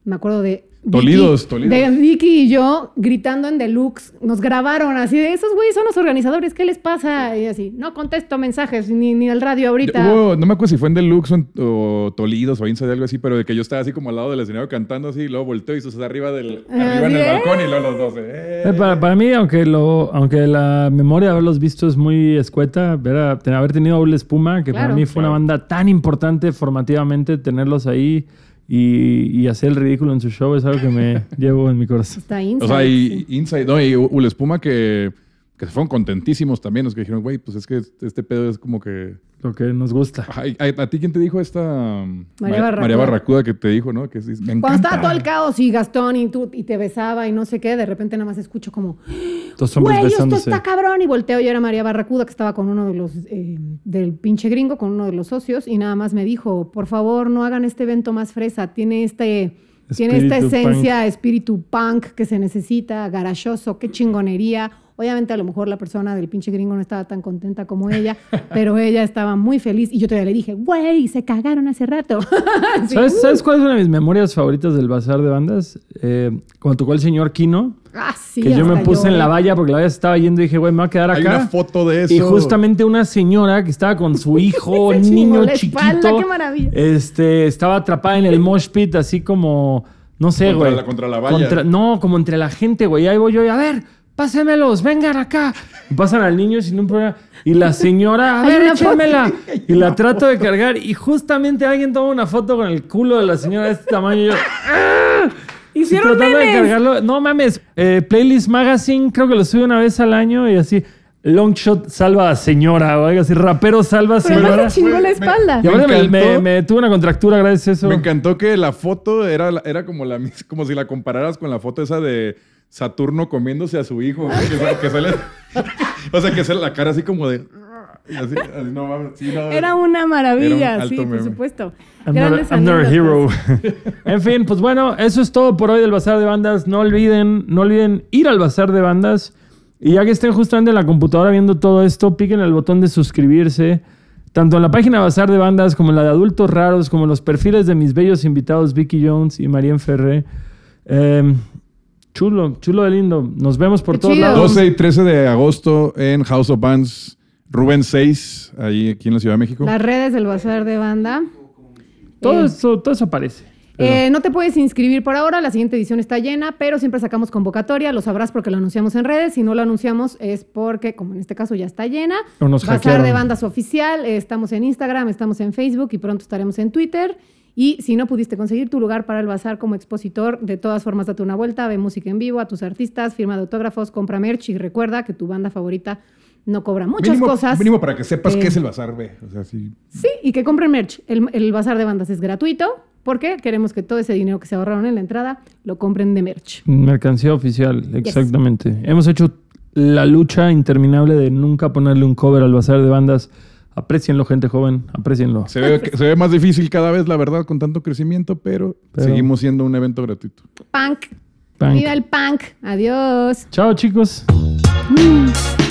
Speaker 2: me acuerdo de... Vicky-
Speaker 4: Tolidos, Tolidos.
Speaker 2: De Vicky y yo gritando en deluxe, nos grabaron así de esos güeyes son los organizadores, ¿qué les pasa? Y así, no contesto mensajes ni, ni al radio ahorita.
Speaker 4: Hubo- no me acuerdo si fue en Deluxe o, en- o Tolidos o Insta de algo así, pero de que yo estaba así como al lado del escenario cantando así, y luego volteo y sus arriba del
Speaker 2: Ah,
Speaker 4: arriba en el
Speaker 2: ¿sí?
Speaker 4: balcón y luego los dos. eh.
Speaker 1: Eh, para, para mí, aunque, lo, aunque la memoria de haberlos visto es muy escueta, ver a- te- haber tenido Doble Espuma, que para
Speaker 2: Claro.
Speaker 1: mí fue una banda tan importante formativamente, tenerlos ahí y, y hacer el ridículo en su show es algo que
Speaker 2: (laughs)
Speaker 1: me llevo en mi corazón.
Speaker 2: Está
Speaker 4: O
Speaker 2: Inside,
Speaker 4: sea, y
Speaker 2: sí.
Speaker 4: Inside, no, y U- Ula Espuma que, que se fueron contentísimos también, los que dijeron, güey, pues es que este pedo es como que...
Speaker 1: Lo que nos gusta.
Speaker 4: Ajá, y- ¿A, a ti quién te dijo esta... um,
Speaker 2: María
Speaker 4: Ma-
Speaker 2: Barracuda.
Speaker 4: María Barracuda que te dijo, ¿no? Que sí, me
Speaker 2: Cuando
Speaker 4: encanta.
Speaker 2: estaba todo el caos y Gastón y tú y te besaba y no sé qué, de repente nada más escucho como,
Speaker 1: Dos hombres
Speaker 2: güey, esto
Speaker 1: besándose.
Speaker 2: está cabrón. Y volteo y era María Barracuda que estaba con uno de los, eh, del pinche gringo, con uno de los socios y nada más me dijo, por favor, no hagan este evento más fresa, tiene este... Tiene esta
Speaker 1: Espíritu
Speaker 2: esencia, espíritu punk que se necesita, garachoso, qué chingonería. Obviamente a lo mejor la persona del pinche gringo no estaba tan contenta
Speaker 1: (laughs)
Speaker 2: como ella, pero ella estaba muy feliz y yo todavía le dije, güey, se cagaron hace rato. (laughs) Sí.
Speaker 1: ¿Sabes, ¿Sabes cuál es una de mis memorias favoritas del bazar de bandas? Eh, cuando tocó el señor Kino,
Speaker 2: Ah, sí,
Speaker 1: que yo me
Speaker 2: hasta
Speaker 1: puse en
Speaker 2: lloré.
Speaker 1: la valla porque la valla se estaba yendo y dije, güey, me voy a quedar acá.
Speaker 4: Hay una foto de eso.
Speaker 1: Y justamente una señora que estaba con
Speaker 2: (laughs)
Speaker 1: su hijo,
Speaker 2: Se
Speaker 1: un
Speaker 2: chingó
Speaker 1: niño
Speaker 2: la
Speaker 1: chiquito.
Speaker 2: espalda, qué maravilla.
Speaker 1: Este, estaba atrapada en el mosh pit, así como, no sé,
Speaker 4: Contra
Speaker 1: güey.
Speaker 4: la- contra la valla.
Speaker 1: no, como entre la gente, güey. Ahí voy yo y a ver, pásenmelos, vengan acá. Y pasan al niño sin un problema. Y la señora, a
Speaker 2: (laughs) Hay
Speaker 1: ver,
Speaker 2: una foto.
Speaker 1: échenmela. Y la trato de cargar. Y justamente alguien toma una foto con el culo de la señora de este tamaño. Y yo,
Speaker 2: Hicieron
Speaker 1: tratando de
Speaker 2: memes.
Speaker 1: cargarlo. No mames. eh, Playlist Magazine, creo que lo sube una vez al año y así. Long shot salva a señora o algo así. Rapero salva a
Speaker 2: Pero
Speaker 1: señora.
Speaker 2: además se chingó
Speaker 4: Güey,
Speaker 2: la
Speaker 4: me-
Speaker 2: espalda.
Speaker 1: Y ahora me,
Speaker 4: encantó.
Speaker 1: me- me tuve una contractura gracias a eso.
Speaker 4: Me encantó que la foto era, la- era como, la, mis- como si la compararas con la foto esa de Saturno comiéndose a su hijo. güey, Que, sa- que sale, (laughs) o sea, que sale la cara así como de... y Así, así, no mames. sí, no,
Speaker 2: Era una maravilla,
Speaker 4: Era un
Speaker 2: sí,
Speaker 4: alto
Speaker 2: por
Speaker 4: meme.
Speaker 2: supuesto.
Speaker 1: I'm not, a-
Speaker 2: Grandes
Speaker 1: I'm not a
Speaker 2: anécdotas.
Speaker 1: hero. (laughs) en fin, pues bueno, eso es todo por hoy del Bazar de Bandas. No olviden, no olviden ir al Bazar de Bandas. Y ya que estén justamente en la computadora viendo todo esto, piquen el botón de suscribirse. Tanto en la página Bazar de Bandas como en la de Adultos Raros, como en los perfiles de mis bellos invitados Vicky Jones y Marian Ferré. Em, chulo, chulo de lindo. Nos vemos por
Speaker 2: Qué
Speaker 1: todos
Speaker 2: chido.
Speaker 1: lados.
Speaker 4: 12 y 13 de agosto en House of Bands, Rubén 6, ahí aquí en la Ciudad de México.
Speaker 2: Las redes del bazar de banda.
Speaker 1: Todo
Speaker 2: Eh,
Speaker 1: eso, todo eso aparece.
Speaker 2: Eh, no te puedes inscribir por ahora, la siguiente edición está llena, pero siempre sacamos convocatoria, lo sabrás porque lo anunciamos en redes, si no lo anunciamos es porque, como en este caso ya está llena,
Speaker 1: O nos
Speaker 2: Bazar
Speaker 1: hackearon.
Speaker 2: de Bandas Oficial, eh, estamos en Instagram, estamos en Facebook y pronto estaremos en Twitter. Y si no pudiste conseguir tu lugar para el bazar como expositor, de todas formas date una vuelta, ve música en vivo, a tus artistas, firma de autógrafos, compra merch y recuerda que tu banda favorita no cobra muchas
Speaker 4: mínimo,
Speaker 2: cosas.
Speaker 4: mínimo para que sepas
Speaker 2: Eh,
Speaker 4: qué es el bazar, ve. O sea, sí.
Speaker 2: Sí, y que compren merch. El, el bazar de bandas es gratuito porque queremos que todo ese dinero que se ahorraron en la entrada lo compren de merch.
Speaker 1: Mercancía oficial, exactamente. Hemos hecho la lucha interminable de nunca ponerle un cover al bazar de bandas. Aprecienlo, gente joven, aprecienlo.
Speaker 4: Se ve, que- se ve más difícil cada vez, la verdad, con tanto crecimiento, pero,
Speaker 1: Pero-
Speaker 4: seguimos siendo un evento gratuito.
Speaker 2: Punk.
Speaker 1: Punk.
Speaker 2: Viva el punk. Adiós.
Speaker 1: Chao, chicos.
Speaker 2: Mm.